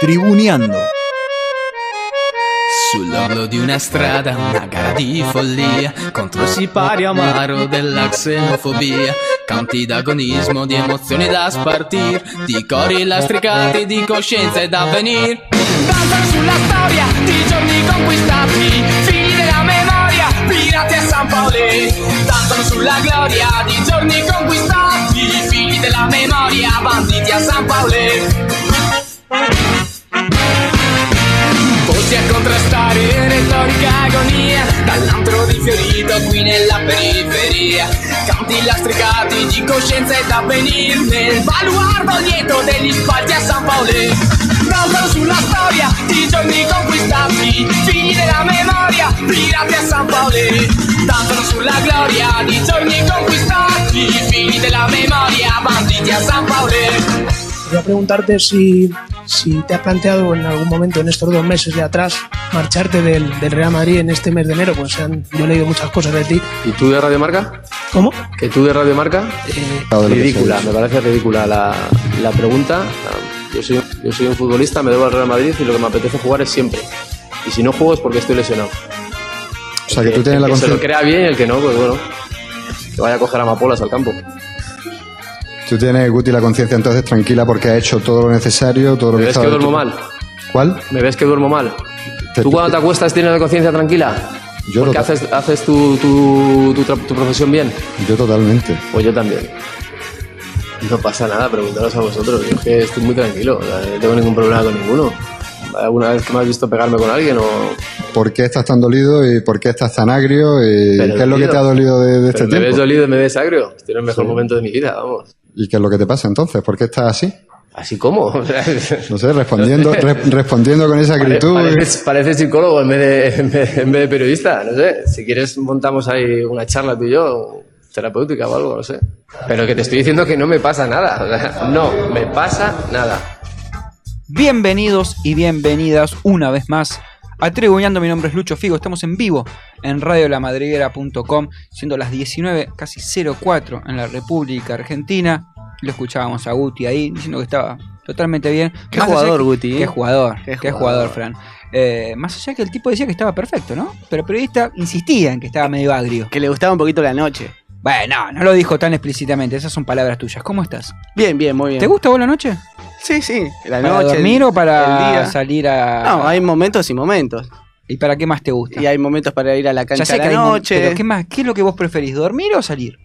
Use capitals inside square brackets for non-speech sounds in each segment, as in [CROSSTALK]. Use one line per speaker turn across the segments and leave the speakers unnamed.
Tribuneando.
Sull'orlo di una strada, una gara di follia contro il sipario amaro della xenofobia. Canti d'agonismo, di emozioni da spartir, di cori lastricati, di coscienza e d'avvenir. Danza sulla storia di giorni conquistati, figli della memoria, pirati a San Paoli. Danzano sulla gloria di giorni conquistati, figli della memoria, banditi a San Paoli. Volti a contrastare retorica agonia Dall'antro di Fiorito qui nella periferia Canti lastricati di coscienza ed avvenir Nel baluardo dietro degli spalti a San Paolo Danzano sulla storia di giorni conquistati Figli della memoria, pirati a San Paolo Danzano sulla gloria di giorni conquistati Figli della memoria, banditi a San Paolo
Quería preguntarte si, si te has planteado en algún momento en estos dos meses de atrás marcharte del, del Real Madrid en este mes de enero, pues han- yo he leído muchas cosas de ti.
¿Y tú de Radio Marca?
¿Cómo?
¿Que tú de Radio Marca?
Eh,
ridícula, me parece ridícula la, la pregunta. Yo soy, yo soy un futbolista, me debo al Real Madrid y lo que me apetece jugar es siempre. Y si no juego es porque estoy lesionado.
O sea, que tú tienes la
el que se lo
conciencia.
crea bien y el que no, pues bueno, que vaya a coger amapolas al campo.
Tú tienes, Guti, la conciencia entonces tranquila porque has hecho todo lo necesario, todo lo
¿Me
que
ves que
estaba de
duermo
tu-
mal?
¿Cuál?
¿Me ves que duermo mal?
Te-
¿Tú cuando te acuestas tienes la conciencia tranquila?
Yo,
¿Porque
to-
haces, haces tu, tu- tu tra- tu profesión bien?
yo totalmente.
Pues yo también. No pasa nada, preguntaros a vosotros. Yo es que estoy muy tranquilo, o sea, no tengo ningún problema con ninguno. ¿Alguna vez que me has visto pegarme con alguien o...?
¿Por qué estás tan dolido y por qué estás tan agrio? ¿Y
Pero,
qué es lo
tío,
que te ha dolido de, de este
Pero me ves
tiempo?
dolido y me ves agrio. Estoy en el mejor momento de mi vida, vamos.
¿Y qué es lo que te pasa entonces? ¿Por qué estás así?
¿Así como? [LAUGHS] O sea,
No sé, respondiendo, re- respondiendo con esa
pare-
actitud.
pareces, pareces psicólogo en vez, de, en, vez, en vez de periodista, no sé. Si quieres montamos ahí una charla tú y yo, terapéutica o algo, no sé. Pero que te estoy diciendo que no me pasa nada. o sea, no, me pasa nada.
Bienvenidos y bienvenidas una vez más a Tribuneando. Mi nombre es Lucho Figo. Estamos en vivo en radiolamadriguera.com, siendo las 19, casi 04 en la República Argentina. Lo escuchábamos a Guti ahí diciendo que estaba totalmente bien.
Qué
Más allá
jugador,
que-
Guti, ¿eh?
Qué jugador, qué,
Qué
jugador,
jugador.
Fran. Eh, más allá que el tipo decía que estaba perfecto, ¿no? Pero el periodista insistía en que estaba medio agrio.
Que le gustaba un poquito la noche.
Bueno, no lo dijo tan explícitamente. Esas son palabras tuyas. ¿Cómo estás?
Bien, bien, muy bien.
¿Te gusta vos la noche?
Sí, sí. La
¿Para
noche.
dormir
el-
o para
el día.
salir a.?
No, hay momentos y momentos.
¿Y para qué más te gusta?
Y hay momentos para ir a la cancha a la
hay mom-
noche.
pero ¿qué, más, ¿qué es lo que vos preferís? ¿Dormir o salir?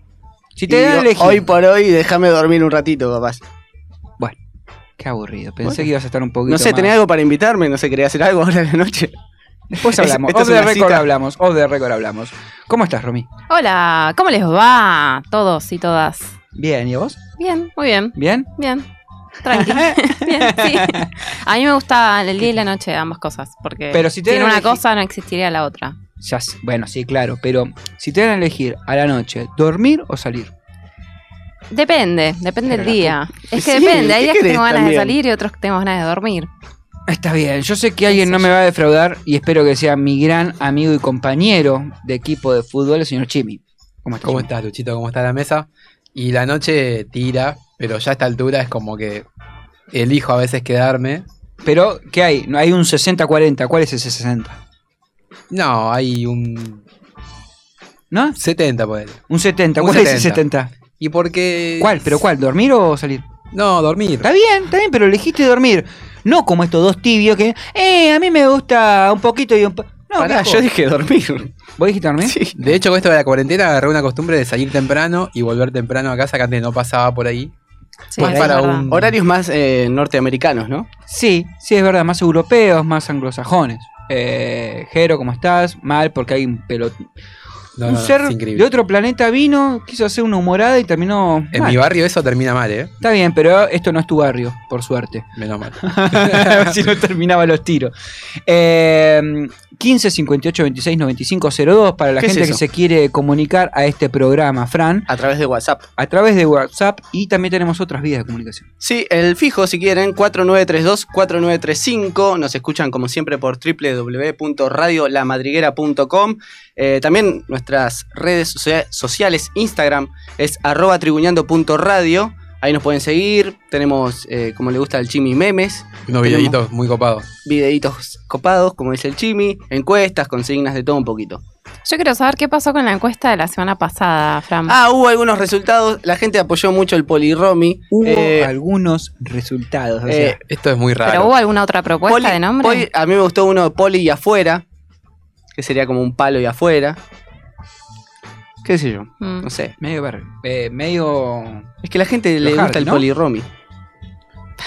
Si te
Y
dan a
ho-
elegir.
Hoy por hoy, déjame dormir un ratito, capaz.
Qué aburrido. Pensé
Bueno.
que ibas a estar un poquito.
No sé,
más.
tenía algo para invitarme, no sé, quería hacer algo ahora en la noche.
Después
Es-
[LAUGHS] hablamos.
esta
Off
es
the
una
record
cita.
hablamos. Off the record hablamos. ¿Cómo estás, Romy?
Hola, ¿cómo les va? Todos y todas.
Bien, ¿y vos?
Bien, muy bien,
¿Bien?
bien.
[LAUGHS]
Tranqui. bien, sí. A mí me gusta el día y la noche, ambas cosas, porque
Pero si te
sin
dan a
una
elegir-
cosa no existiría la otra.
Ya, sé- bueno, sí, claro. Pero si te dan a elegir a la noche, ¿dormir o salir?
Depende, depende
Pero
del
la
día. Es que
Sí,
depende, hay
¿qué
días que
querés
tengo ganas de
también?
salir y otros que tengo ganas de dormir.
Está bien, yo sé que alguien no me va a defraudar y espero que sea mi gran amigo y compañero de equipo de fútbol, el señor Chimi. ¿Cómo estás?
¿Cómo
Chimi?
estás, Luchito? ¿Cómo está la mesa? Y la noche tira, pero ya a esta altura es como que elijo a veces quedarme.
Pero, ¿qué hay? No hay un 60-40. ¿Cuál es ese 60?
No, hay un
¿No?
70 por él.
Un 70.
Un
¿Cuál es el 70?
¿Y por qué?
¿Cuál? ¿Pero cuál? ¿Dormir o salir?
No, dormir.
Está bien, está bien, pero elegiste dormir. No como estos dos tibios que, eh, a mí me gusta un poquito y un po-". No,
Pará,
viejo.
yo dije dormir.
¿Vos dijiste dormir?
Sí.
De hecho, con esto de la cuarentena agarré una costumbre de salir temprano y volver temprano a casa, que antes no pasaba por ahí.
Sí,
Pues
es
para
verdad.
un-
Horarios más eh, norteamericanos, ¿no?
Sí, sí, es verdad, más europeos, más anglosajones. Eh, Jero, ¿cómo estás? Mal, porque hay un pelot...
No,
un
no, no,
ser
es
de
increíble.
otro planeta vino, quiso hacer una humorada y terminó...
En
mal.
mi barrio eso termina mal, ¿eh?
Está bien, pero esto no es tu barrio, por suerte.
Menos mal.
[LAUGHS] si no terminaba los tiros. Eh, 15 58 26 95 02 para la
¿Qué es
gente que
eso?
se quiere comunicar a este programa, Fran,
A través de WhatsApp.
a través de WhatsApp y también tenemos otras vías de comunicación.
Sí, el fijo si quieren, 4932-4935. Nos escuchan como siempre por www.radiolamadriguera.com. Eh, también nuestras redes socia- sociales, Instagram es arroba tribuñando.radio Ahí nos pueden seguir. Tenemos, eh, como le gusta al Chimi, memes,
Unos videitos muy copados.
videitos copados, como dice el Chimi, encuestas, consignas de todo un poquito.
Yo quiero saber qué pasó con la encuesta de la semana pasada, Fran.
Ah, hubo algunos resultados. La gente apoyó mucho el Poliromi.
Hubo
Eh,
algunos resultados. o
eh,
sea,
Esto es muy raro.
¿Pero hubo alguna otra propuesta
Poli-
de nombre?
Poli- a mí me gustó uno de Poli y afuera, que sería como un palo y afuera. ¿Qué sé yo?
Mm.
No sé.
medio, ver- eh, medio.
Es que la gente le
Los
gusta
Hardy,
el
¿no?
Poliromi.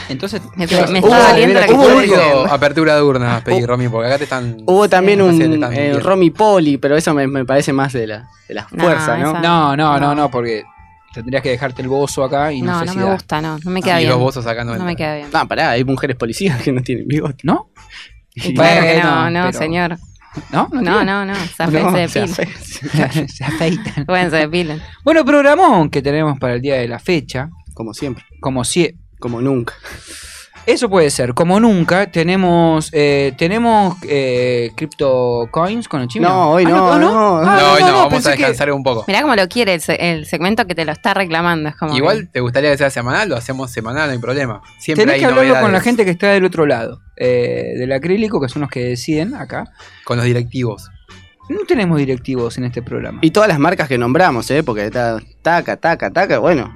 Entonces,
Me,
¿qué vas-
me
Hubo-
está doliendo la que
hubo
te
un
digo.
ruido apertura de urnas, pedí, Romy, porque acá te están.
Hubo también
no
un
sé, le están
eh,
mintiendo.
Romy Poli, pero eso me, me parece más de la, de la
No,
fuerza, ¿no?
esa-
No, no, no,
No.
no, porque tendrías que dejarte el bozo acá y no,
No,
sé
no
si
me
da.
gusta, no.
Ah,
No me queda
y
bien.
los bozos acá no,
No me
entran.
queda bien.
No, Ah, pará, hay mujeres policías [LAUGHS] que no tienen bigote.
¿No?
Y claro que no,
Bueno,
no,
pero-
señor.
¿No?
No, no, no. Zafé
[LAUGHS] No,
se
O sea,
depilan.
tiene. [LAUGHS] Se afeitan.
Bueno, se depilan.
Bueno, programón que tenemos para el día de la fecha.
como siempre,
Como si.
como nunca.
Eso puede ser. Como nunca, tenemos. eh, ¿Tenemos eh, crypto coins con el chino?
No, hoy
Ah,
no,
¿no?
no.
Ah,
No, hoy no, vamos
pensé
a
que-
descansar un poco.
Mirá cómo lo quiere el, se- el segmento que te lo está reclamando. Es como
Igual te gustaría que sea semanal, lo hacemos semanal, no hay problema. Siempre
Tenés
hay
que hablarlo con la
novedades.
gente que está del otro lado. eh, del acrílico, que son los que deciden acá.
Con los directivos.
No tenemos directivos en este programa.
Y todas las marcas que nombramos, ¿eh? Porque está taca, taca, taca, bueno.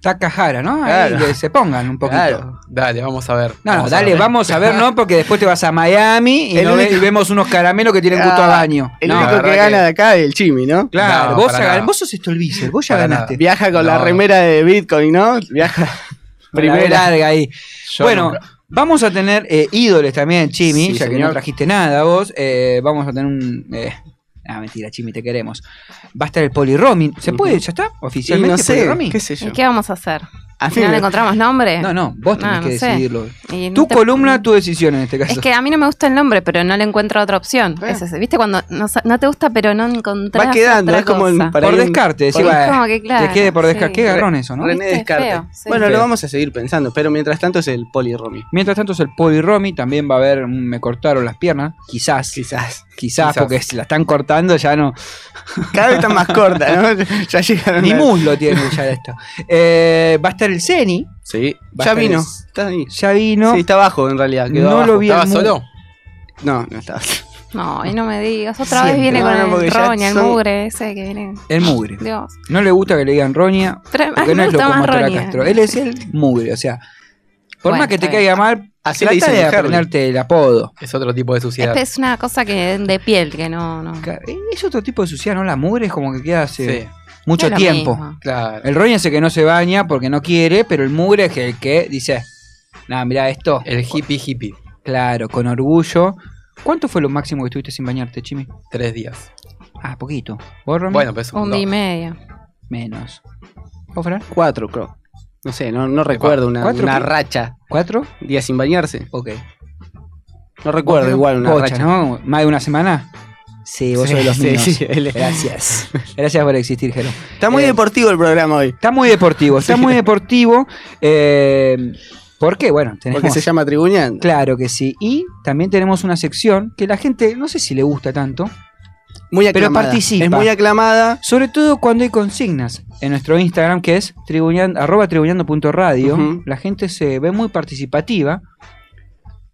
Takahara, ¿no? Ahí
Claro.
que se pongan un poquito.
Claro.
Dale, vamos a ver.
No, no,
Vamos a
dale,
ver.
vamos a ver, ¿no? Porque después te vas a Miami y,
El
no ve-
único-
y vemos unos caramelos que tienen gusto a
Ah,
baño.
El
No,
la
único
verdad
que gana
que-
de acá es el Chimi, ¿no?
claro,
No,
vos,
para
haga-
nada.
vos sos esto el Vícer, vos ya
Para
ganaste.
Viaja con la
No.
remera de Bitcoin, ¿no? Viaja
Con la
primera.
larga ahí.
Yo
bueno,
nunca.
vamos a tener eh, ídoles también, Chimi,
Sí,
ya que
señor.
no trajiste nada vos. eh, vamos a tener un. eh, ah, mentira, Chimi, te queremos. Va a estar el Poliromi. ¿Se puede? ¿Ya está?
Y
¿Oficialmente
no sé,
Poliromi?
qué sé yo.
¿Y qué vamos a hacer?
A mí
¿No
me-
le encontramos nombre?
No, no, vos tenés
Ah, No, no
que
sé.
decidirlo.
Y no
Tu
te-
columna, tu decisión en este caso.
Es que a mí no me gusta el nombre, pero no le encuentro otra opción.
Eh.
Es ese. ¿Viste cuando no, sa- no te gusta, pero no encontrás
Va quedando,
otra
es como
cosa?
en- para
por
ahí un-
descarte, decís,
por-
"Bah,
Es como que, claro,
te quede por
sí.
descarte. Qué garrón eso, ¿no?
René
Este, Viste,
Descartes.
feo, sí.
bueno,
Feo.
lo vamos a seguir pensando, pero mientras tanto es el Poliromi.
Mientras tanto es el Poliromi, también va a haber un me cortaron las piernas, quizás,
Quizás.
quizás,
Quizás.
porque si la están cortando ya no,
Cada vez está más corta,
[LAUGHS]
¿no? ya llegaron.
[LAUGHS] ni
a-
muslo
[LAUGHS]
tiene ya de esto. Eh, va a estar el Ceni,
Sí. Ya
Va a estar
vino.
el-
Está ahí.
ya vino,
Sí, está abajo en realidad. quedó
no
abajo.
lo vi
¿Estaba
al mu-
solo?
No, no está.
No, y no me digas. Otra
Siempre.
vez viene
No, no,
con
porque
el
ya
roña, el
son-
mugre ese que viene.
El mugre.
Dios.
No le gusta que le digan Roña,
Pero [LAUGHS] a
porque
mí
no
me
es
gusta más
locomotora
roña.
Castro. Él es el mugre, o sea, por
Bueno,
más que te
está bien.
caiga mal,
Así le
trata
dicen
de
en Harley.
aprenderte el apodo.
Es otro tipo de suciedad.
Este es una cosa que de piel, que no. no.
Ca- Es otro tipo de suciedad, ¿no? La mugre es como que queda hace
Sí,
mucho
Es lo
tiempo.
mismo.
claro.
El roña es el que no se baña porque no quiere, pero el mugre es el que dice, nada, mira esto.
El hippie hippie.
Claro, con orgullo. ¿Cuánto fue lo máximo que estuviste sin bañarte, Chimi?
Tres días.
Ah, poquito. ¿Vos, Romy?
Bueno, pues es
Un día y
montón.
medio.
Menos. ¿Vos, Fran?
Cuatro, creo. No sé, no, no recuerdo una,
¿Cuatro
una
qué?
racha.
¿Cuatro?
Día sin bañarse.
Ok.
No recuerdo
Vos,
igual una
pocha,
racha.
¿no? ¿Más de una semana? Sí, vos
Sí,
sos de los
sí,
míos.
sí, él es-
Gracias. Gracias por existir, Jero.
Está muy
Eh,
deportivo el programa hoy.
Está muy deportivo, está muy deportivo. Eh, ¿Por qué? Bueno, tenemos...
Porque se llama Tribuñan.
Claro que sí. Y también tenemos una sección que la gente, no sé si le gusta tanto,
Muy
Pero
aclamada.
participa.
Es muy aclamada.
Sobre todo cuando hay consignas en nuestro Instagram, que es tribuñan- arroba tribuñando.radio.
Ujú.
La gente se ve muy participativa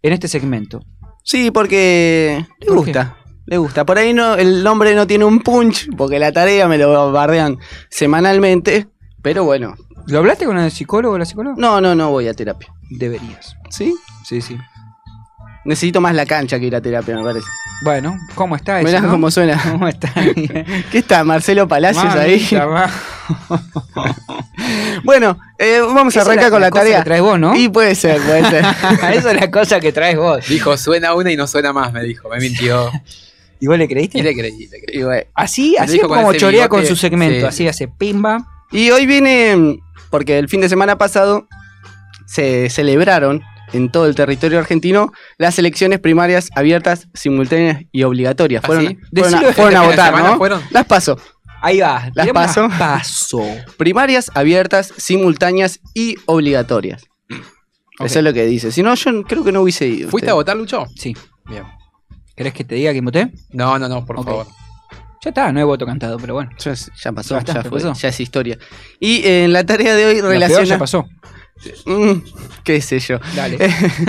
en este segmento.
Sí, porque le
¿Por qué?
gusta. Le gusta. Por ahí no, el nombre no tiene un punch, porque la tarea me lo bardean semanalmente. Pero bueno,
¿Lo hablaste con el psicólogo o la psicóloga?
no, no, no voy a terapia.
Deberías.
¿Sí?
Sí, sí.
Necesito más la cancha que ir a terapia, me parece.
Bueno, ¿cómo está eso?
Mirá
no?
cómo suena.
[LAUGHS] ¿Cómo está?
[LAUGHS] ¿Qué está, Marcelo Palacios ahí?
Mamita, ma-
Bueno, eh, vamos a
Esa es
arrancar con la,
cosa
tarea.
que traes vos, ¿no?
Y puede ser, puede
[LAUGHS]
ser.
Esa es la cosa que traes vos.
Dijo, suena una y no suena más, me dijo. Me mintió.
[LAUGHS] ¿Y vos le creíste?
Y le creí, le creí.
y, bueno.
Así,
Le
así es
dijo con
como
ese
chorea
bigote.
con su segmento.
Sí.
Así hace pimba.
Y hoy viene, mm, porque el fin de semana pasado se celebraron en todo el territorio argentino las elecciones primarias abiertas, simultáneas y obligatorias.
¿Ah,
Fueron,
sí?
fueron
Decilo
a,
de
fueron
este
a
fin de
votar,
semana,
¿no?
¿fueron?
Las paso.
Ahí va.
¿Las
tirame
paso?
unas Paso.
Primarias abiertas, simultáneas y obligatorias. Eso es lo que dice. Si no, yo creo que no hubiese ido.
¿Fuiste a votar, Lucho?
Sí.
Bien.
¿Querés que te diga que voté?
No, no, no, por
Ok.
favor.
Ya está, no hay voto cantado, pero bueno.
Ya, es- ya pasó,
Ya está,
ya
ya
fue,
pasó.
ya es historia. Y eh, en la tarea de hoy
Lo peor ya
relaciona...
[LAUGHS] pasó.
Mm, qué sé yo.
Dale.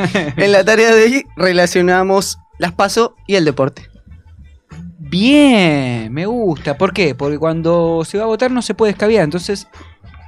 [LAUGHS] en la tarea de hoy relacionamos las PASO y el deporte.
Bien, me gusta. ¿Por qué? Porque cuando se va a votar no se puede escabiar, entonces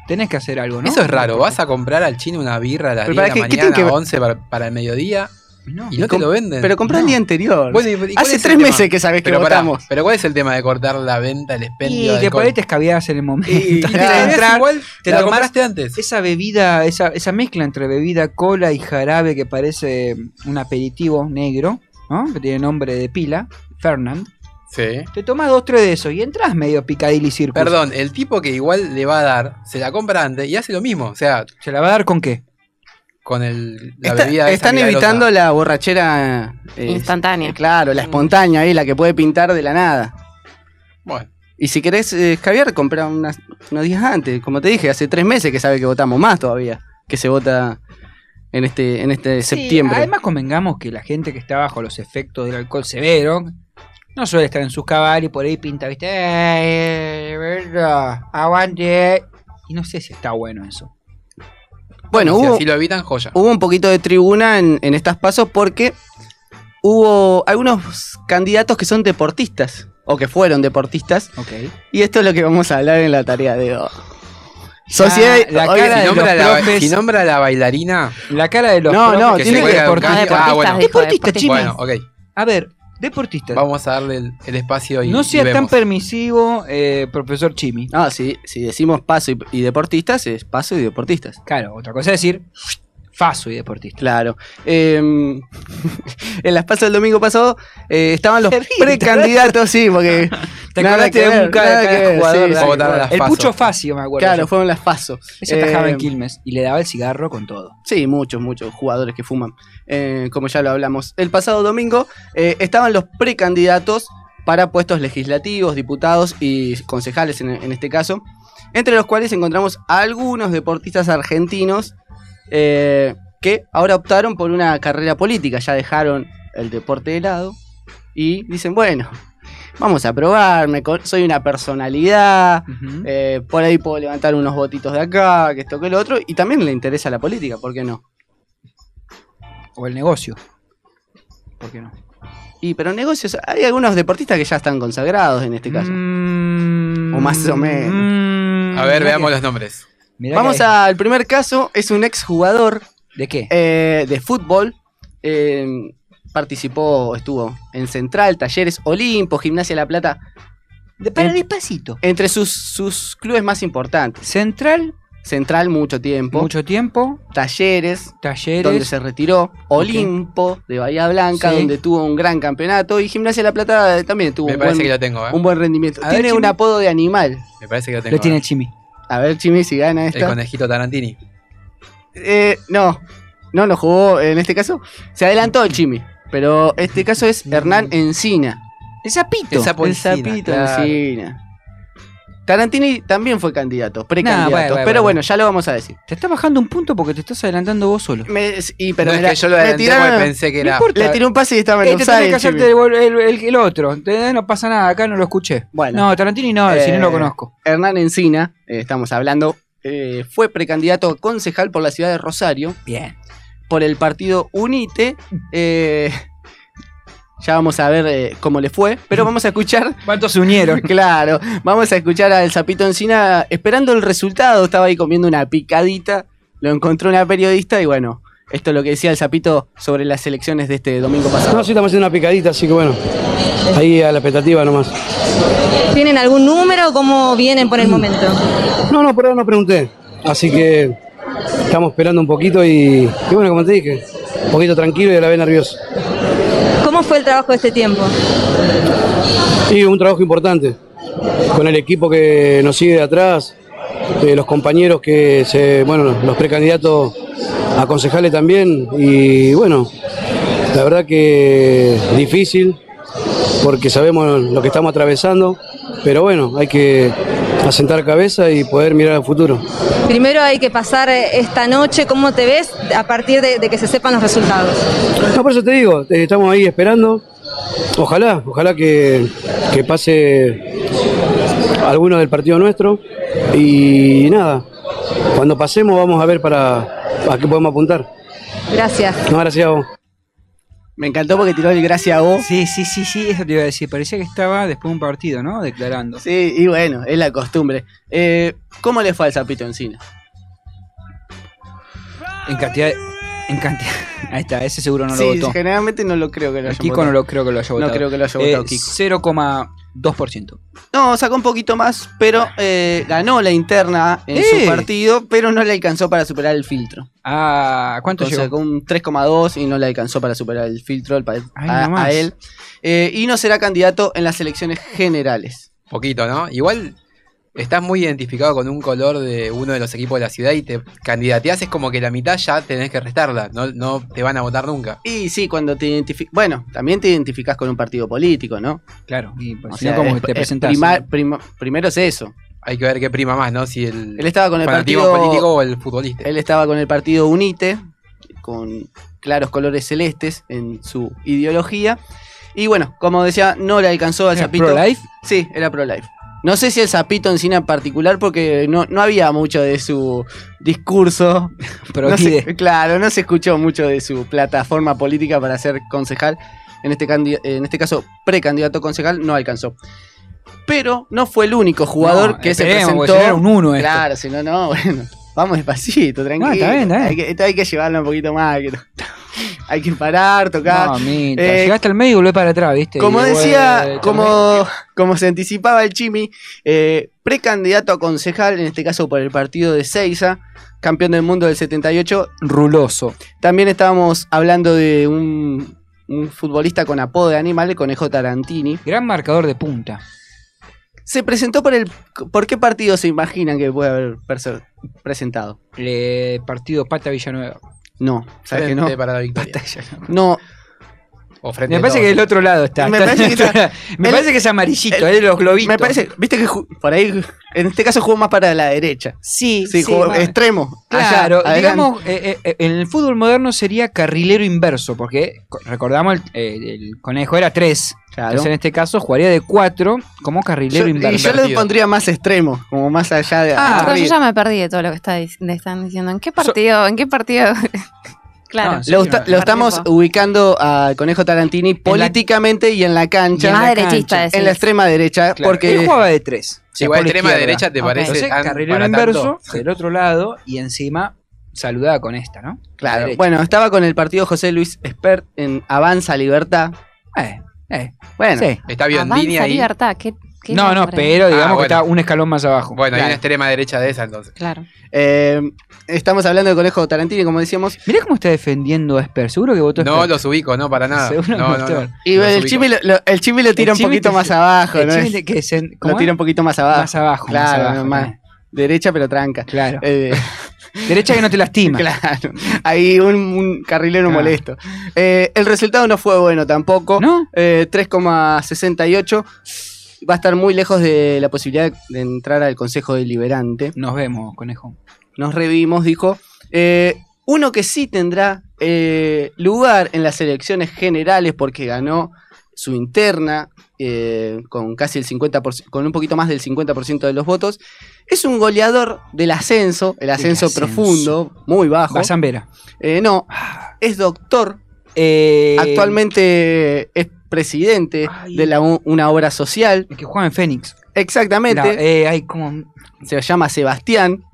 tenés que hacer algo, ¿no?
Eso es raro. Vas a comprar al chino una birra a las
Pero
10 de
para
la
qué- ¿qué tiene
mañana,
que ver?
11 para, para el mediodía
No.
y no te
com-
lo venden.
Pero compré el
No.
día anterior.
Bueno, ¿y- y cuál
Hace
es el
tres
tema?
meses que sabes que
pero pará,
votamos.
pero ¿cuál es el tema de cortar la venta, el
Y
expendio? de
que por
alcohol?
ahí te escabiás en el momento.
Y- y [LAUGHS] te
Antes de
la
Claro.
entrar,
entrar, igual,
te
te la
tomás-
compraste antes.
esa bebida, esa, esa mezcla entre bebida, cola y jarabe que parece un aperitivo negro, ¿no? Que tiene nombre de pila, Fernand.
Sí.
Te tomas dos, tres de eso y entras medio picadilly circus.
Perdón, el tipo que igual le va a dar, se la compra antes y hace lo mismo. O sea,
¿Se la va a dar con qué?
con el, la
Está-
bebida. esa
están
milagrosa.
evitando la borrachera eh,
Instantánea.
eh, Claro, la espontánea, ahí, la que puede pintar de la nada.
Bueno,
Y si querés eh, Javier, compra unas- unos días antes. Como te dije, hace tres meses que sabe que votamos más todavía. Que se vota en este, en este
Sí,
septiembre.
Además, convengamos que la gente que está bajo los efectos del alcohol severo no suele estar en sus cabal y por ahí pinta, ¿viste? "Ey, verdad, aguante. Y no sé si está bueno eso.
bueno,
si
hubo,
así lo evitan, joya.
hubo un poquito de tribuna en, en estas pasos porque hubo algunos candidatos que son deportistas o que fueron deportistas.
Ok.
Y esto es lo que vamos a hablar en la tarea de hoy. Sociedad.
Ah, la
hoy-
cara
si,
de
nombra
los
Ah, la,
profes-
si nombra a la bailarina,
La cara de los
No,
profes
no,
que
tiene
se
que-
juegan por-
Ah,
deportistas.
deportistas,
dijo, deportistas.
chino.
bueno, ok.
A ver, deportistas.
Vamos a darle el, el espacio y.
no
sea
sea tan permisivo, eh, profesor Chimi.
No, si, si decimos paso y, y deportistas, es paso y deportistas.
Claro, otra cosa es decir, faso y deportista.
Claro. Eh, [LAUGHS] en las pasas del domingo pasado eh, estaban los
Se ríe,
precandidatos, sí, porque.
[LAUGHS] Te
nada
acordaste
que
de
ver,
un cada,
nada
cada
que ver,
jugador.
sí,
de
sí,
algo.
claro.
el
Faso.
pucho facio, me acuerdo.
Claro,
yo.
fueron las pasos.
Ese atajaba
Eh,
en Quilmes y le daba el cigarro con todo.
Sí, muchos, muchos jugadores que fuman, eh, como ya lo hablamos. El pasado domingo eh, estaban los precandidatos para puestos legislativos, diputados y concejales en, en este caso, entre los cuales encontramos a algunos deportistas argentinos eh, que ahora optaron por una carrera política, ya dejaron el deporte de lado y dicen, bueno, vamos a probarme, soy una personalidad,
Ujú.
eh, por ahí puedo levantar unos votitos de acá, que esto, que lo otro. Y también le interesa la política, ¿por qué no?
O el negocio. ¿Por qué no?
Y pero negocios, hay algunos deportistas que ya están consagrados en este caso.
Mm,
O más o menos.
mm,
A ver,
mirá
veamos
que-
los nombres.
mirá
Vamos
que-
al primer caso, es un exjugador
¿De qué?
eh, de fútbol. eh, participó, estuvo en Central, Talleres, Olimpo, Gimnasia La Plata,
De- para
eh.
despacito.
entre sus, sus clubes más importantes.
Central,
Central mucho tiempo,
mucho tiempo.
Talleres, donde
Talleres.
se retiró, Olimpo de Bahía Blanca,
Sí.
donde tuvo un gran campeonato, y Gimnasia La Plata eh, también tuvo
Me
un
parece
buen,
que lo tengo, ¿eh?
un buen rendimiento.
A ver,
Tiene un
Chimi.
apodo de animal.
Me parece que lo tengo.
Lo tiene
¿eh?
el Chimi.
A ver, Chimi, si gana
el
esta.
conejito Tarantini.
Eh, no, no, no jugó en este caso. Se adelantó el Chimi, pero este caso es Hernán Encina.
El sapito.
El sapo
el
Encina,
sapito
claro.
Encina. Tarantini también fue candidato, precandidato,
bueno, bueno,
pero
bueno.
bueno, ya lo vamos a decir.
Te está bajando un punto porque te estás adelantando vos solo.
Me- y, pero
no
me la-
es que yo lo
me
adelanté
tiraron-
porque pensé que
No
era.
importa.
le tiré un pase y estaba en
Eh, te tenés
offside,
que
Chimi.
hacerte el, vol- el- el- el otro. Te- no pasa nada, acá no lo escuché.
Bueno.
No, Tarantini no, si no
Eh,
lo conozco.
Hernán Encina, eh, estamos hablando, eh, fue precandidato a concejal por la ciudad de Rosario
Bien.
por el partido Unite. eh, [LAUGHS] ya vamos a ver eh, cómo le fue, pero vamos a escuchar.
[LAUGHS] ¿Cuántos se unieron?
[LAUGHS] Claro, vamos a escuchar al Zapito Encina esperando el resultado. Estaba ahí comiendo una picadita, lo encontró una periodista y bueno, esto es lo que decía el Zapito sobre las elecciones de este domingo pasado.
No, sí estamos haciendo una picadita, así que bueno, ahí a la expectativa nomás.
¿Tienen algún número o cómo vienen por el momento?
No, no, por ahora no pregunté, así que estamos esperando un poquito y, y bueno, como te dije, un poquito tranquilo y a la vez nervioso.
¿Cómo fue el trabajo este tiempo?
Y un trabajo importante, con el equipo que nos sigue de atrás, eh, los compañeros que se, bueno, los precandidatos a concejales también, y bueno, la verdad que difícil, porque sabemos lo que estamos atravesando, pero bueno, hay que asentar cabeza y poder mirar al futuro.
Primero hay que pasar eh, esta noche, ¿cómo te ves a partir de, de que se sepan los resultados?
No, Ah, por eso te digo, eh, estamos ahí esperando. Ojalá, ojalá que, que pase algunos del partido nuestro. Y nada, cuando pasemos vamos a ver para a qué podemos apuntar.
Gracias.
No, gracias a vos.
Me encantó porque tiró el gracias a vos.
Sí, sí, sí, sí, eso te iba a decir. Parecía que estaba después de un partido, ¿no? Declarando.
Sí, y bueno, es la costumbre. Eh, ¿Cómo le fue al Zapito Encina?
En cantidad. de- Eh, En cantidad. [LAUGHS] Ahí está, ese seguro no
sí,
lo votó.
generalmente no lo creo que lo
El
haya
Kiko
votado.
no lo creo que lo haya
No
votado.
creo que lo haya
Eh,
votado, Kiko.
0,2%.
No, sacó un poquito más, pero eh, ganó la interna en
¡Eh!
su partido, pero no le alcanzó para superar el filtro.
Ah, ¿cuánto
Entonces,
llegó?
Sacó un 3,2 y no le alcanzó para superar el filtro al pa- a,
nomás.
a él. Eh, y no será candidato en las elecciones generales.
Poquito, ¿no? Igual estás muy identificado con un color de uno de los equipos de la ciudad y te candidateás, es como que la mitad ya tenés que restarla, no, no te van a votar nunca.
Y sí, cuando te identificas. Bueno, también te identificas con un partido político, ¿no?
Claro, y
O
pues, si
sea,
no, como
es-
que te
es
presentás.
prima- prima- primero es eso.
Hay que ver qué prima más, ¿no? Si el,
Él estaba con el
fanatismo
partido-
político o el futbolista.
Él estaba con el partido Unite, con claros colores celestes en su ideología. Y bueno, como decía, no le alcanzó al
¿Era
Zapito.
pro-life?
Sí, era pro-life. No sé si el Zapito en cine en particular, porque no, no había mucho de su discurso. [LAUGHS]
Pero
No se-
pide.
claro, no se escuchó mucho de su plataforma política para ser concejal. En este, candi- en este caso, precandidato a concejal, no alcanzó. Pero no fue el único jugador
No,
que se
esperemos, porque
presentó.
si no era un uno esto.
Claro, si no, no, bueno. Vamos despacito, tranquilo.
está bien, está bien.
Hay, que, esto hay que llevarlo un poquito más. que no- [LAUGHS] hay que parar, tocar.
No, mita,
Eh,
llegaste al medio y volvés para atrás, ¿viste?
como
Y de
decía,
vuelta,
como, como se anticipaba el Chimi, eh, precandidato a concejal, en este caso por el partido de Seiza, campeón del mundo del 78.
Ruloso.
También estábamos hablando de un, un futbolista con apodo de animal, el Conejo Tarantini.
Gran marcador de punta.
Se presentó por el... ¿Por qué partido se imaginan que puede haber perse- presentado?
Le Eh, partido Pata Villanueva.
No, ¿sabes que no?
Frente para la victoria.
No,
O frente
Me
a
parece
todos.
que el otro lado está.
Me
Está-
parece que está-
me
el-
parece que es amarillito,
el-
eh, los globitos.
me parece, viste que ju- por ahí, en este caso jugó más para la derecha.
Sí,
Sí, jugó
va.
extremo. allá,
[LAUGHS] Claro,
adelante.
digamos, eh, eh, en el fútbol moderno sería carrilero inverso, porque co- recordamos, el, eh, el conejo era 3.
Claro.
Entonces en este caso jugaría de 4 como
Yo-
carrilero
y
inverso.
yo le pondría más extremo, como más allá de
Ah,
Perdón, yo
arriba.
ya me perdí de todo lo que está dic- le están diciendo. ¿En qué partido? ¿En qué partido? [LAUGHS] claro.
No, sí,
Lo, está- lo estamos
Tiempo.
ubicando a Conejo Tarantini políticamente y en la
Y en
cancha,
la
Más
cancha,
derechista decís.
en la extrema derecha,
Claro, Él
porque
jugaba de 3.
Igual extrema derecha te
Ok.
parece
Ah, Entonces,
tan
carrilero
para
inverso,
tanto.
del otro lado, y encima saludaba con esta, ¿no?
Claro,
Derecha.
bueno, estaba con el partido José Luis Espert en Avanza Libertad.
Eh, eh,
Bueno,
sí.
Está Biondini
Avanza
ahí.
libertad. ¿Qué, qué
No, no,
nombre?
pero digamos
Ah,
que
bueno.
está un escalón más abajo.
Bueno, hay
Claro.
una extrema derecha de esa entonces.
Claro.
eh, estamos hablando de Conejo Tarantini, como decíamos.
Mirá cómo está defendiendo a Esper. Seguro que votó
No
Esper.
los ubico, no, para nada.
Seguro
No,
que
no,
está.
no.
Y
Los
el
ubico.
Chimi lo, lo- el Chimi lo tira
El
un
Chimi
poquito
te-
más abajo,
El
¿no?
Chimi
Es-
te- que se- ¿cómo
Lo
es?
tira un poquito más abajo.
Más abajo, más
Claro,
abajo,
más-
eh.
derecha pero tranca.
Claro.
Eh,
[LAUGHS] Derecha que no te
[LAUGHS]
lastima.
claro. Ahí un, un carrilero
Claro.
molesto. Eh, el resultado no fue bueno tampoco.
¿No?
Eh, 3,68. Va a estar muy lejos de la posibilidad de entrar al Consejo Deliberante.
Nos vemos, conejo.
Nos revimos, dijo. Eh, uno que sí tendrá eh, lugar en las elecciones generales porque ganó su interna eh, con casi el 50%, con un poquito más del 50% de los votos. Es un goleador del ascenso, el ascenso,
ascenso.
profundo, muy bajo.
Bazambera.
Eh, no, es doctor
Ah. Eh,
Actualmente es presidente
Ay.
de la u- una obra social.
El que juega en Fénix.
Exactamente.
La- eh, ay, cómo
se llama Sebastián,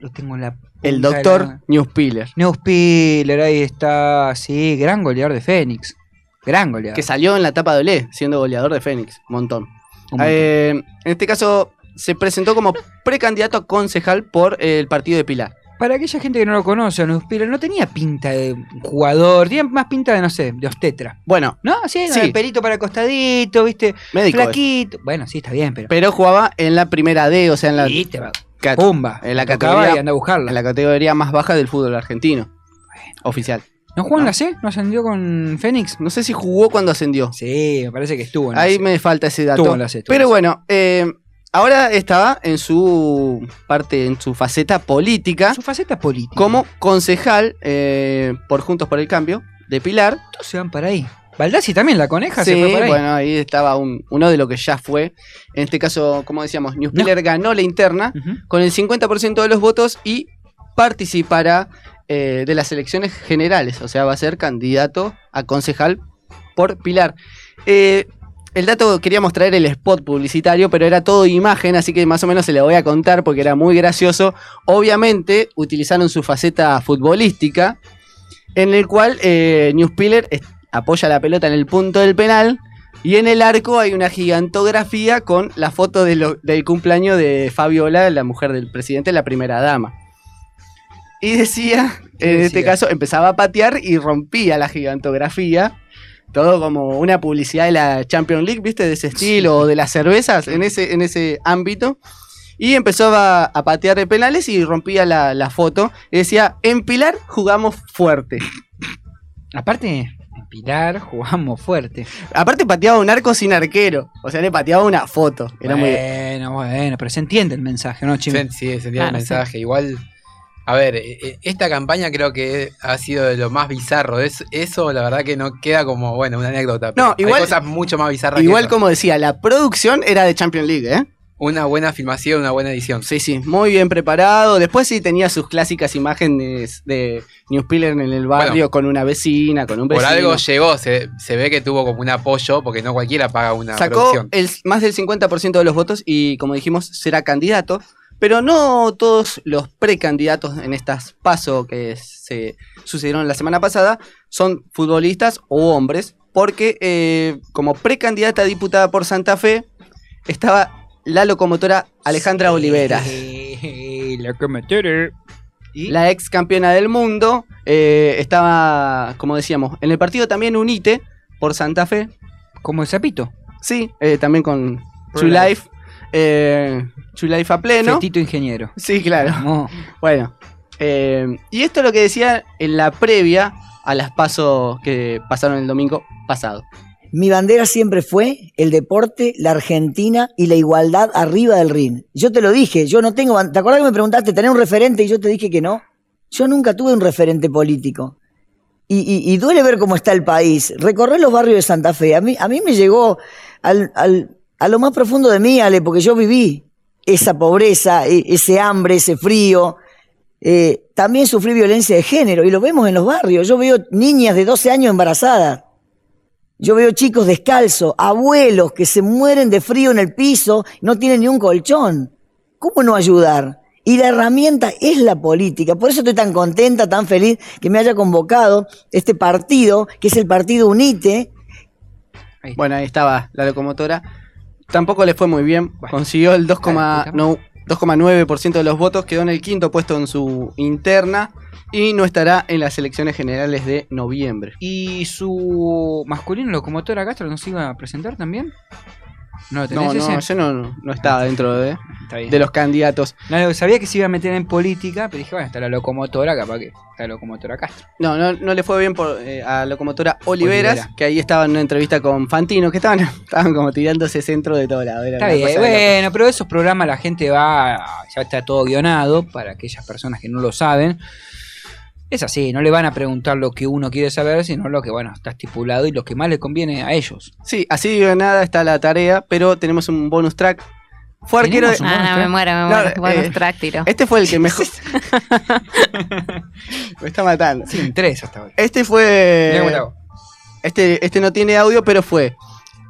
lo tengo en la. punta
el
de
doctor
la-
Newspiller,
Neuspiller, ahí está. Sí, gran goleador de Fénix. Gran goleador.
que salió en la etapa de Olé, siendo goleador de Fénix. Montón.
Un montón.
Eh, en este caso, se presentó como precandidato a concejal por el partido de Pilar.
Para aquella gente que no lo conoce, Neuspiller no tenía pinta de jugadador. Tenía más pinta de, no sé, de obstetra.
Bueno,
¿No? Sí,
Sí.
el pelito para el costadito, ¿viste?
médico. es.
Flaquito. Bueno, sí, está bien, pero.
Pero jugaba en la primera D, o sea, en la,
Y te va-
cat-
Pumba.
en la
Tocaba
categoría-
y anda a buscarla.
en la categoría más baja del fútbol argentino. Oficial.
¿No jugó en la C? ¿No ascendió con Fénix?
No sé si jugó cuando ascendió.
Sí, me parece que estuvo en la
Ahí
C.
me falta ese dato.
Tuvo las estuvo
Pero
las-
bueno, eh, ahora estaba en su parte, en su faceta política,
Su faceta política.
como concejal eh, por Juntos por el Cambio de Pilar.
Todos se van para ahí. Baldassi también la coneja,
Sí,
se fue por ahí.
bueno, ahí estaba un- uno de lo que ya fue. En este caso, como decíamos, Newspiller ganó la interna con el 50% de los votos y participará eh, de las elecciones generales. O sea, va a ser candidato a concejal por Pilar. Eh, el dato, queríamos traer el spot publicitario, pero era todo imagen, así que más o menos se le voy a contar porque era muy gracioso. Obviamente, utilizaron su faceta futbolística, en el cual eh, Newspiller es- apoya la pelota en el punto del penal. Y en el arco hay una gigantografía con la foto de lo- del cumpleaños de Fabiola, la mujer del presidente, la primera dama. Y decía, en este caso, empezaba a patear y rompía la gigantografía. Todo como una publicidad de la Champions League, ¿viste? De ese estilo, o de las cervezas, en ese, en ese ámbito. Y empezó a, a patear de penales y rompía la, la foto. Y decía, en Pilar jugamos fuerte.
Aparte, en Pilar jugamos fuerte.
Aparte pateaba un arco sin arquero. O sea, le pateaba una foto. Era muy...
bueno, bueno, pero se entiende el mensaje, ¿no, Chimi? Ah,
Sí, se entiende el mensaje. Igual, a ver, e- e- esta campaña creo que ha sido de lo más bizarro. Es, eso, la verdad, que no queda como, bueno, una anécdota.
No,
Hay
igual-
cosas mucho más bizarras. que
Igual
eso.
como decía, la producción era de Champions League, ¿eh?
Una buena filmación, una buena edición.
Sí, sí, muy bien preparado. Después sí tenía sus clásicas imágenes de Newspiller en el barrio
Bueno.
con una vecina, con un
Por
vecino.
algo llegó, se, se ve que tuvo como un apoyo, porque no cualquiera paga una
Sacó
producción.
el, más del 50% de los votos y, como dijimos, será candidato. Pero no todos los precandidatos en estas pasos que se sucedieron la semana pasada son futbolistas o hombres, porque eh, como precandidata a diputada por Santa Fe estaba la locomotora Alejandra Oliveras. La ex campeona del mundo eh, estaba, como decíamos, en el partido también Unite por Santa Fe.
Como el Zapito.
Sí, eh, también con
Pro
True
Life.
Life. eh, True Life a pleno.
Fetito ingeniero.
Sí, claro. Bueno. eh, y esto es lo que decía en la previa a las pasos que pasaron el domingo pasado.
Mi bandera siempre fue el deporte, la Argentina y la igualdad arriba del ring. Yo te lo dije, yo no tengo... ban- ¿Te acuerdas que me preguntaste, ¿tenés un referente? Y yo te dije que no. Yo nunca tuve un referente político. Y, y- y duele ver cómo está el país. Recorrer los barrios de Santa Fe. A mí, a mí me llegó al- al- a lo más profundo de mí, Ale, porque yo viví esa pobreza, e- ese hambre, ese frío. Eh, también sufrí violencia de género y lo vemos en los barrios. Yo veo niñas de 12 años embarazadas. Yo veo chicos descalzos, abuelos que se mueren de frío en el piso, no tienen ni un colchón. ¿Cómo no ayudar? Y la herramienta es la política. Por eso estoy tan contenta, tan feliz que me haya convocado este partido, que es el partido UNITE,
Bueno, ahí estaba la locomotora. Tampoco le fue muy bien. Consiguió el 2,9% no, 2,9% de los votos. Quedó en el quinto puesto en su interna. Y no estará en las elecciones generales de noviembre.
¿Y su masculino locomotora Castro nos iba a presentar también? No, lo
No,
tenés
no,
ese?
yo
Ah,
no, no- no estaba dentro de,
bien.
de los candidatos.
No, sabía que se iba a meter en política, pero dije, bueno, está la locomotora, capaz que está la locomotora Castro.
No, no, no le fue bien por, eh, a locomotora Oliveras,
Olivera.
que ahí estaba en una entrevista con Fantino, que estaban, [LAUGHS] estaban como tirándose centro de todo lado. era
Está
una
bien,
cosa de loco.
bueno, pero esos programas la gente va, ya está todo guionado para aquellas personas que no lo saben. Es así, no le van a preguntar lo que uno quiere saber, sino lo que, bueno, está estipulado y lo que más le conviene a ellos.
Sí, así de nada está la tarea, pero tenemos un bonus track. Fue arquero de-
¿Tenemos un bonus Ah, no, track? me muero, me
muero. Bonus
track tiro.
Este fue el que
[LAUGHS]
mejor. me está matando.
Sin tres hasta ahora.
Este
Mirá cómo
fue.
la hago.
Este, este no tiene audio, pero fue.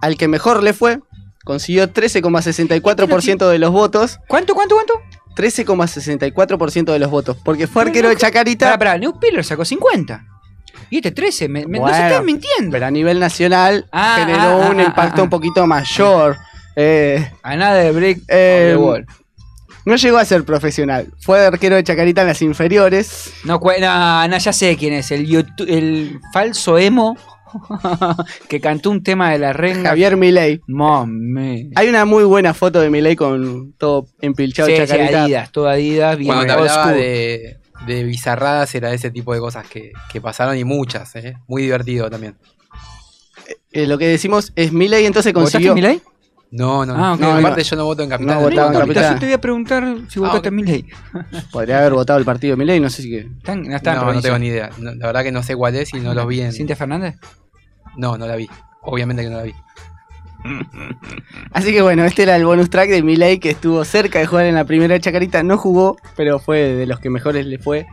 Al que mejor le fue, consiguió 13,64% de los votos.
¿Cuánto, cuánto, cuánto?
13,64% de los votos. Porque fue arquero de Chacarita.
Pará, pará, New Pillar sacó 50. Y este 13, me, me- no se
Bueno,
están mintiendo.
Pero a nivel nacional
Ah,
generó
ah,
un
ah,
impacto
ah,
un poquito mayor. Eh,
Another break
eh,
on the wall.
no llegó a ser profesional. Fue arquero de Chacarita en las inferiores.
No, cue- no, no, ya sé quién es, el, youtu- el falso emo [LAUGHS] que cantó un tema de la renga.
Javier Milei.
Mami.
Hay una muy buena foto de Milei con todo empilchado
Sí, sí,
Chacarita.
Adidas, todo Adidas, bien
Cuando te
old
hablaba
school.
de, de bizarradas era ese tipo de cosas que, que pasaron y muchas, ¿eh? Muy divertido también.
Eh, lo que decimos es Milei entonces
¿Votaste
consiguió.
Milei?
No, no,
Ah, ok,
no,
ok.
aparte yo no voto en Capital.
No votaba en
Capitán, yo
Capital.
te voy a preguntar
Ah,
si votaste a Milei.
Podría haber votado el partido de Milei, no sé si que.
Están- No,
No,
están en
no,
provincia.
tengo ni idea. No, la verdad que no sé cuál es y no los vi en...
¿Cintia Fernández?
No, no la vi. Obviamente que no
[LAUGHS]
la vi.
Así que bueno, este era el bonus track de Milei que estuvo cerca de jugar en la primera chacarita. No jugó, pero fue de los que mejores le fue,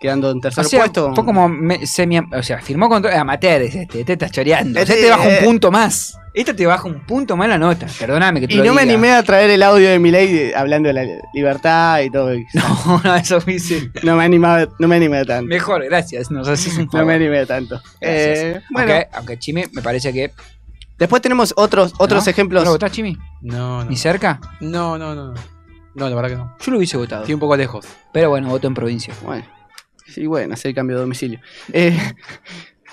quedando en tercer
O sea,
puesto.
Fue como me- semi. O sea, firmó contra. Amateur es este. Te estás choreando.
Este-
Este te baja un punto más. Este te baja un punto más la nota. Perdóname que te
Y
lo
no me
diga.
animé a traer el audio de Milei de- hablando de la libertad y todo.
[LAUGHS] No, no, eso me hice.
No me animaba, no me animé tanto.
Mejor, gracias. Nos haces
[LAUGHS]
un
No
favor.
me animé tanto.
Gracias.
Eh,
Aunque-
bueno,
aunque Chimi me parece que.
después tenemos otros, otros
¿No?
ejemplos.
¿No lo votás, Chimi?
No, no.
¿Ni cerca?
No, no, no. no. No, la verdad que no.
Yo lo hubiese votado.
Estoy un poco lejos.
Pero bueno, voto en provincia.
Bueno, sí, bueno, hacer el cambio de domicilio. Eh, [LAUGHS]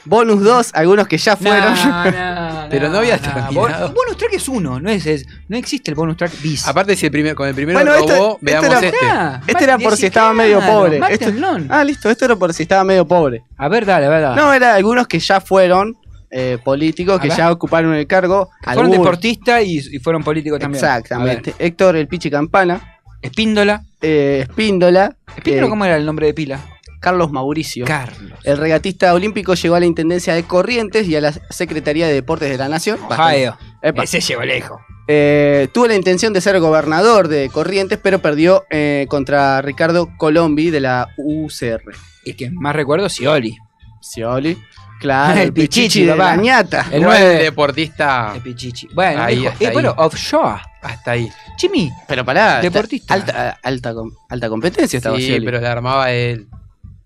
bonus 2, algunos que ya fueron. [LAUGHS]
Pero no había terminado.
bonus track es uno, no es, es- no existe el bonus track bis.
Aparte, si el primer, con el primero
Bueno,
robó,
este- este
veamos
era-
este.
Ah,
Este era por si estaba medio
claro,
pobre.
Mate
Esto-
and Lon.
ah, listo, esto era por si estaba medio pobre.
A ver, dale, a ver, dale.
No, era algunos que ya fueron eh, políticos, que
Acá.
ya ocuparon el cargo.
fueron
algunos-
deportistas y, y fueron políticos también.
Exactamente. Héctor el Pichi Campana,
A ver, Espíndola.
eh, Espíndola,
Espíndola,
eh,
¿cómo era el nombre de pila?
Carlos Mauricio.
Carlos.
el regatista olímpico llegó a la Intendencia de Corrientes y a la Secretaría de Deportes de la Nación. Bastante-
Ohio.
Epa.
oh. Ese llegó lejos.
Eh, tuvo la intención de ser gobernador de Corrientes, pero perdió eh, contra Ricardo Colombi de la UCR.
Y que más recuerdo, Sioli.
Scioli, claro, el,
El [LAUGHS] Pichichi,
pichichi de
papá.
la ñata.
El
Igual
nueve.
deportista.
El Pichichi. Bueno,
Ahí,
lejos.
hasta
Eh,
ahí.
bueno, offshore.
Hasta ahí.
Jimmy,
Pero pará, está-
Deportista.
Alta, alta, com- alta competencia estaba
Sí,
Scioli.
pero la armaba él.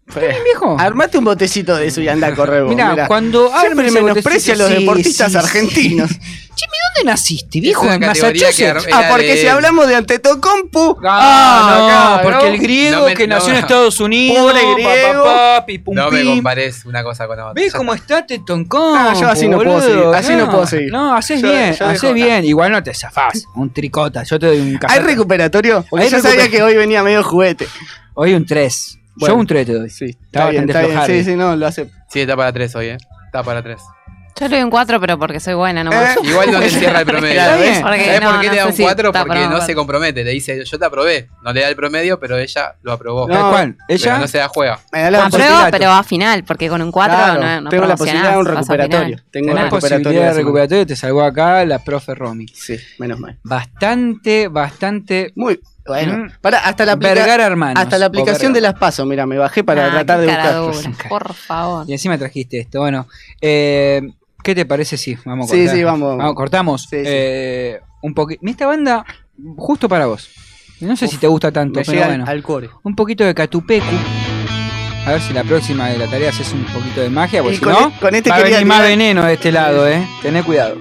Fue-
viejo.
Armate un botecito de eso y anda a correr vos.
Mirá,
mirá.
cuando
Siempre
abren ese
menosprecia a los
botecito, sí,
deportistas
sí, sí.
argentinos.
Jimmy, ¿dónde naciste, viejo?
una
En
categoría que
Massachusetts.
ar-
Ah,
Era
porque
de
si
él.
hablamos de Antetokounmpo...
Ah, no,
cabrón.
porque el griego
No me-
que
no.
nació en Estados Unidos,
Pobre
pa,
griego.
pa, pa, pi, pum,
No me
pim.
compares una cosa con otra.
¿Ves
Ya
cómo está Teton
No, Ah, yo así no puedo seguir, así no puedo seguir.
No, haces
Yo-
bien,
yo
haces
dejo acá.
bien. Igual no te zafás. Un tricota, yo te doy un
¿Hay
café.
recuperatorio? Porque
Hay
yo
recuper-
sabía que hoy venía medio juguete.
Hoy un 3.
Bueno.
yo un 3 te doy.
Sí,
Está
está bien,
bastante
está bien.
flojari.
Sí, sí, no, lo hace.
Sí, está para tres hoy, ¿eh? Está para tres.
Yo le doy un 4, pero porque soy buena
Eh.
nomás.
Igual no
[LAUGHS]
te cierra el promedio.
Está bien.
Porque
¿Sabés
no,
por qué
no
le da
sé
un
si
4? Porque
está aprobado
no
cuatro.
se compromete. Le dice, yo te aprobé. No le da el promedio, pero ella lo aprobó.
Tal
No,
cual.
Pero
Ella.
no se da juega.
Me da la
Apruebo,
Apruebo,
Postulato.
pero a final, porque con un 4
Ah,
Claro,
no, no
tengo la
promocionás,
posibilidad de un
vas a
recuperatorio.
final.
Tengo
Tenés
el
posibilidad de
recuperatorio. de la semana.
recuperatorio, te salvó acá la profe Romy.
Sí, menos mal.
Bastante, bastante.
Muy bueno.
Mm.
Para, hasta la, aplica-
Vergara hermanos.
hasta la aplicación
O
de
Vergara.
las pasos, mira, me bajé para
Ah,
tratar
qué
de
cara
buscar.
dura, Por favor.
Y encima trajiste esto. Bueno, eh, ¿qué te parece si vamos a
Sí,
cortar?
sí, vamos.
cortamos.
Sí, sí.
Eh, un poquito. Esta banda, justo para vos. No sé
Uf,
si te gusta tanto,
Me
pero
llega
bueno.
al core.
Un poquito de Catupecu. A ver si la próxima de la tarea haces un poquito de magia, porque
Y
si
con,
no,
e- con este
va a
quería
venir más
tirar-
veneno de este lado, eh. Tené cuidado.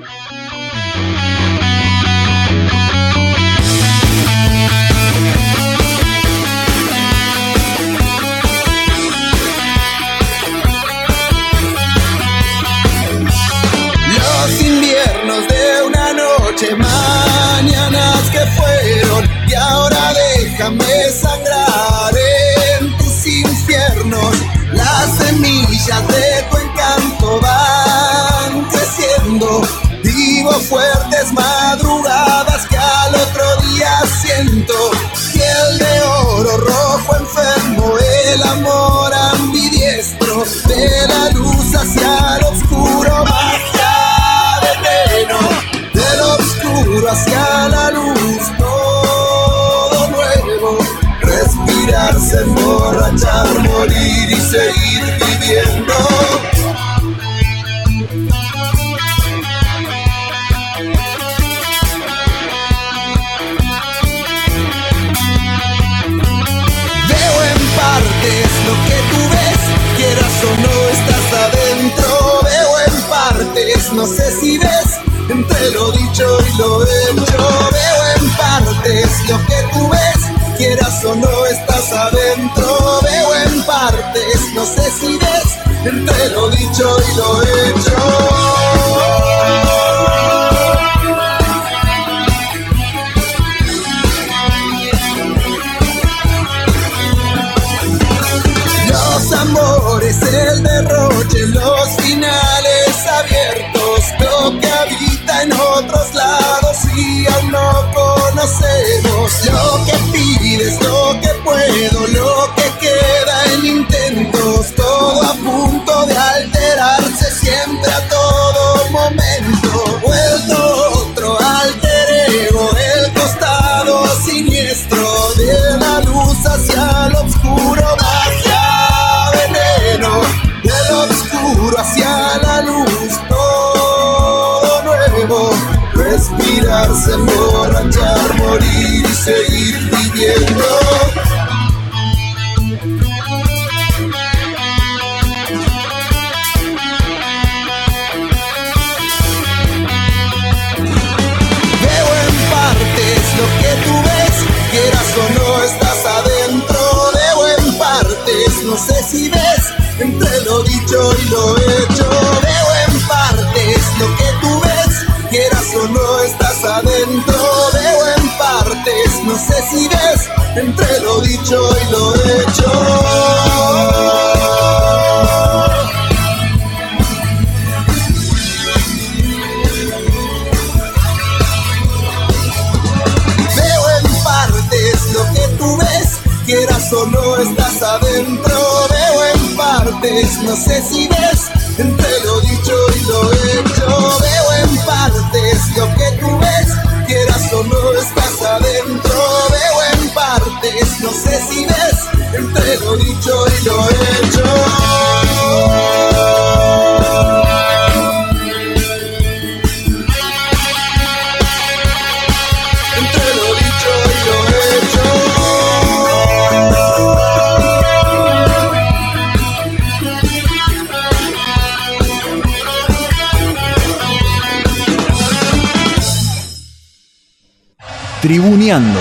Los inviernos de una noche, mañanas que fueron y ahora déjame sangrar en tus infiernos. Las semillas de tu encanto van creciendo. Vivo fuertes madrugadas que al otro día siento. Piel de oro rojo enfermo, el amor ambidiestro. De la luz hacia el oscuro, magia de veneno. Del oscuro hacia la luz, todo nuevo. Respirarse, emborrachar, morir y seguir viviendo. Veo en partes lo que tú ves, quieras o no estás adentro. Veo en partes, no sé si ves, entre lo dicho y lo hecho. Veo en partes lo que tú ves, quieras o no estás adentro. Veo en partes, no sé si ves, entre lo dicho y lo hecho. Los amores, el derroche, los finales abiertos, lo que habita en otros lados y aún no conocemos. Lo que pides, lo que puedo, lo que queda en intentos, todo a punto de alterarse siempre a todo podemos emborrachar, morir y seguir viviendo. Veo en partes lo que tú ves, quieras o no estás adentro. Veo en partes, no sé si ves, entre lo dicho y lo hecho. Veo en partes lo que tú ves, quieras o no estás adentro. Veo en partes, no sé si ves, entre lo dicho y lo hecho. Veo en partes lo que tú ves, quieras o no estás adentro. Veo en partes, no sé si ves, entre lo dicho y lo hecho. Veo en partes lo que tú ves, quieras o no estás adentro. Veo en partes, no sé si ves, entre lo dicho y lo hecho.
Tribuneando.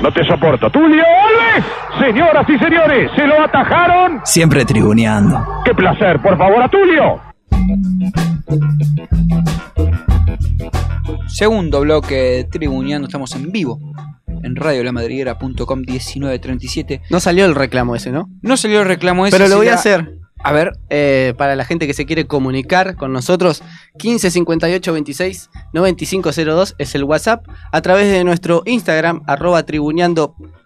No te soporto. Tulio, Alves. Señoras y señores, se lo atajaron.
Siempre tribuneando.
Qué placer, por favor, a Tulio.
Segundo bloque de Tribuneando, estamos en vivo en radiolamadriguera.com 1937.
No salió el reclamo ese, ¿no?
No salió el reclamo ese.
Pero lo voy a
será-
hacer.
A ver.
para la gente que se quiere comunicar con nosotros, 15 58 26 95 02 es el WhatsApp. A través de nuestro Instagram, arroba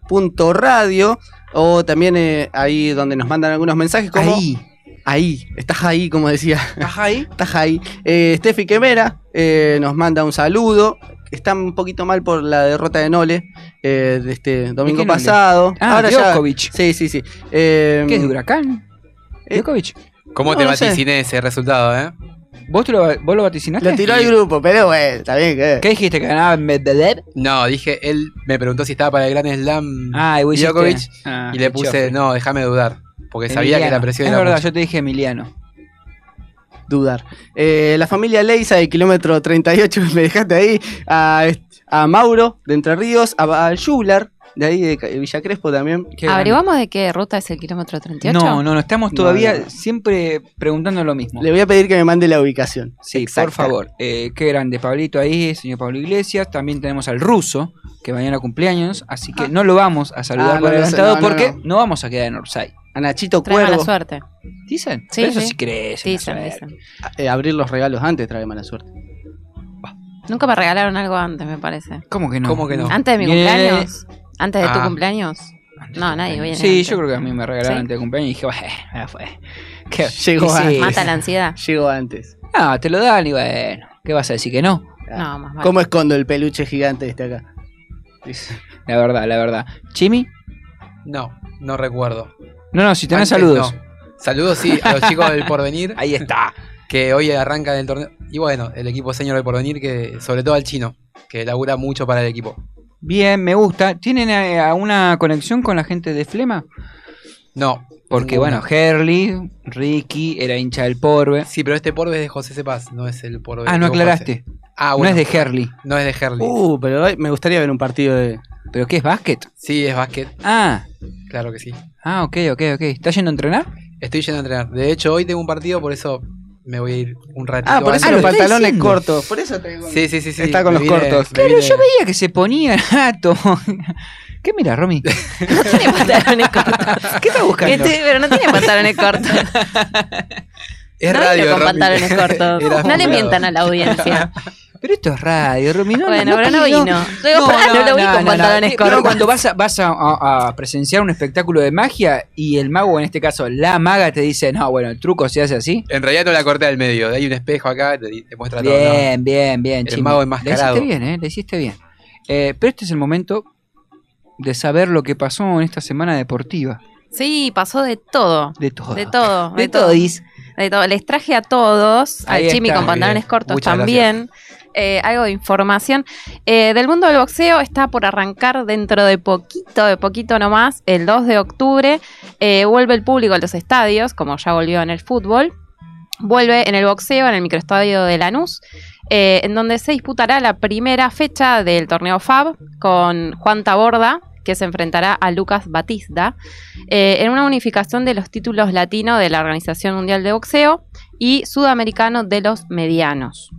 tribuneando.radio. O también eh, ahí donde nos mandan algunos mensajes. Como, ahí. Ahí. Estás ahí, como decía. Estás
ahí.
[LAUGHS] Estás ahí. Eh, Steffi Quemera eh, nos manda un saludo. Está un poquito mal por la derrota de Nole eh, de este domingo
qué Nole?
pasado.
Ah,
ya-
Djokovic.
Sí, sí, Eh, sí.
¿Qué es de Huracán?
eh,
Djokovic.
¿Cómo
No,
te
no sé.
vaticiné ese resultado, eh?
¿Vos, te lo, vos lo vaticinaste?
Lo tiró el
grupo, pero bueno, está bien que.
¿Qué dijiste? ¿Que ganaba Medvedev?
No, dije, él me preguntó si estaba para el Gran Slam
Ah, y vos hiciste-
Djokovic
Ah,
y le
qué
puse,
chofre.
no, déjame dudar, porque Pues sabía que la presión
Es
era
verdad,
mucha.
yo te dije Emiliano.
dudar. Eh, la familia Leisa de kilómetro 38, [LAUGHS] me dejaste ahí, a, a Mauro de Entre Ríos, a, a Yular de ahí de Ca- Villa Crespo también.
¿Averiguamos de qué ruta es el kilómetro 38?
No, no, no, estamos todavía
No, no.
siempre preguntando lo mismo.
Le voy a pedir que me mande la ubicación.
Sí,
exacta.
por favor. Eh, qué grande, Pablito ahí, señor Pablo Iglesias. También tenemos al ruso, que mañana cumpleaños, así que no lo vamos a saludar
Ah,
por
no lo sé,
adelantado
no, no,
porque no,
no.
vamos a quedar en Orsay.
A Nachito
Trae mala
Cuervo.
suerte.
¿Dicen?
Sí,
Pero eso
sí.
sí crees.
Dicen, dicen.
Eh, abrir los regalos antes trae mala suerte.
Nunca me regalaron algo antes, me parece.
¿Cómo que no?
¿Cómo que no?
¿Antes de mi
Bien.
cumpleaños? ¿Antes de tu
Ah.
cumpleaños? No, nadie. Viene
Sí,
antes.
yo creo que a mí me regalaron
¿Sí?
antes de cumpleaños y dije, bueno, ya fue. ¿Qué?
Llegó
Y sí.
antes.
Mata la ansiedad.
Llegó antes.
Ah, te lo dan y bueno, ¿qué vas a decir que no?
No, más vale.
¿Cómo escondo el peluche gigante este acá?
La verdad, la verdad. ¿Chimi?
No, no recuerdo.
No, no, si tenés
Antes
saludos.
no. Saludos, sí, a los chicos del Porvenir.
[LAUGHS] Ahí está.
Que hoy arrancan el torneo. Y bueno, el equipo señor del Porvenir, que sobre todo al chino, que labura mucho para el equipo.
Bien, me gusta. ¿Tienen eh, alguna conexión con la gente de Flema?
No.
Porque
ninguna.
bueno, Herley, Ricky, era hincha del Porbe.
Sí, pero este Porve es de José Cepaz, no es el Porve.
Ah, no aclaraste.
Ah,
No es
bueno.
de Herley.
No es de Herley.
Uh, pero hoy me gustaría ver un partido de.
¿Pero qué es básquet?
Sí, es básquet.
Ah,
Claro que sí.
ah, ok, ok, ok. ¿Estás yendo a entrenar?
Estoy yendo a entrenar. De hecho, hoy tengo un partido, por eso me voy a ir un ratito.
Ah, por eso los
antes.
Ah, lo está pantalones diciendo. cortos.
Por eso traigo.
Sí, sí, sí, sí.
Está con
Me
los
vine-
cortos.
me
Pero
vine-
yo veía que se ponía
[LAUGHS]
gato. ¿Qué mira, [LAUGHS] Romy?
tiene [LAUGHS] pantalones cortos.
[LAUGHS] ¿Qué está buscando?
Este, pero
[LAUGHS]
no tiene pantalones cortos.
Es
no
radio,
vino con
[LAUGHS]
Romy.
pantalones cortos.
Era
no le
jurado.
mientan a la audiencia.
Pero esto es radio, Romy. No,
Bueno,
no,
pero no
que-
vino. Yo no lo vi con pantalones
Eh,
cortos.
Pero cuando vas, a, vas a, a- a presenciar un espectáculo de magia y el mago, en este caso la maga, te dice, no, bueno, el truco se hace así.
En realidad no la corté del medio. Hay un espejo acá, te, te muestra todo. ¿no?
Bien, bien, bien.
El
Chimi.
mago
Le
enmascarado.
hiciste bien, ¿eh? Le hiciste bien. Eh, pero este es el momento de saber lo que pasó en esta semana deportiva.
Sí, pasó de todo.
De todo.
De todo.
De todis.
De todo. Les traje a todos,
Ahí
al Jimmy
está,
con
muy
pantalones
bien.
cortos
Muchas
también. eh, algo de información. Eh, del mundo del boxeo está por arrancar dentro de poquito, de poquito nomás, el 2 de octubre. eh, vuelve el público a los estadios, como ya volvió en el fútbol. Vuelve en el boxeo, en el microestadio de Lanús, eh, en donde se disputará la primera fecha del torneo FAB con Juan Taborda, que se enfrentará a Lucas Batista, eh, en una unificación de los títulos latinos de la Organización Mundial de Boxeo y sudamericano de los medianos.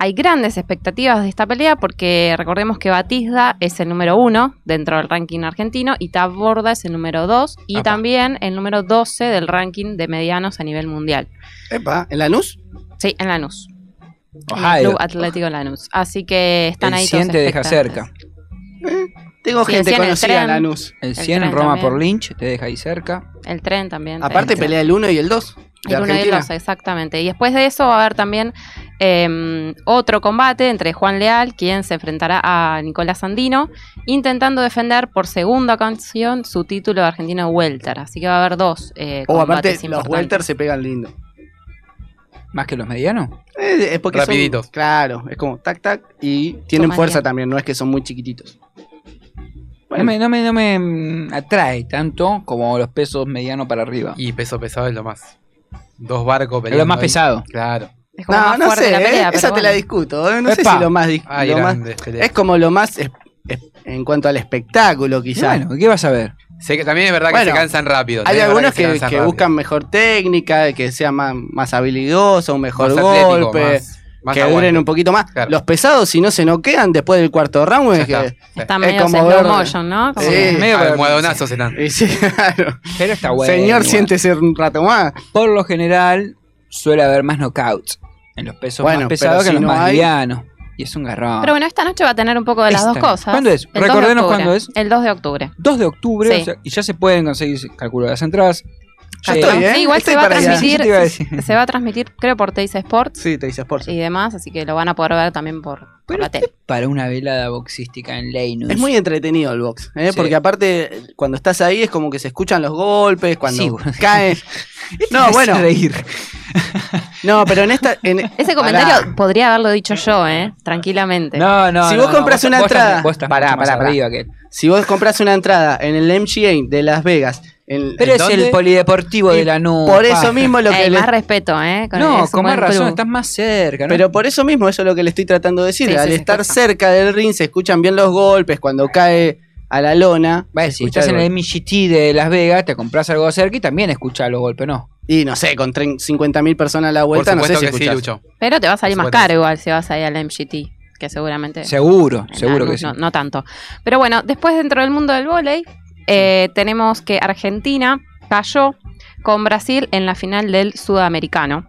Hay grandes expectativas de esta pelea porque recordemos que Batista es el número uno dentro del ranking argentino y Taborda es el número dos y
Apa.
también el número 12 del ranking de medianos a nivel mundial.
Epa, ¿en Lanús?
Sí, en Lanús.
Ohio.
En el Club Atlético Lanús. Así que están
el
ahí
100
todos
te deja
expectantes.
cerca.
Tengo
Sí,
gente
decían el
conocida en
tren.
Lanús.
El
El
100
tren
Roma
también.
por Lynch te deja ahí cerca.
El tren también.
Aparte,
pelea
pelea el 1 y el 2.
El uno y el dos, exactamente. Y después de eso va a haber también eh, otro combate entre Juan Leal, quien se enfrentará a Nicolás Andino, intentando defender por segunda canción su título de argentino Welter. Así que va a haber dos eh,
O Oh, aparte,
combates
los
importantes.
Welter se pegan lindo.
¿Más que los medianos?
Eh, es porque son-
Rapiditos.
claro, es como tac tac y tienen
Tomaría.
fuerza también, no es que son muy chiquititos. Bueno.
No, me, no, me, no me, mm, atrae tanto como los pesos medianos para arriba.
Y peso pesado es lo más. Dos barcos
Es lo más
ahí.
pesado.
Claro.
Es como más fuerte la
¿eh?
pelea, pero
esa te
bueno.
la discuto, ¿eh? no sé
Epa.
si lo más, dis-
Ay,
lo más-
grandes peleas.
es como lo más es- es- en cuanto al espectáculo quizás.
Bueno, ¿qué vas a ver?
Se- también es verdad que
Bueno,
se cansan rápido.
Hay
también es verdad
algunos
se
que,
cansan
que
rápido.
buscan mejor técnica, que sea más, más habilidoso, un mejor
Más atlético,
golpe,
más- más
que
aguante.
duren un poquito más. Los pesados, si no se noquean después del cuarto round, es,
está,
que-
sí.
Están
es
medio
como
slow
ver-
motion, ¿no? Como
Sí.
que-
Medio para-
Almohadonazos serán.
Y sí, claro.
Pero está bueno.
Señor,
igual.
siéntese un rato más.
Por lo general, suele haber más knockouts en los pesos
Bueno, pero
más pesados que
si
en los
no
más
hay-
livianos. Y es un garrón.
Pero bueno, esta noche va a tener un poco de las
Esta.
dos cosas.
¿Cuándo es?
El 2 de
Recordenos
octubre.
cuándo es.
El 2 de octubre.
2 de octubre,
Sí.
o sea, y ya se pueden conseguir, calculo, las entradas.
Ya
Eh,
está. Sí, igual
estoy
se va a
para allá.
transmitir.
Eso te iba a decir.
Se va a transmitir, creo, por Teis Sports
Sí, este te dice Sports.
y demás, así que lo van a poder ver también por, por la tele.
Para una velada boxística en Leinus.
Es muy entretenido el box, ¿eh?
Sí.
porque aparte cuando estás ahí es como que se escuchan los golpes, cuando
Sí, bueno. [LAUGHS]
caen. [LAUGHS] No,
hace
bueno.
reír.
No, pero en esta. en-
[LAUGHS] Ese comentario
Pará.
podría haberlo dicho yo, ¿eh? Tranquilamente.
No, no.
si
no,
vos
no,
compras
vos-
una
vos estás-
entrada.
vos estás
pará,
mucho más
pará, pará.
arriba que él.
Si vos compras una entrada en el MGA de Las Vegas. en-
Pero
¿en
es el
dónde?
polideportivo de la nube.
por eso mismo lo que
Ey,
le-
más respeto, ¿eh?
No,
es un
con más
buen
razón,
club.
estás más cerca. ¿no?
Pero por eso mismo, eso es lo que le estoy tratando de decir.
Sí, sí,
Al
se
estar cerca del ring se escuchan bien los golpes, cuando cae a la lona.
Va, si estás en el MGT de Las Vegas, te compras algo cerca y también escuchás los golpes, ¿no.
Y no sé, con 30 50.000 personas a la
Por
vuelta, no sé si
supuesto que sí,
escuchás.
Lucho.
Pero te va a salir más
Supuesto.
caro igual si vas ahí al MGT, que seguramente.
Seguro,
Nah,
seguro
no,
que sí.
No, no tanto. Pero bueno, después dentro del mundo del vóley, eh, tenemos que Argentina cayó con Brasil en la final del Sudamericano.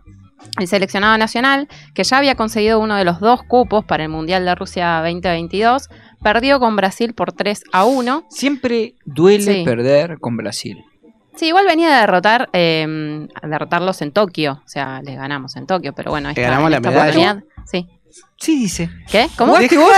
El seleccionado nacional, que ya había conseguido uno de los dos cupos para el Mundial de Rusia 2022, perdió con Brasil por 3 a 1.
Siempre Duele
Sí.
perder con Brasil.
Sí, igual venía a derrotar, eh, a derrotarlos en Tokio. O sea, les ganamos en Tokio, pero bueno,
¿Le
esta,
ganamos la
esta
medalla?
oportunidad. Sí.
Sí, dice.
¿Qué? ¿Cómo?
Guate, vos-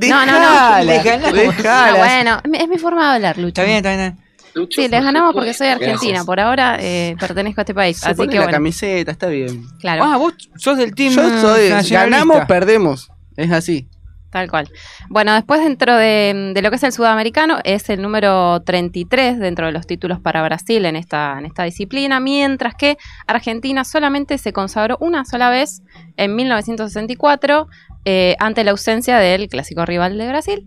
Sí,
no, no, no.
dejala, dejala.
No, bueno, es mi forma de hablar, Lucho.
Está bien, está bien. está bien.
Sí, les ganamos porque soy argentina.
Gracias.
Por ahora eh, pertenezco a este país.
Se
así
pone
que
la
bueno.
camiseta, está bien.
Claro.
Ah, vos sos del team.
Yo soy.
nacionalista.
Ganamos, perdemos. Es así.
Tal cual. Bueno, después dentro de, de lo que es el sudamericano, es el número 33 dentro de los títulos para Brasil en esta, en esta disciplina, mientras que Argentina solamente se consagró una sola vez en 1964 eh, ante la ausencia del clásico rival de Brasil.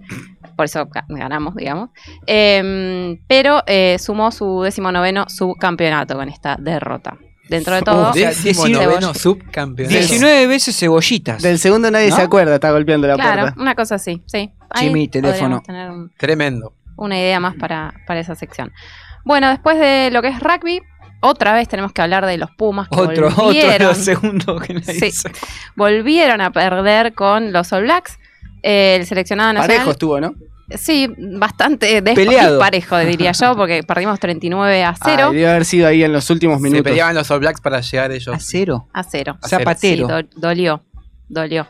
Por eso ga- ganamos, digamos. Eh, pero eh, sumó su decimonoveno subcampeonato con esta derrota. Dentro de todo,
O sea,
se
decimonoveno
volvió-
subcampeón.
19 veces cebollitas.
Del segundo nadie
¿No? mm,
se acuerda, está golpeando la
Claro,
puerta.
una cosa así, sí. Ahí
Chimi, teléfono.
podríamos tener un-
Tremendo.
una idea más para, para esa sección. Bueno, después de lo que es rugby, otra vez tenemos que hablar de los Pumas que
Otro, otro de
volvieron.
los segundos que la
Sí.
hizo.
volvieron a perder con los All Blacks. Eh, el seleccionado nacional.
Parejo estuvo, ¿no?
Sí, bastante despa-
Peleado.
parejo, diría yo, porque perdimos 39 a 0.
Ah, debió haber sido ahí en los últimos minutos.
Se peleaban los All Blacks para llegar ellos. ¿A
cero?
A cero.
A cero. Zapatero.
Sí, do- dolió. Dolió.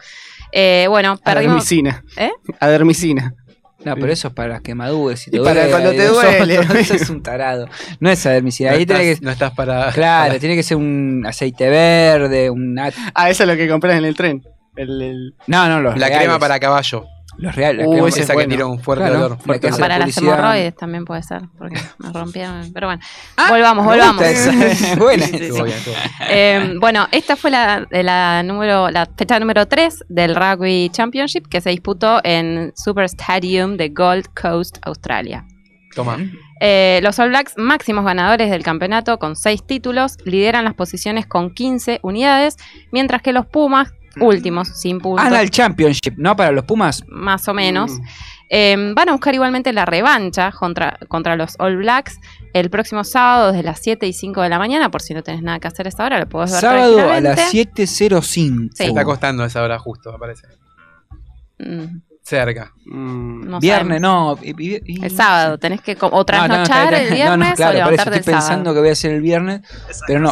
Eh, bueno,
Ah,
A
perdimos.
dermicina.
¿Eh?
A dermicina.
No, pero eso es para las quemaduras. Si te
Y para
duele, [LAUGHS]
cuando te
eso-
duele. [LAUGHS]
Eso es un tarado. No es adermicina.
No
Ahí tiene
estás-
que.
no estás para.
Claro,
para-
tiene que ser un aceite verde, un. nat-
Ah, eso es lo que compras en el tren. El, el-
No, no, los
La
reales.
crema para caballo.
Los reales.
Uh,
la crema
ese es
esa que
bueno.
tiró un fuerte
Claro, la
olor. fuerte
que
olor.
hace
Para las
publicidad.
hemorroides también puede ser, porque nos rompieron. Pero bueno, volvamos, volvamos. [LAUGHS]
Buena.
Sí, sí, sí. Eh, bueno, esta fue la, eh, la número, la fecha número 3 del Rugby Championship que se disputó en Super Stadium de Gold Coast, Australia.
Toma.
Eh, los All Blacks, máximos ganadores del campeonato con 6 títulos, lideran las posiciones con 15 unidades, mientras que los Pumas, últimos, sin puntos,
Ah, no, el uh. Championship, ¿no? Para los Pumas.
más o menos, eh, van a buscar igualmente la revancha contra, contra los All Blacks el próximo sábado desde las 7 y 5 de la mañana, por si no tenés nada que hacer a esta hora, lo podés ver
Sábado a
tranquilamente.
las 7.05.
Sí.
Está costando esa hora justo, me parece.
Mm,
Cerca.
no
Viernes, no.
sabemos.
y- y- y-
El sábado, tenés que co-
No, no, no,
o
está-
trasnochar
está-
el viernes
[LAUGHS] no, no, claro,
o
por eso estoy
levantarte el sábado.
pensando que voy a hacer el viernes, pero no.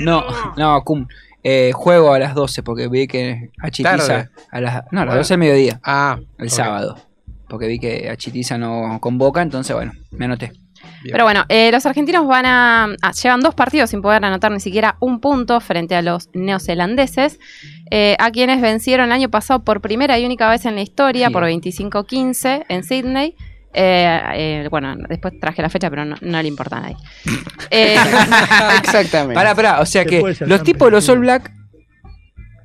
No, no, cum. Eh, juego a las 12 porque vi que Achitiza
Tarde.
a las no, a las
Bueno.
12 del mediodía.
Ah,
el
ok.
sábado. Porque vi que Achitiza no convoca, entonces bueno, me anoté.
Pero bueno, eh, los argentinos van a, ah, llevan dos partidos sin poder anotar ni siquiera un punto frente a los neozelandeses, eh, a quienes vencieron el año pasado por primera y única vez en la historia
Sí.
por 25-15 en Sydney. Eh, eh, bueno, después traje la fecha, pero no, no le importa a nadie.
[LAUGHS]
Eh,
Exactamente.
Pará, pará, o sea que
Después el
los tipos de los All Black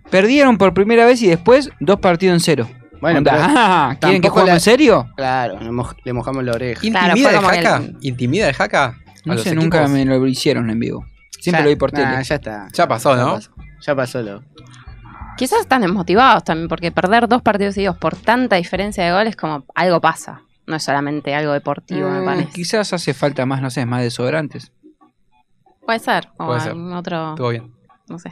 perdieron por primera vez y después dos partidos en cero.
Bueno,
Onda,
pero
ah, [LAUGHS] ¿quieren que
tampoco
juguemos
la-
en serio?
Claro, le, moj- le
[LAUGHS]
mojamos la oreja.
¿Intimida
fue
de
como
Jaca? ¿Intimida de Jaca?
No sé, nunca me lo hicieron en vivo. Siempre
Ya,
lo vi por tele. Eh,
nah, ya está.
Ya pasó, ¿no?
Ya pasó lo.
quizás están desmotivados también, porque perder dos partidos seguidos por tanta diferencia de goles, como algo pasa. No es solamente algo deportivo, me
Mm,
parece.
quizás hace falta más, no sé, más desodorantes.
Puede ser, o
Puede ser.
algún otro.
Estuvo bien. [LAUGHS]
No sé.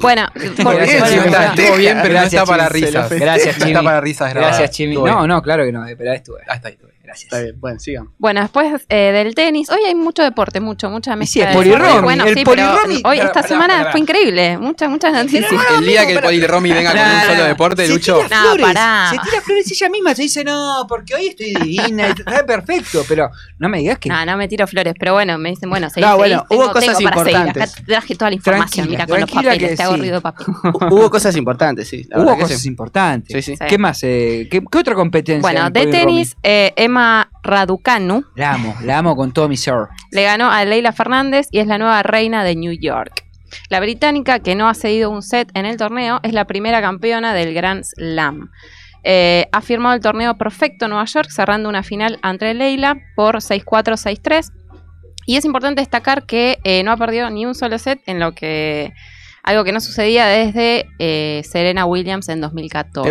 Bueno, por-
Gracias,
por-
Chimi.
está- estuvo bien, pero no
Gracias,
está para
Chimi, se lo
risas.
festeja. Gracias,
No
Chimi.
está para risas grabadas.
Gracias, Chimi.
Estuvo
No,
bien.
no, claro que no, pero estuve.
Ah, está ahí, está ahí.
Gracias.
Está bien, bueno,
[LAUGHS]
sigan.
Bueno, después eh, del tenis, hoy hay mucho deporte, mucho, mucha
sí,
mezcla.
el
de deporte.
polirromi,
Bueno,
el
sí, pero
polirromi.
Hoy,
Pará,
esta
pará,
semana
pará.
fue increíble, muchas, muchas noticias.
El día que el Polirromi venga con un solo deporte, Lucho.
tira- No, pará.
Se tira flores ella misma, se dice, no, porque hoy estoy divina, está perfecto, pero no me digas que...
No, no me tiro flores, pero bueno, me dicen, bueno, seguí,
No,
seguí,
bueno,
tengo-
hubo cosas
tengo para seguir.
importantes.
Acá traje toda la información,
Tranquila,
mira, con los
tranquila
papeles,
que
te hago
sí.
ruido de papel.
Hubo cosas importantes, sí. la
Hubo
verdad que
cosas
sí.
importantes.
Sí, sí.
Sí.
¿Qué más? eh, ¿qué, qué otra competencia?
Bueno,
en
de
polirromi?
tenis, eh, Emma Raducanu
La amo, la amo con todo mi ser.
le ganó a Leila Fernández y es la nueva reina de New York. La británica, que no ha cedido un set en el torneo, es la primera campeona del Grand Slam. Eh, ha firmado el torneo perfecto en Nueva York, cerrando una final ante Leila por 6-4, 6-3. Y es importante destacar que eh, no ha perdido ni un solo set en lo que. Algo que no sucedía desde eh, Serena Williams en 2014.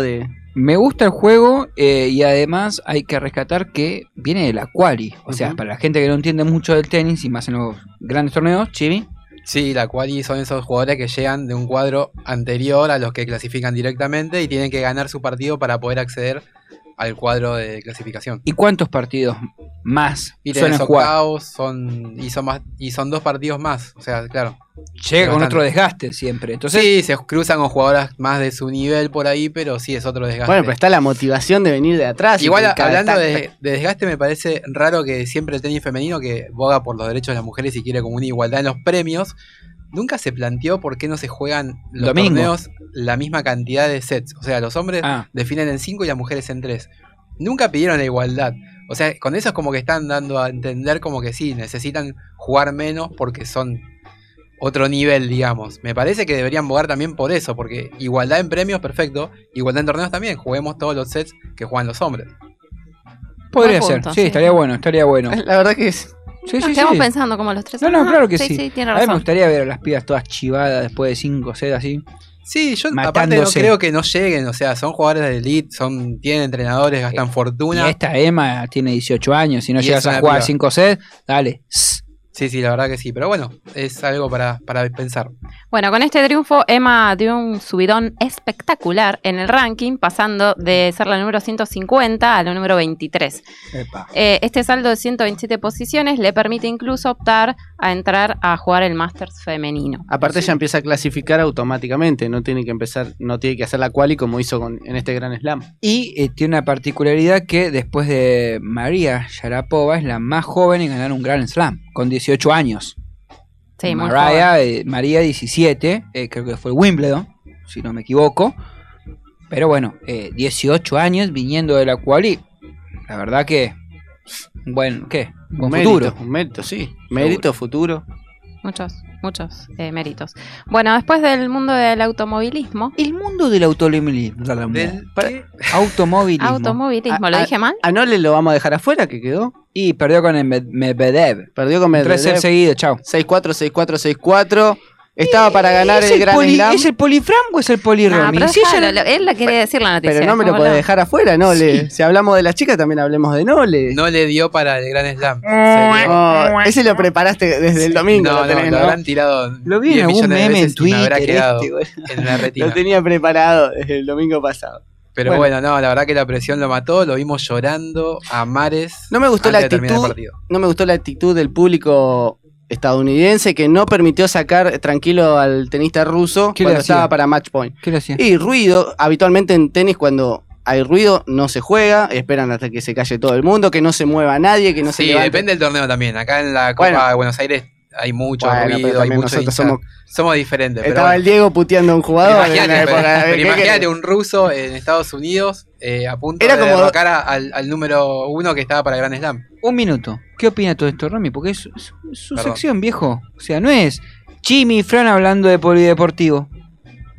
de...?
Me gusta el juego eh, y además hay que rescatar que viene de la quali. O sea,
Ujú.
para la gente que no entiende mucho del tenis y más en los grandes torneos, Chimi.
Sí, la quali son esos jugadores que llegan de un cuadro anterior a los que clasifican directamente y tienen que ganar su partido para poder acceder al cuadro de clasificación.
¿Y cuántos partidos más
Y
suelen
tenés
jugar?
octavos, son, y, son más, y son dos partidos más, o sea, claro.
Llega con
Bastante.
otro desgaste siempre. Entonces,
sí, se cruzan con jugadoras más de su nivel por ahí, pero sí es otro
[LAUGHS]
desgaste.
Bueno, pero está la motivación de venir de atrás. y
Igual
que cada
hablando
tac,
de,
tac.
de desgaste, me parece raro que siempre el tenis femenino, que boga por los derechos de las mujeres y quiere como una igualdad en los premios, nunca se planteó por qué no se juegan los
Domingo.
torneos la misma cantidad de sets. O sea, los hombres
Ah.
definen en 5 y las mujeres en 3. Nunca pidieron la igualdad. O sea, con eso es como que están dando a entender como que sí, necesitan jugar menos porque son otro nivel, digamos. Me parece que deberían bogar también por eso, porque igualdad en premios, perfecto. Igualdad en torneos también, juguemos todos los sets que juegan los hombres.
podría
buen
ser.
punto,
sí,
sí.
estaría bueno, estaría bueno.
La verdad que es...
Sí,
Nos
sí,
quedamos
sí.
pensando como los tres.
No, no,
Ah,
claro que sí.
Sí, tiene
a mí me
razón.
gustaría ver a las pibas todas chivadas después de 5 sets así.
Sí, yo aparte no
Matándose.
creo que no lleguen, o sea, son jugadores de elite, son, tienen entrenadores, gastan fortuna.
Y esta Emma tiene 18 años, si no
Y
llegas
es una
a jugar
piba.
5 sets, dale. Sss,
Sí, sí, la verdad que sí. Pero bueno, es algo para, para pensar.
Bueno, con este triunfo, Emma dio un subidón espectacular en el ranking, pasando de ser la número 150 a la número 23. Eh, este saldo de 127 posiciones le permite incluso optar a entrar a jugar el Masters femenino.
Aparte ya empieza a clasificar automáticamente, no tiene que empezar, no tiene que hacer la quali como hizo con- en este Gran Slam.
Y eh, tiene una particularidad que después de María Sharapova es la más joven en ganar un Grand Slam, con 18 años.
Sí, muy
Mariah, eh, María 17, eh, creo que fue el Wimbledon, si no me equivoco. Pero bueno, eh, 18 años viniendo de la quali, la verdad que, bueno, ¿qué? Con
mérito,
futuro.
Un mérito, sí. Mérito, futuro.
Muchos, muchos eh, méritos. Bueno, después del mundo del automovilismo.
El mundo del automovilismo. Del automovilismo. Ah,
Automovilismo, ¿lo dije mal?
A Nole lo vamos a dejar afuera, que quedó.
Y perdió con el Med- Medvedev.
Perdió con
Tres
Medvedev.
sets seguidos, chao.
6-4, 6-4, 6-4. Estaba para ganar
¿Es
el
el
Gran
poli-
Slam.
es el polifram o es el polirremi?
Ah, pero
Si ella
déjalo,
no-
lo- él la quería decir la noticia.
Pero no me lo
déjame
puede
hablar.
dejar afuera, Nole. Si hablamos de las chicas, también hablemos de Nole.
No le dio para el Gran Slam.
Oh, ese lo preparaste desde [LAUGHS] el domingo.
No,
lo
no,
tenés,
lo
¿no?
habrán tirado.
Lo vi en
10
algún
millones de
meme en
veces y me habrá
Twitter,
quedado
este,
en la
[LAUGHS]
retina.
Lo tenía preparado desde el domingo pasado.
Pero bueno. no, la verdad que la presión lo mató, lo vimos llorando a mares.
No me gustó la
antes de terminar el
actitud.
partido.
No me gustó la actitud del público estadounidense que no permitió sacar tranquilo al tenista ruso
¿Qué le
cuando
hacía?
estaba para match point.
¿Qué le hacía?
Y ruido, habitualmente en tenis cuando hay ruido no se juega, esperan hasta que se calle todo el mundo, que no se mueva nadie, que no se
sí,
levante.
depende del torneo también. Acá en la Copa
Bueno.
de Buenos Aires hay mucho
Bueno, pero
ruido, hay
también
mucho
nosotros
hincha.
somos-
somos... diferentes. pero
Estaba
bueno.
el Diego puteando a un jugador en la
Imagínate,
época.
pero
¿qué
imagínate
querés?
un ruso en Estados Unidos eh, a punto
Era
de
como-
derrocar a- al, al número uno que estaba para Grand Slam.
Un minuto. ¿Qué opina todo esto, Rami? Porque es, es su
Perdón.
sección, viejo. O sea, no es Jimmy y Fran hablando de polideportivo.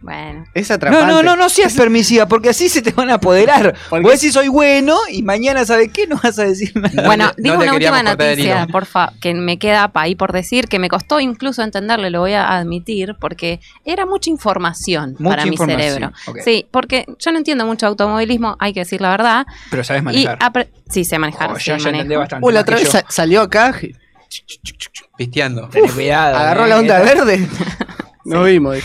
Bueno.
Es
No, no, no, no seas permisiva, porque así se te van a apoderar.
Porque-
Vos decís soy bueno y mañana, ¿sabes qué? No vas a decir nada.
Bueno, digo una última noticia, porfa, que me queda pa- ahí por decir, que me costó incluso entenderle, lo voy a admitir, porque era mucha información
Mucha
para mi
información,
cerebro.
ok.
Sí, porque yo no entiendo mucho automovilismo, hay que decir la verdad.
Pero sabes manejar.
Y apre- sí, sé manejar.
Oh,
sí,
ya- ya
manejo.
entendí bastante.
Uh, la otra
más que
vez
yo.
sa- salió acá, je-
Pisteando.
Tenés cuidado.
agarró
eh,
la onda
que-
verde. Nos vimos. eh.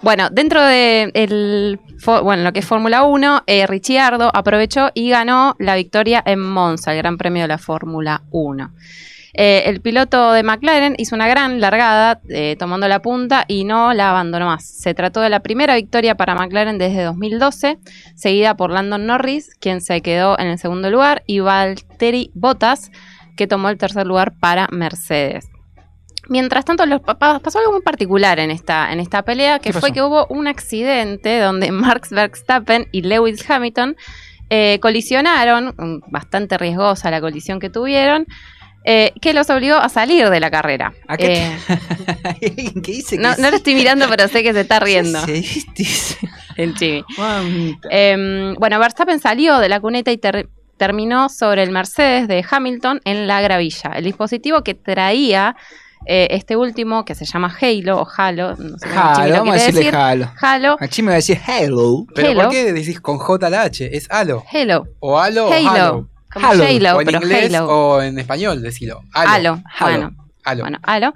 Bueno, dentro de el, fo- bueno, lo que es Fórmula 1, eh, Ricciardo aprovechó y ganó la victoria en Monza, el Gran Premio de la Fórmula 1. Eh, el piloto de McLaren hizo una gran largada eh, tomando la punta y no la abandonó más. Se trató de la primera victoria para McLaren desde 2012, seguida por Landon Norris, quien se quedó en el segundo lugar, y Valtteri Bottas, que tomó el tercer lugar para Mercedes. Mientras tanto, los pa- pa- pasó algo muy particular en esta, en esta pelea, que
¿Qué
fue
pasó?
que hubo un accidente donde [LAUGHS] Max Verstappen y Lewis Hamilton eh, colisionaron, mm, bastante riesgosa la colisión que tuvieron, eh, que los obligó a salir de la carrera.
¿A qué te-
Eh,
¿Qué dice? que
no,
sí?
no lo estoy mirando, pero sé que se está riendo.
Sí,
El Jimmy. Eh, bueno, Verstappen salió de la cuneta y ter- terminó sobre el Mercedes de Hamilton en la gravilla. El dispositivo que traía eh, este último, que se llama Halo o Halo, no sé cómo el Jimmy
Halo, vamos
lo
a
quiere
decirle
decir.
Halo.
Halo.
A Jimmy va a decir hello.
Pero
Halo.
¿por qué decís con J la H? Es halo.
Halo.
O halo,
Halo.
o halo.
Como Halo. J-Lo,
o en
pero
inglés
Halo.
o en español, decilo. Halo.
Halo, bueno.
Halo.
Bueno, Halo.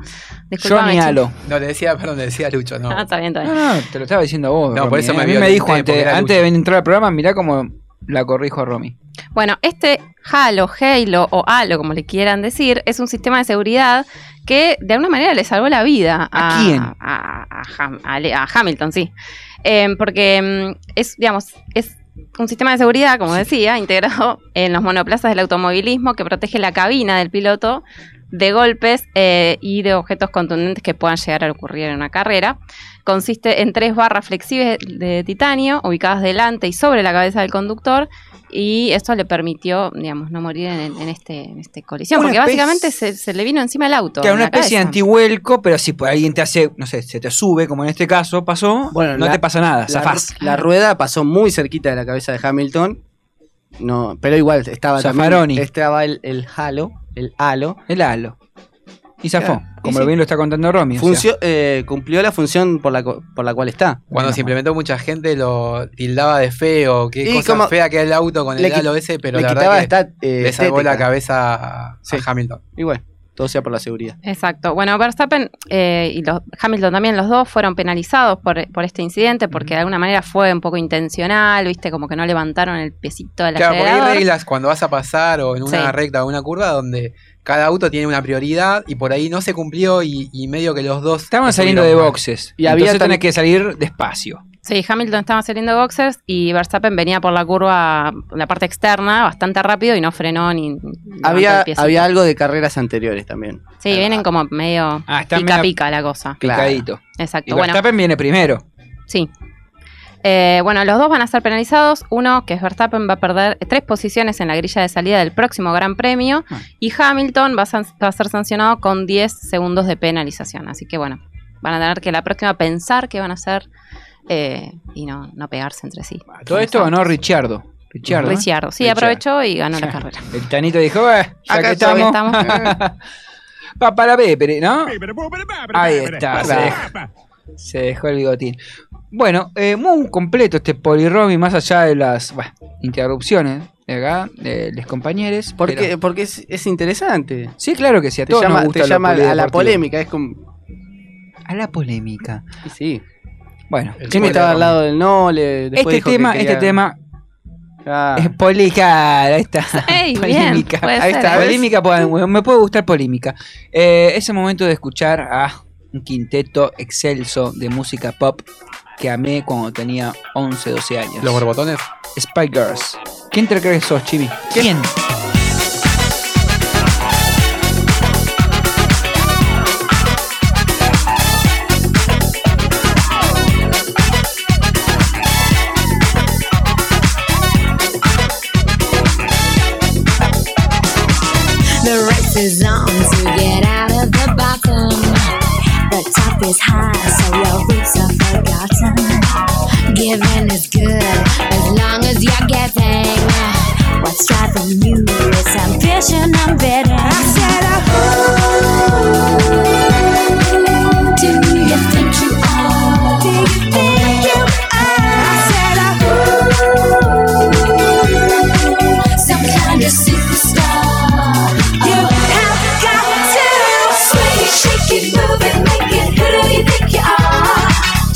Disculpame,
Johnny
Jimmy.
Halo.
No, le decía, perdón, le decía a Lucho, no.
Ah, está bien, está bien.
No, no, te lo estaba diciendo vos.
No, por
Romy,
eso
eh.
me
A mí me
violenté,
dijo
porque
antes,
era
antes de entrar al programa, mirá cómo la corrijo a Romy.
Bueno, este Halo, Halo o Halo, como le quieran decir, es un sistema de seguridad que de alguna manera le salvó la vida a,
¿A quién?
a- a Ham- a Le- a Hamilton, sí. Eh, porque mm, es, digamos, es un sistema de seguridad, como decía, integrado en los monoplazas del automovilismo que protege la cabina del piloto de golpes eh, y de objetos contundentes que puedan llegar a ocurrir en una carrera. Consiste en tres barras flexibles de titanio ubicadas delante y sobre la cabeza del conductor y esto le permitió, digamos, no morir en, en este, en este colisión,
Una
porque
especie-
básicamente se, se le vino encima el auto.
Claro,
en
una
la
especie de
cabeza.
antihuelco, pero si por alguien te hace, no sé, se te sube, como en este caso pasó, no
la-
te pasa nada,
La,
zafás.
ru- la rueda pasó muy cerquita de la cabeza de Hamilton. No, pero igual estaba también-
Zaffaroni.
estaba el, el halo, el halo.
El halo. Y zafó,
Claro, y
como
sí.
bien lo está contando Romy. o sea.
Funcio- eh, cumplió la función por la, co- por la cual está.
Cuando se implementó mucha gente lo tildaba de feo, qué
Y
cosa
como-
fea que era el auto con
le
el
qui-
halo ese, pero
le
la
quitaba
verdad que
esta, eh,
le salvó
estética.
la cabeza a, a Hamilton.
Y bueno, todo sea por la seguridad.
Exacto. Bueno, Verstappen eh, y los- Hamilton también, los dos fueron penalizados por, por este incidente porque de alguna manera fue un poco intencional, viste, como que no levantaron el piecito de la
Claro, porque hay reglas cuando vas a pasar o en una
Sí.
recta o una curva donde cada auto tiene una prioridad y por ahí no se cumplió y, y medio que los dos.
Estaban saliendo de
estuvieron mal.
boxes. Y Entonces tenés que salir despacio.
Sí, Hamilton estaba saliendo de boxers y Verstappen venía por la curva, la parte externa, bastante rápido y no frenó ni. ni levantó el
Había,
piecito.
había algo de carreras anteriores también.
Sí, vienen como medio
Ah, está
pica
medio
pica la cosa.
Picadito. Y
Exacto. Bueno,
Verstappen viene primero.
sí. Eh, bueno, los dos van a ser penalizados. Uno, que es Verstappen, va a perder eh, tres posiciones en la grilla de salida del próximo Gran Premio.
Ah.
Y Hamilton va a, san- va a ser sancionado con 10 segundos de penalización. Así que bueno, van a tener que la próxima pensar qué van a hacer eh, y no, no pegarse entre sí.
Todo esto ganó Richardo. Richardo. ¿eh?
Ricciardo. Sí,
Ricciardo.
aprovechó y ganó la carrera.
El Tanito dijo, eh, ya
Acá
que
estoy,
estamos.
estamos.
[LAUGHS] Pa, para Pepere, ¿no? Ahí está. Se dejó, se dejó el bigotín. Bueno, eh, muy completo este polirromi, más allá de las bah, interrupciones de acá, de los compañeros.
Porque, porque es, es interesante.
Sí, claro que sí, a
te
todos
llama,
nos gusta
te
lo
llama a la
polideportivo.
polémica, es como.
A la polémica.
Sí.
Bueno,
Jimmy estaba al lado del no, le- después
Este
dijo que
tema,
quería-
este tema. Es polémica,
[LAUGHS]
ahí está.
Ey, bien,
polémica.
puede
ahí
ser,
está,
¿eh?
polémica, puede- me puede gustar polémica. Eh, es el momento de escuchar a un quinteto excelso de música pop que amé cuando tenía 11, 12 años.
¿Los borbotones?
Spy Girls. ¿Quién te crees que sos, Chimi? ¿Quién?
The race is on to get out of the bottom. The top is high, so your roots are forgotten. Giving is good as long as you're giving. What's driving you is ambition, I'm bidding. I said, I hope. Do you think you are? Do you think you are? I said, I hope. Some kind of superstar. You have got to swing it, shake it, move it, make it. Who do you think you are?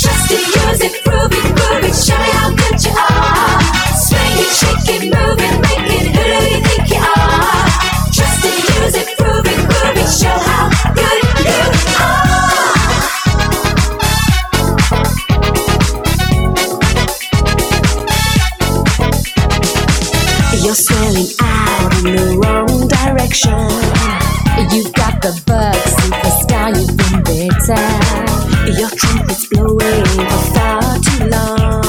Trust it, use it, prove it, prove it. Show me how good you are. Swing it, shake it, move it, make it. Who do you think you are? Trust it, use it, prove it, prove it. Show how good you are. You're sailing out in the wrong direction. You've got the bug, superstar, you've been bitten. Your trumpet's blowing for far too long.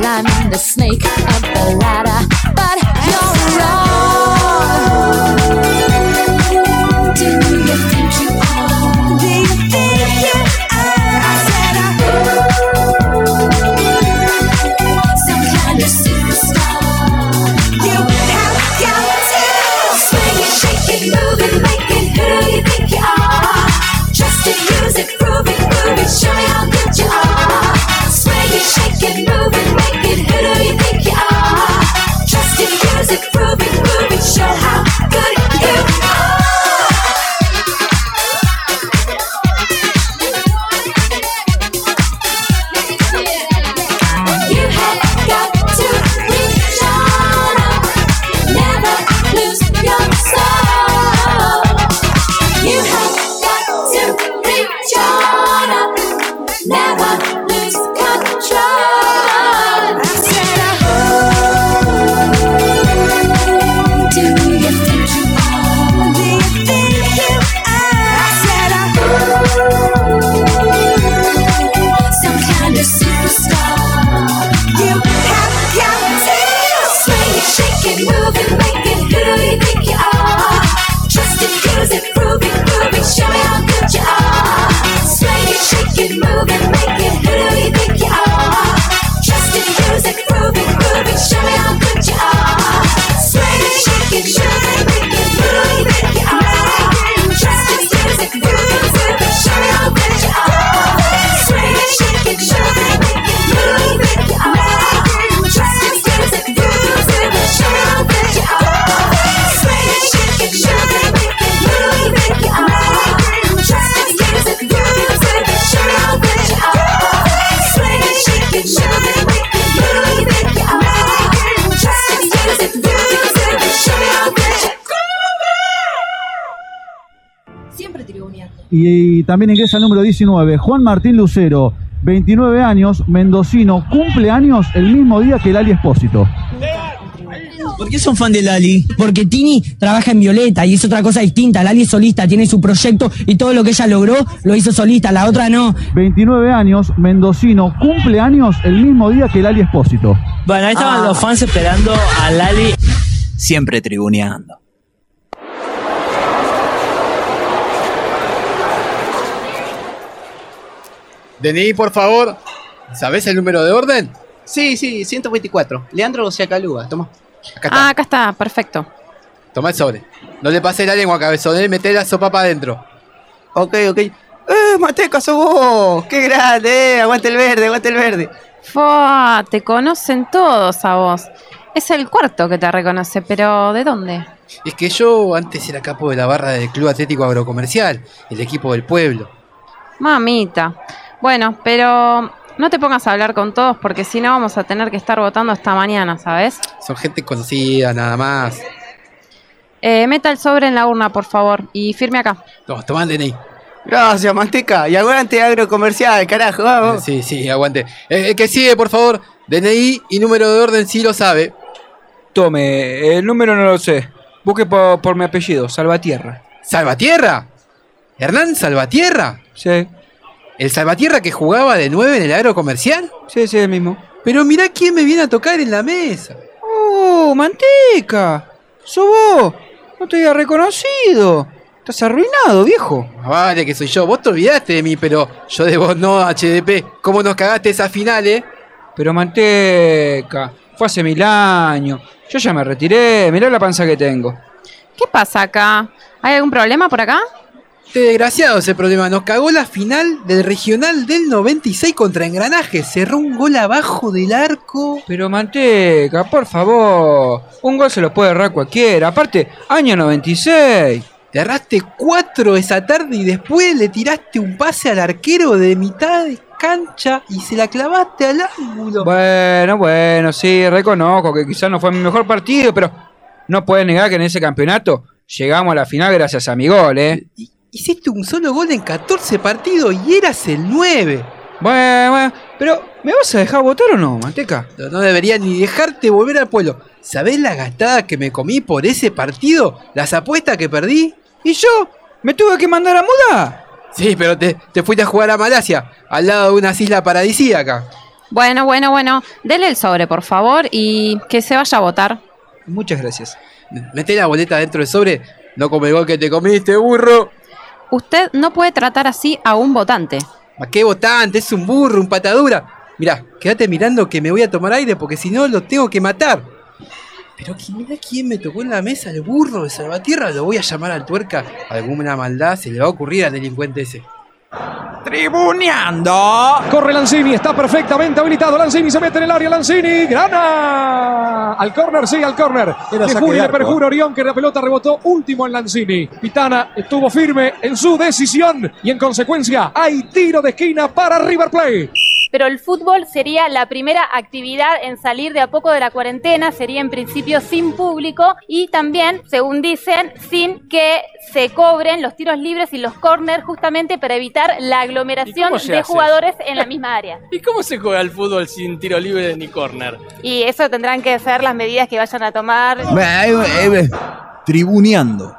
Climbing the snake up the ladder, but you're wrong. Do you think you are? Do you think you are? I said I uh, some kind of superstar. You have got to swing it, shake it, move it, make it. Who do you think you are? Trust it, use it, prove it, prove it. Show me how good you are. Swing it, shake it, move it, make it. Who do you think you are? Trust it, use it, prove it, prove it. Show how good you are. You have got to reach on up. Never lose your soul. You have got to reach on up.
y, también ingresa el número 19, Juan Martín Lucero, 29 años, mendocino, cumple años el mismo día que Lali Espósito.
¿Por qué son fan de Lali? Porque Tini trabaja en Violeta y es otra cosa distinta. Lali es solista, tiene su proyecto y todo lo que ella logró lo hizo solista, la otra no.
29 años, mendocino, cumple años el mismo día que Lali Espósito.
Bueno, ahí
Ah.
estaban los fans esperando a Lali. Siempre tribuneando.
DNI, por favor. ¿Sabés el número de orden?
Sí, sí, 124. Leandro Siacaluga, toma.
Ah, acá está, perfecto.
Toma el sobre. No le pases la lengua, cabezón, eh. Meté la sopa para adentro.
Ok, ok. ¡Eh, Mateco, sos vos! ¡Qué grande! eh! ¡Aguante el verde, aguante el verde!
Fua, te conocen todos a vos. Es el cuarto que te reconoce, pero ¿de dónde?
Es que yo antes era capo de la barra del Club Atlético Agrocomercial, el equipo del pueblo.
Mamita. Bueno, pero no te pongas a hablar con todos porque si no vamos a tener que estar votando hasta mañana, ¿sabes?
Son gente conocida, nada más.
Eh, meta el sobre en la urna, por favor, y firme acá.
No, toma el DNI.
Gracias, Manteca. Y aguante agrocomercial, carajo, vamos.
Sí, sí, aguante. Eh, eh, que sigue, por favor. DNI y número de orden, si lo sabe.
Tome, el número no lo sé. Busque por, por mi apellido, Salvatierra.
¿Salvatierra? ¿Hernán Salvatierra?
Sí.
¿El Salvatierra que jugaba de 9 en el agrocomercial?
Sí, sí, el mismo.
Pero mirá quién me viene a tocar en la mesa.
¡Oh, manteca! ¡Sos vos! No te había reconocido. Estás arruinado, viejo.
Ah, Vale, que soy yo. Vos te olvidaste de mí, pero yo de vos no, HDP. ¿Cómo nos cagaste esa final, eh?
Pero manteca, fue hace mil años. Yo ya me retiré, mirá la panza que tengo.
¿Qué pasa acá? ¿Hay algún problema por acá?
Este desgraciado ese problema. Nos cagó la final del regional del 96 contra Engranaje. Cerró un gol abajo del arco.
Pero manteca, por favor. Un gol se lo puede errar cualquiera. Aparte, año 96.
Te erraste cuatro esa tarde y después le tiraste un pase al arquero de mitad de cancha y se la clavaste al ángulo.
Bueno, bueno, sí, reconozco que quizás no fue mi mejor partido, pero no puedes negar que en ese campeonato llegamos a la final gracias a mi gol, ¿eh?
Hiciste un solo gol en 14 partidos y eras el 9.
Bueno, bueno, pero ¿me vas a dejar votar o no, Manteca?
No, no debería ni dejarte volver al pueblo. ¿Sabés la gastada que me comí por ese partido? ¿Las apuestas que perdí?
¿Y yo? ¿Me tuve que mandar a mudar?
Sí, pero te, te fuiste a jugar a Malasia, al lado de unas islas paradisíacas.
Bueno, bueno, bueno. Dele el sobre, por favor, y que se vaya a votar.
Muchas gracias.
Mete la boleta dentro del sobre, no como el gol que te comiste, burro.
Usted no puede tratar así a un votante.
¿A qué votante? Es un burro, un patadura. Mirá, quédate mirando que me voy a tomar aire porque si no lo tengo que matar. Pero que mirá quién me tocó en la mesa, el burro de Salvatierra. Lo voy a llamar al tuerca. Alguna maldad se le va a ocurrir al delincuente ese.
Tribuneando. Corre Lanzini, está perfectamente habilitado. Lanzini se mete en el área. Lanzini, grana. Al córner, sí, al córner.
Era
Le
saque
jura y
de
le
arco,
perjura
¿eh?
Orión que la pelota rebotó último en Lanzini. Pitana estuvo firme en su decisión y en consecuencia hay tiro de esquina para River Plate.
pero el fútbol sería la primera actividad en salir de a poco de la cuarentena, sería en principio sin público y también, según dicen, sin que se cobren los tiros libres y los corners justamente para evitar la
¿Y
aglomeración
cómo se
de
hace
jugadores en la misma área.
¿Y cómo se juega al fútbol sin tiro libre ni córner?
Y eso tendrán que ser las medidas que vayan a tomar.
tribuneando.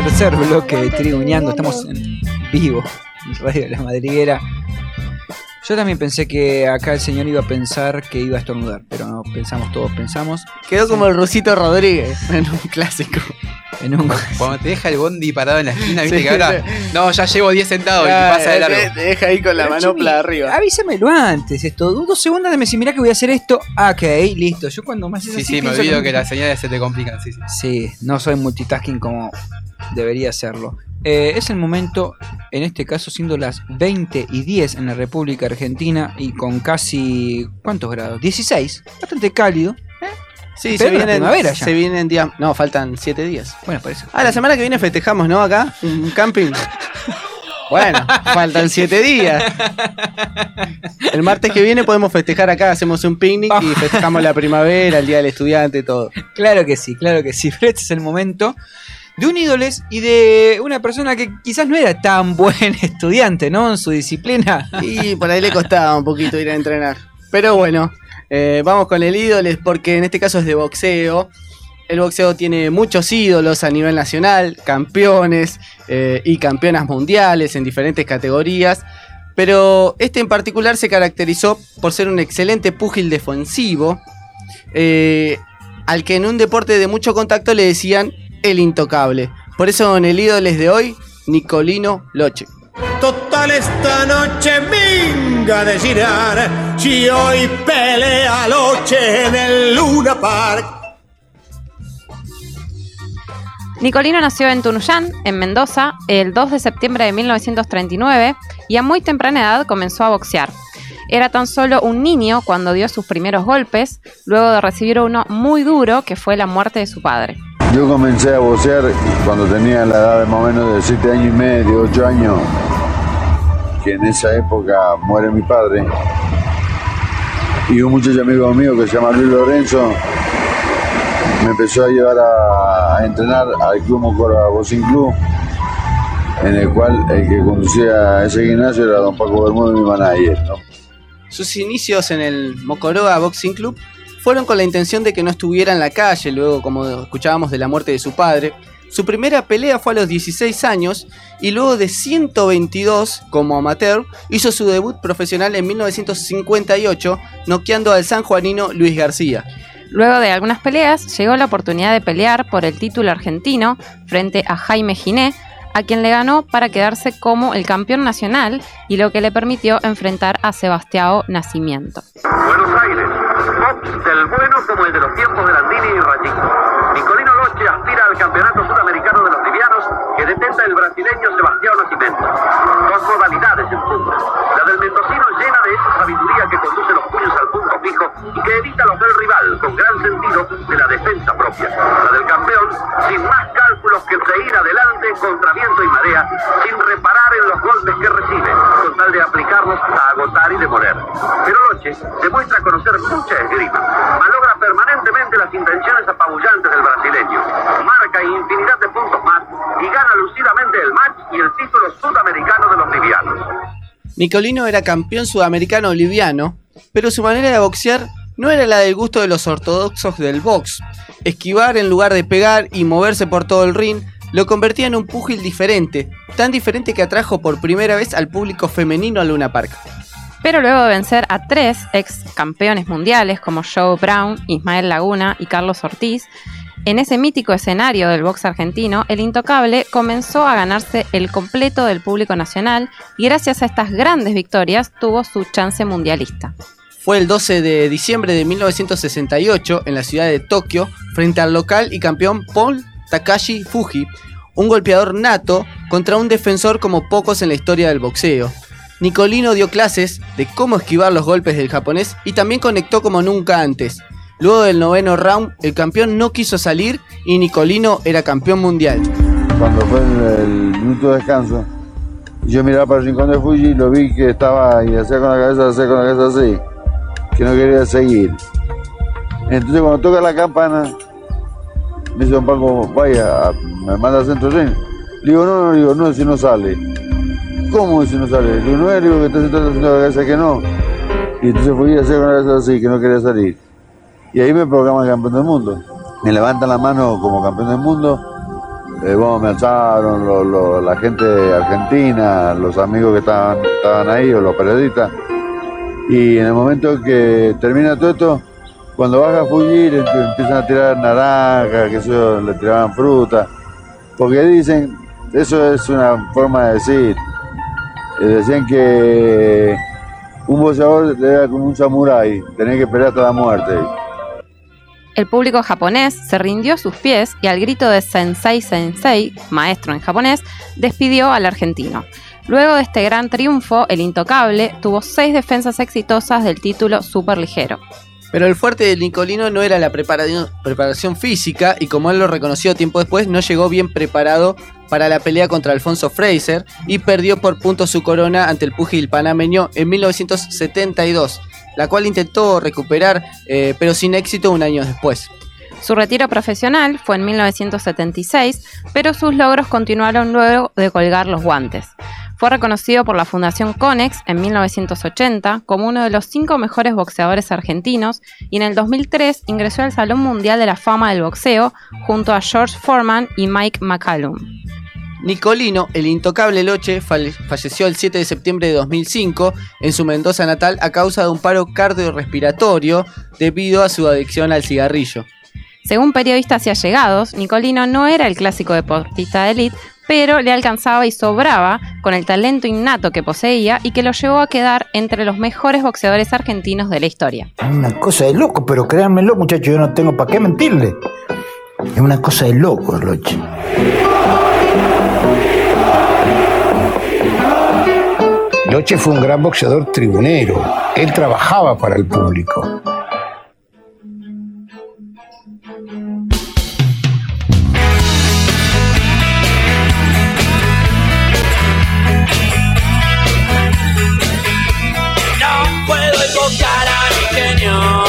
Tercer bloque de Tribuneando, estamos en vivo en Radio La Madriguera. Yo también pensé que acá el señor iba a pensar que iba a estornudar, pero no pensamos todos, pensamos
Quedó como el Rusito Rodríguez en un clásico.
en un...
Cuando te deja el bondi parado en la esquina, viste
Sí,
que ahora.
sí.
No, ya llevo 10 sentados y te
Ah,
pasa de
te-
largo. ah,
te deja ahí con la
Pero,
manopla
Jimmy,
arriba.
Avísamelo antes esto. Dos segundos de me decís, mirá que voy a hacer esto. Ah, Ok, listo. Yo cuando más
Sí, sí, me olvido que las señales se te complican, sí, sí.
Sí, no soy multitasking como debería serlo. Eh, es el momento, en este caso siendo las 20 y 10 en la República Argentina y con casi... ¿Cuántos grados? 16. Bastante cálido.
Sí, se
Pero es la
vienen,
primavera ya.
se vienen días. No, faltan siete días.
Bueno, parece.
Ah, la semana que viene festejamos, ¿no? Acá, un camping. Bueno, faltan siete días. El martes que viene podemos festejar acá, hacemos un picnic y festejamos la primavera, el día del estudiante, todo.
Claro que sí, claro que sí. [LAUGHS] Pero este es el momento de un ídoles y de una persona que quizás no era tan buen estudiante, ¿no? En su disciplina.
Y por ahí le costaba un poquito ir a entrenar. Pero bueno, eh, vamos con el ídoles porque en este caso es de boxeo. El boxeo tiene muchos ídolos a nivel nacional, campeones eh, y campeonas mundiales en diferentes categorías. Pero este en particular se caracterizó por ser un excelente púgil defensivo, eh, al que en un deporte de mucho contacto le decían el intocable. Por eso en el ídoles de hoy, Nicolino Loche.
Total esta noche minga de girar Si hoy pelea Loche en el Luna Park
Nicolino nació en Tunuyán, en Mendoza, el 2 de septiembre de 1939 y a muy temprana edad comenzó a boxear. Era tan solo un niño cuando dio sus primeros golpes, luego de recibir uno muy duro que fue la muerte de su padre.
Yo comencé a bocear cuando tenía la edad de más o menos de 7 años y medio, 8 años, que en esa época muere mi padre. Y un muchacho amigo mío que se llama Luis Lorenzo me empezó a llevar a, a entrenar al Club Mocora Bocín Club, en el cual el que conducía ese gimnasio era don Paco Bermúdez, mi manager. ¿no?
Sus inicios en el Mocoroa Boxing Club fueron con la intención de que no estuviera en la calle, luego como escuchábamos de la muerte de su padre. Su primera pelea fue a los 16 años y luego de 122 como amateur hizo su debut profesional en 1958 noqueando al sanjuanino Luis García.
Luego de algunas peleas, llegó la oportunidad de pelear por el título argentino frente a Jaime Giné, a quien le ganó para quedarse como el campeón nacional y lo que le permitió enfrentar a Sebastiao Nacimiento.
Buenos Aires, pop del bueno como el de los tiempos de Landini y Rayito. Nicolino Loche aspira al campeonato sudamericano de los livianos que detenta el brasileño Sebastián Nascimento. Dos modalidades en fútbol. La del mendocino llena de esa sabiduría que conduce los puños al punto fijo y que evita los del rival con gran sentido de la defensa propia. La del campeón sin más cálculos que seguir adelante contra viento y marea, sin reparar en los golpes que recibe, con tal de aplicarlos a agotar y demoler. Pero Loche demuestra conocer mucha esgrima, malogra permanentemente las intenciones apabullantes del brasileño, marca infinidad de puntos más y gana lucidamente el match y el título sudamericano de los livianos.
Nicolino era campeón sudamericano boliviano, pero su manera de boxear no era la del gusto de los ortodoxos del box. Esquivar en lugar de pegar y moverse por todo el ring lo convertía en un púgil diferente, tan diferente que atrajo por primera vez al público femenino a Luna Park.
Pero luego de vencer a tres ex campeones mundiales como Joe Brown, Ismael Laguna y Carlos Ortiz, en ese mítico escenario del box argentino, el intocable comenzó a ganarse el completo del público nacional y gracias a estas grandes victorias tuvo su chance mundialista.
Fue el 12 de diciembre de 1968 en la ciudad de Tokio frente al local y campeón Paul Takashi Fuji, un golpeador nato contra un defensor como pocos en la historia del boxeo. Nicolino dio clases de cómo esquivar los golpes del japonés y también conectó como nunca antes. Luego del noveno round, el campeón no quiso salir y Nicolino era campeón mundial.
Cuando fue el, el minuto de descanso, yo miraba para el rincón de Fuji y lo vi que estaba y hacía con la cabeza, hacía con la cabeza así, que no quería seguir. Entonces cuando toca la campana, me dice don Paco, vaya, me manda al centro ring. Le digo, no, no, le digo, no, si no sale. ¿Cómo si no sale? Le digo, no, le digo que está sentado haciendo la cabeza que no. Y entonces fui a hacer con la cabeza así, que no quería salir. Y ahí me programan campeón del mundo. Me levantan la mano como campeón del mundo. Eh, bueno, me alzaron lo- lo- la gente argentina, los amigos que estaban, estaban ahí o los periodistas. Y en el momento que termina todo esto, cuando baja a fugir empiezan a tirar naranjas, que eso le tiraban fruta. Porque dicen, eso es una forma de decir, eh, decían que un boxeador era como un samurái, tenía que esperar hasta la muerte.
El público japonés se rindió a sus pies y al grito de Sensei Sensei, maestro en japonés, despidió al argentino. Luego de este gran triunfo, el intocable tuvo seis defensas exitosas del título superligero.
Pero el fuerte de Nicolino no era la preparación, preparación física y como él lo reconoció tiempo después, no llegó bien preparado para la pelea contra Alfonso Fraser y perdió por puntos su corona ante el púgil panameño en 1972, la cual intentó recuperar eh, pero sin éxito un año después.
Su retiro profesional fue en 1976, pero sus logros continuaron luego de colgar los guantes. Fue reconocido por la Fundación Conex en 1980 como uno de los cinco mejores boxeadores argentinos y en el 2003 ingresó al Salón Mundial de la Fama del Boxeo junto a George Foreman y Mike McCallum.
Nicolino, el intocable Loche, fal- falleció el 7 de septiembre de 2005 en su Mendoza natal a causa de un paro cardiorrespiratorio debido a su adicción al cigarrillo.
Según periodistas y allegados, Nicolino no era el clásico deportista de élite, pero le alcanzaba y sobraba con el talento innato que poseía y que lo llevó a quedar entre los mejores boxeadores argentinos de la historia.
Una cosa de loco, pero créanmelo, muchachos, yo no tengo para qué mentirle. Es una cosa de loco, Loche.
Loche fue un gran boxeador tribunero. Él trabajaba para el público.
No puedo invocar a mi genio.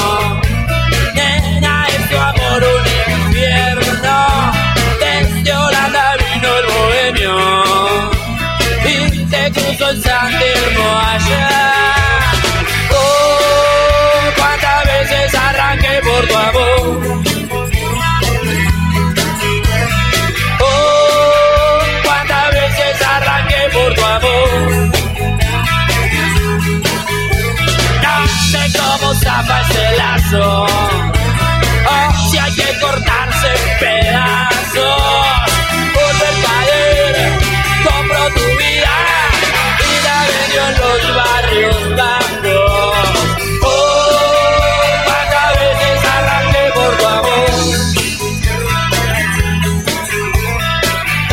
Nena, es tu amor un infierno. Desde Holanda vino el bohemio. Y se cruzó en San Telmo allá. Oh, cuántas veces arranqué por tu amor. Oh, cuántas veces arranqué por tu amor. No sé cómo zapa ese lazo. O Oh, si hay que cortarse en pedazos. Por el padre, compro tu vida. Y la vendo en los barrios bajos. Oh, cuántas veces arranqué por tu amor.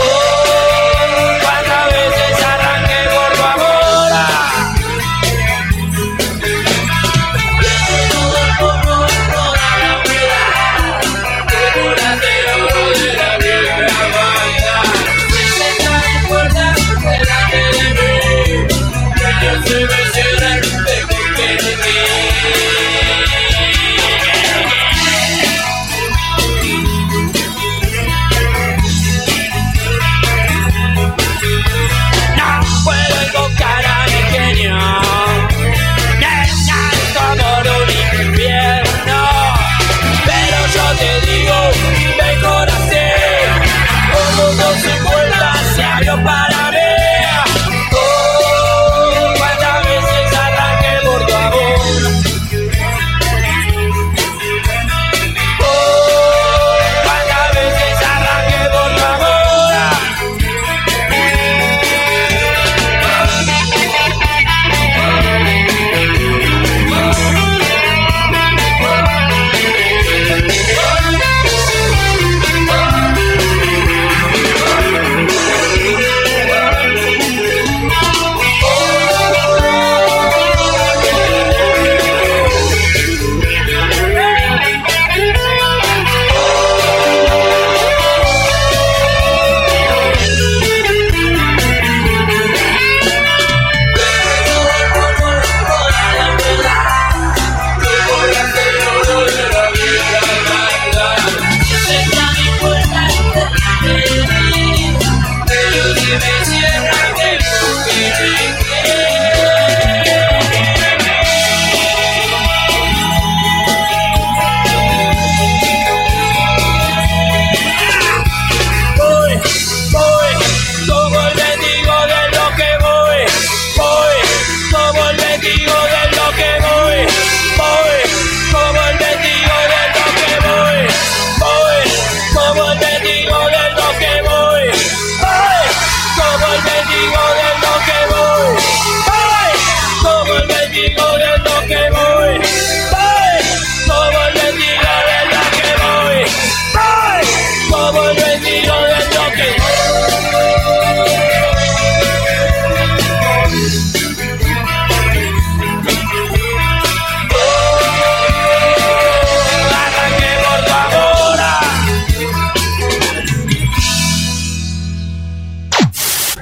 Oh, cuántas veces arranqué por tu amor. Ah. Uh, Uh,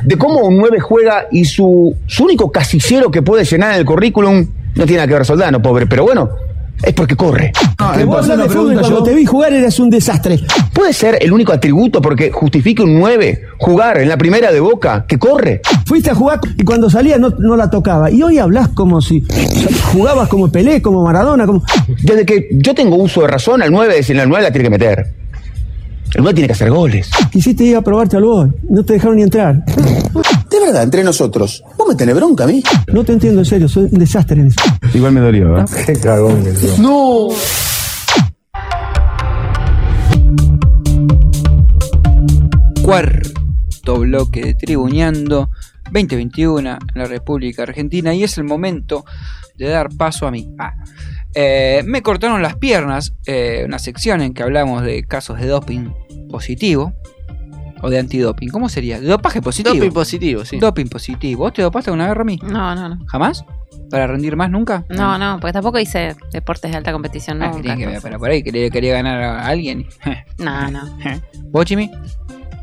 de cómo un 9 juega y su, su único casillero que puede llenar en el currículum no tiene nada que ver Soldano, pobre, pero bueno, es porque corre.
Que vos hablas de fútbol y cuando te vi jugar eras un desastre.
¿Puede ser el único atributo porque justifique un 9 jugar en la primera de Boca que corre?
Fuiste a jugar y cuando salía no, no la tocaba. Y hoy hablas como si jugabas como Pelé, como Maradona, como.
Desde que yo tengo uso de razón, al 9 decirle al 9 la tiene que meter. El 9 tiene que hacer goles.
Quisiste ir a probarte al boy, no te dejaron ni entrar.
De verdad, entre nosotros. Vos me tenés bronca a mí.
No te entiendo, en serio, soy un desastre en eso.
Igual me dolió, ¿eh?
Qué cagón que sos.
¡No!
Cuarto bloque de Tribuñando 2021 en la República Argentina y es el momento de dar paso a mí. Ah. Eh, me cortaron las piernas, eh, una sección en que hablamos de casos de doping positivo o de antidoping. ¿Cómo sería? De dopaje positivo.
Doping positivo, sí.
Doping positivo. ¿Vos te dopaste alguna vez, Romy?
No, no, no.
¿Jamás? ¿Para rendir más nunca?
No, no, porque tampoco hice deportes de alta competición
Ah,
nunca.
creí que
entonces.
para por ahí, quería, quería ganar a alguien.
No, no.
[LAUGHS] ¿Vos, Chimi?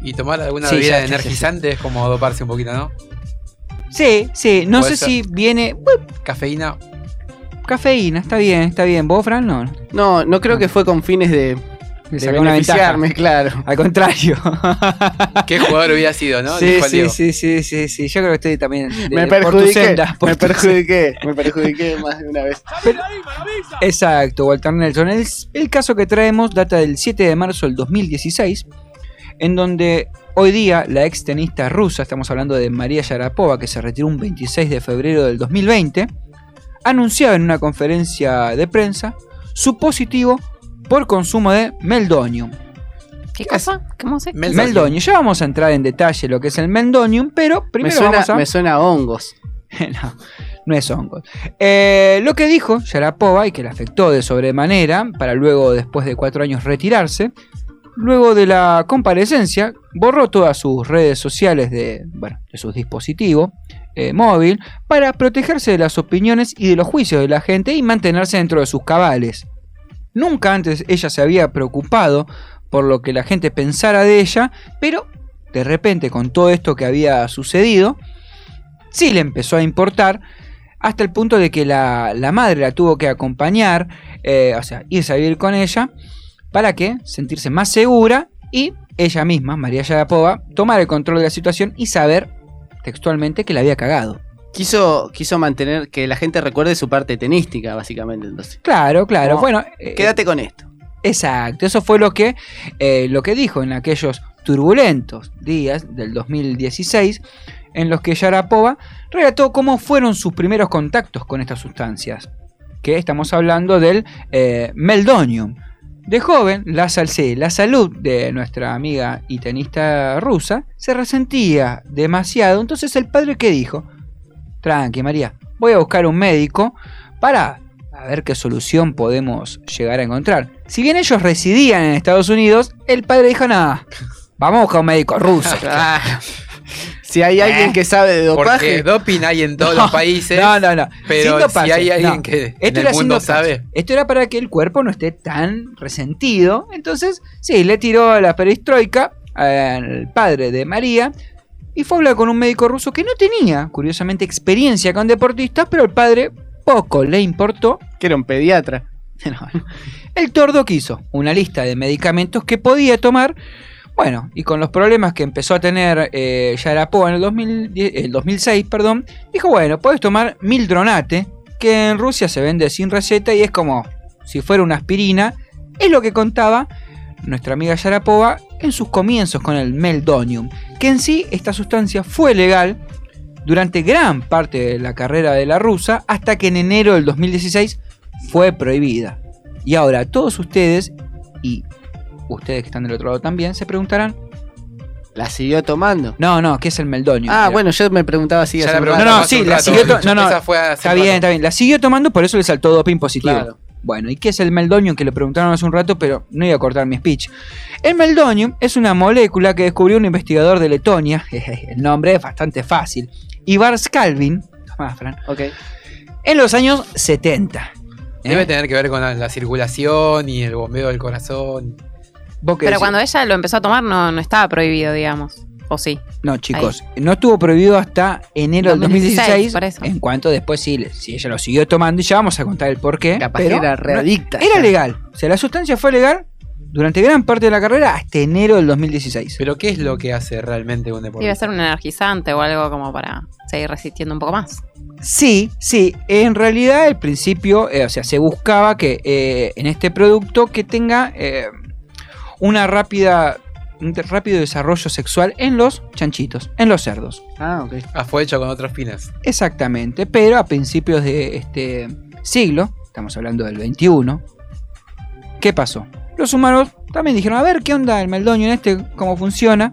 Y tomar alguna
Sí,
bebida
ya, ya, ya,
energizante es como doparse un poquito, ¿no?
Sí, sí. No
Puede
sé
ser.
si viene.
Cafeína.
Cafeína, está bien, está bien. ¿Vos, Fran? No.
No, no creo que fue con fines de,
De
de
sacar una
beneficiarme, claro.
Al contrario.
¿Qué jugador hubiera sido, no?
Sí,
Dijo el
sí,
Diego.
sí, sí, sí, sí. Yo creo que estoy también. de-
Me
por tu
perjudiqué,
senda, por
me
tu
perjudiqué, me perjudiqué más de una vez.
Exacto, Walter Nelson. El, el caso que traemos data del 7 de marzo del 2016, en donde hoy día la ex tenista rusa, estamos hablando de María Yarapova, que se retiró un 26 de febrero del 2020, anunciaba en una conferencia de prensa su positivo por consumo de meldonium.
¿Qué cosa? ¿Cómo se?
Meldonium. Ya vamos a entrar en detalle lo que es el meldonium, pero
Me
primero
suena,
vamos a...
me suena a hongos.
[LAUGHS] no, no es hongos. Eh, lo que dijo Yarapova y que le afectó de sobremanera para luego, después de cuatro años, retirarse, luego de la comparecencia, borró todas sus redes sociales de, bueno, de sus dispositivos eh, móvil para protegerse de las opiniones y de los juicios de la gente y mantenerse dentro de sus cabales. Nunca antes ella se había preocupado por lo que la gente pensara de ella, pero de repente con todo esto que había sucedido, sí le empezó a importar hasta el punto de que la, la madre la tuvo que acompañar, eh, o sea, irse a vivir con ella, para que sentirse más segura y ella misma, María Yarapova, tomar el control de la situación y saber textualmente que la había cagado.
Quiso, quiso mantener que la gente recuerde su parte tenística, básicamente, entonces.
Claro, claro.
Como,
Bueno,
Eh,
quédate con esto.
Exacto, eso fue lo que, eh, lo que dijo en aquellos turbulentos días del 2016 en los que Yarapova relató cómo fueron sus primeros contactos con estas sustancias, que estamos hablando del eh, meldonium. De joven, la, sal- sí, la salud de nuestra amiga y tenista rusa se resentía demasiado, entonces el padre que dijo, tranqui María, voy a buscar un médico para a ver qué solución podemos llegar a encontrar. Si bien ellos residían en Estados Unidos, el padre dijo nada. Vamos a buscar un médico ruso.
si hay alguien que sabe de
Ah, Porque
dopaje.
doping hay en todos los países.
[LAUGHS] No, no, no.
Pero
Sin dopaje,
si hay alguien
no.
que en
Esto
el
era sin
mundo
dopaje.
sabe.
Esto era para que el cuerpo no esté tan resentido. Entonces, sí, le tiró a la perestroika al padre de María y fue a hablar con un médico ruso que no tenía, curiosamente, experiencia con deportistas, pero el padre poco le importó.
Que era un
[LAUGHS]
pediatra.
El tordo quiso una lista de medicamentos que podía tomar. Bueno, y con los problemas que empezó a tener eh, Yarapova en el, 2010 el 2006, perdón, dijo, bueno, puedes tomar Mildronate, que en Rusia se vende sin receta y es como si fuera una aspirina. Es lo que contaba nuestra amiga Yarapova en sus comienzos con el meldonium, que en sí esta sustancia fue legal durante gran parte de la carrera de la rusa hasta que en enero del 2016 fue prohibida. Y ahora todos ustedes, y ustedes que están del otro lado también, se preguntarán...
¿La siguió tomando?
No, no, ¿qué es el meldonio?
Ah, bueno, yo me preguntaba si
Ya
hace
la
un rato.
preguntamos No, no, hace sí, un la rato. siguió [LAUGHS] to- no, no, Esa fue hace Está un bien, rato. está bien. La siguió tomando, por eso le saltó doping positivo.
Claro.
Bueno, ¿y qué es el meldonium? Que le preguntaron hace un rato, pero no iba a cortar mi speech. El meldonium es una molécula que descubrió un investigador de Letonia. [LAUGHS] El nombre es bastante fácil. Ivar Skalvin. Tomá, Fran. En los años 70.
Debe
¿eh?
tener que ver con la, la circulación y el bombeo del corazón.
¿Vos
Pero cuando ella lo empezó a tomar no, no estaba prohibido, digamos. ¿O sí?
No, chicos, no estuvo prohibido hasta enero del 2016.
2016, por eso.
En cuanto después, si, si ella lo siguió tomando, y ya vamos a contar el por qué.
Capaz que era readicta
Era
ya.
legal. O sea, la sustancia fue legal durante gran parte de la carrera hasta enero del 2016.
Pero ¿qué es lo que hace realmente un
Iba a
deportista?
ser un energizante o algo como para seguir resistiendo un poco más.
Sí, sí. En realidad, al principio, eh, o sea, se buscaba que eh, en este producto que tenga eh, una rápida, un te- rápido desarrollo sexual en los chanchitos, en los cerdos.
Ah, ok.
Ah, fue hecho con otras fines.
Exactamente, pero a principios de este siglo, estamos hablando del 21, ¿qué pasó? Los humanos también dijeron, a ver qué onda el meldoño en este, cómo funciona.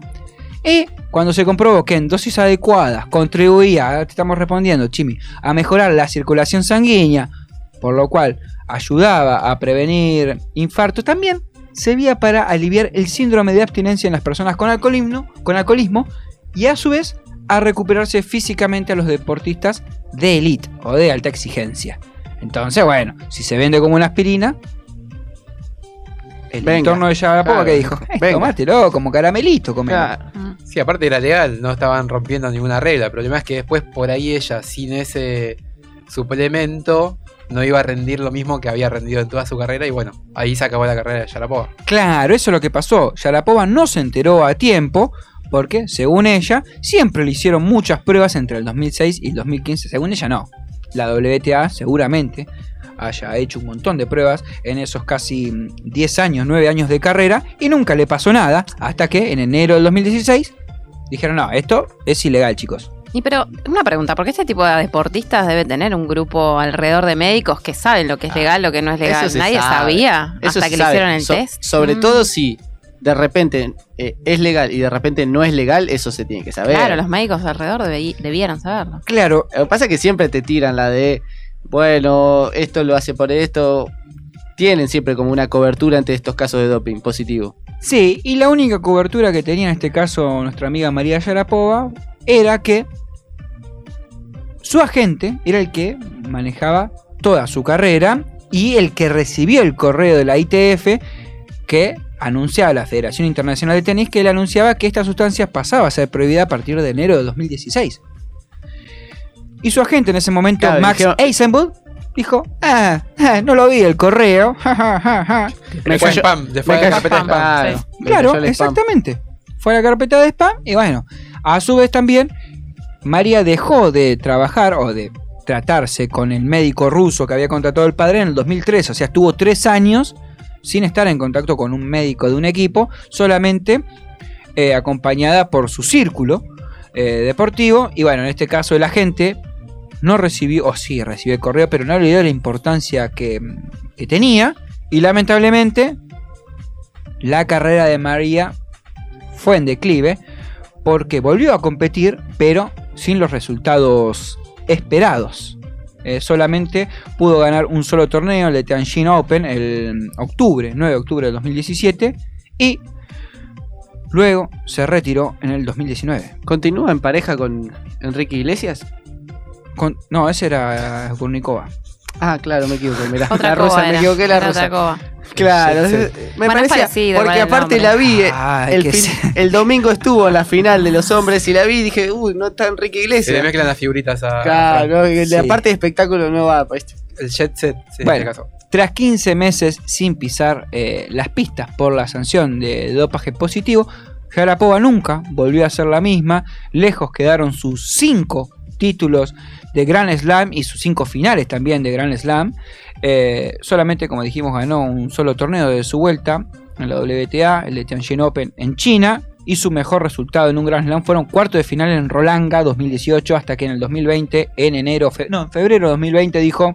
Y cuando se comprobó que en dosis adecuadas contribuía, ahora te estamos respondiendo, Chimi, a mejorar la circulación sanguínea, por lo cual ayudaba a prevenir infartos, también servía para aliviar el síndrome de abstinencia en las personas con alcoholismo, con alcoholismo y a su vez a recuperarse físicamente a los deportistas de élite o de alta exigencia. Entonces, bueno, si se vende como una aspirina, el
Venga.
entorno de Yarapoca
Claro.
que dijo, [LAUGHS] "Eh,
Venga.
tomátelo como caramelito, comemos".
Sí, aparte era legal, no estaban rompiendo ninguna regla. El problema es que después por ahí ella, sin ese suplemento, no iba a rendir lo mismo que había rendido en toda su carrera. Y bueno, ahí se acabó la carrera de Sharapova.
Claro, eso es lo que pasó. Yarapova no se enteró a tiempo porque, según ella, siempre le hicieron muchas pruebas entre el 2006 y el 2015. Según ella, no. La WTA seguramente haya hecho un montón de pruebas en esos casi mm, 10 años, 9 años de carrera y nunca le pasó nada hasta que en enero del 2016 dijeron, no, esto es ilegal, chicos.
Y pero, una pregunta, ¿por qué este tipo de deportistas debe tener un grupo alrededor de médicos que saben lo que es legal, lo que no es legal?
Ah, Eso se
Nadie
sabe.
sabía
Eso
hasta
se
que le
sabe.
hicieron el
So-
test.
Sobre
Mm.
todo si de repente eh, es legal y de repente no es legal, eso se tiene que saber.
Claro, los médicos de alrededor debi- debieran saberlo.
Claro.
Lo que pasa es que siempre te tiran la de, bueno, esto lo hace por esto. Tienen siempre como una cobertura ante estos casos de doping positivo.
Sí, y la única cobertura que tenía en este caso nuestra amiga María Yarapova era que su agente era el que manejaba toda su carrera y el que recibió el correo de la ITF que anunciaba la Federación Internacional de Tenis que le anunciaba que esta sustancia pasaba a ser prohibida a partir de enero de 2016. Y su agente en ese momento,
Claro,
Max
dijeron-
Eisenberg, dijo, ah, ah, no lo vi el correo. ja, ja, ja, ja".
Me fue spam, le fue
me
a la
cayó
carpeta
spam,
spam.
sí.
Me
Claro,
cayó el spam.
exactamente. Fue a la carpeta de spam y bueno, a su vez también María dejó de trabajar o de tratarse con el médico ruso que había contratado el padre en el 2003, o sea, estuvo tres años sin estar en contacto con un médico de un equipo, solamente eh, acompañada por su círculo eh, deportivo y bueno, en este caso el agente no recibió, o sí recibió el correo, pero no le dio la importancia que, que tenía y lamentablemente la carrera de María fue en declive porque volvió a competir, pero sin los resultados esperados. Eh, solamente pudo ganar un solo torneo, el de Tianjin Open, el octubre, 9 de octubre del 2017, y luego se retiró en el 2019.
¿Continúa en pareja con Enrique Iglesias?
Con- no, ese era Kurnikova.
Ah, claro, me equivoqué, mirá.
Otra
la rusa,
coba
me
era,
equivoqué, la
era
rusa.
otra coba.
Claro,
Sí, sí.
eh, me
Bueno, es
parecía,
parecido
porque
igual el
aparte
nombre.
la vi, eh,
Ay,
el,
que
fin-
sí.
el domingo estuvo en la final de los hombres y la vi y dije, uy, no está Enrique
Se le
Iglesias.
mezclan las figuritas a.
Claro, y la
Ah, Sí.
parte de espectáculo no va. pues.
El jet set, sí, en
Bueno,
este caso.
tras 15 meses sin pisar eh, las pistas por la sanción de dopaje positivo, Jarapova nunca volvió a ser la misma. Lejos quedaron sus 5 títulos de Grand Slam y sus 5 finales también de Grand Slam. Eh, solamente, como dijimos, ganó un solo torneo de su vuelta en la WTA, el de Tianjin Open en China. Y su mejor resultado en un Grand Slam fueron cuarto de final en Rolanga 2018, hasta que en el 2020, en enero, fe- no, en febrero de 2020 dijo,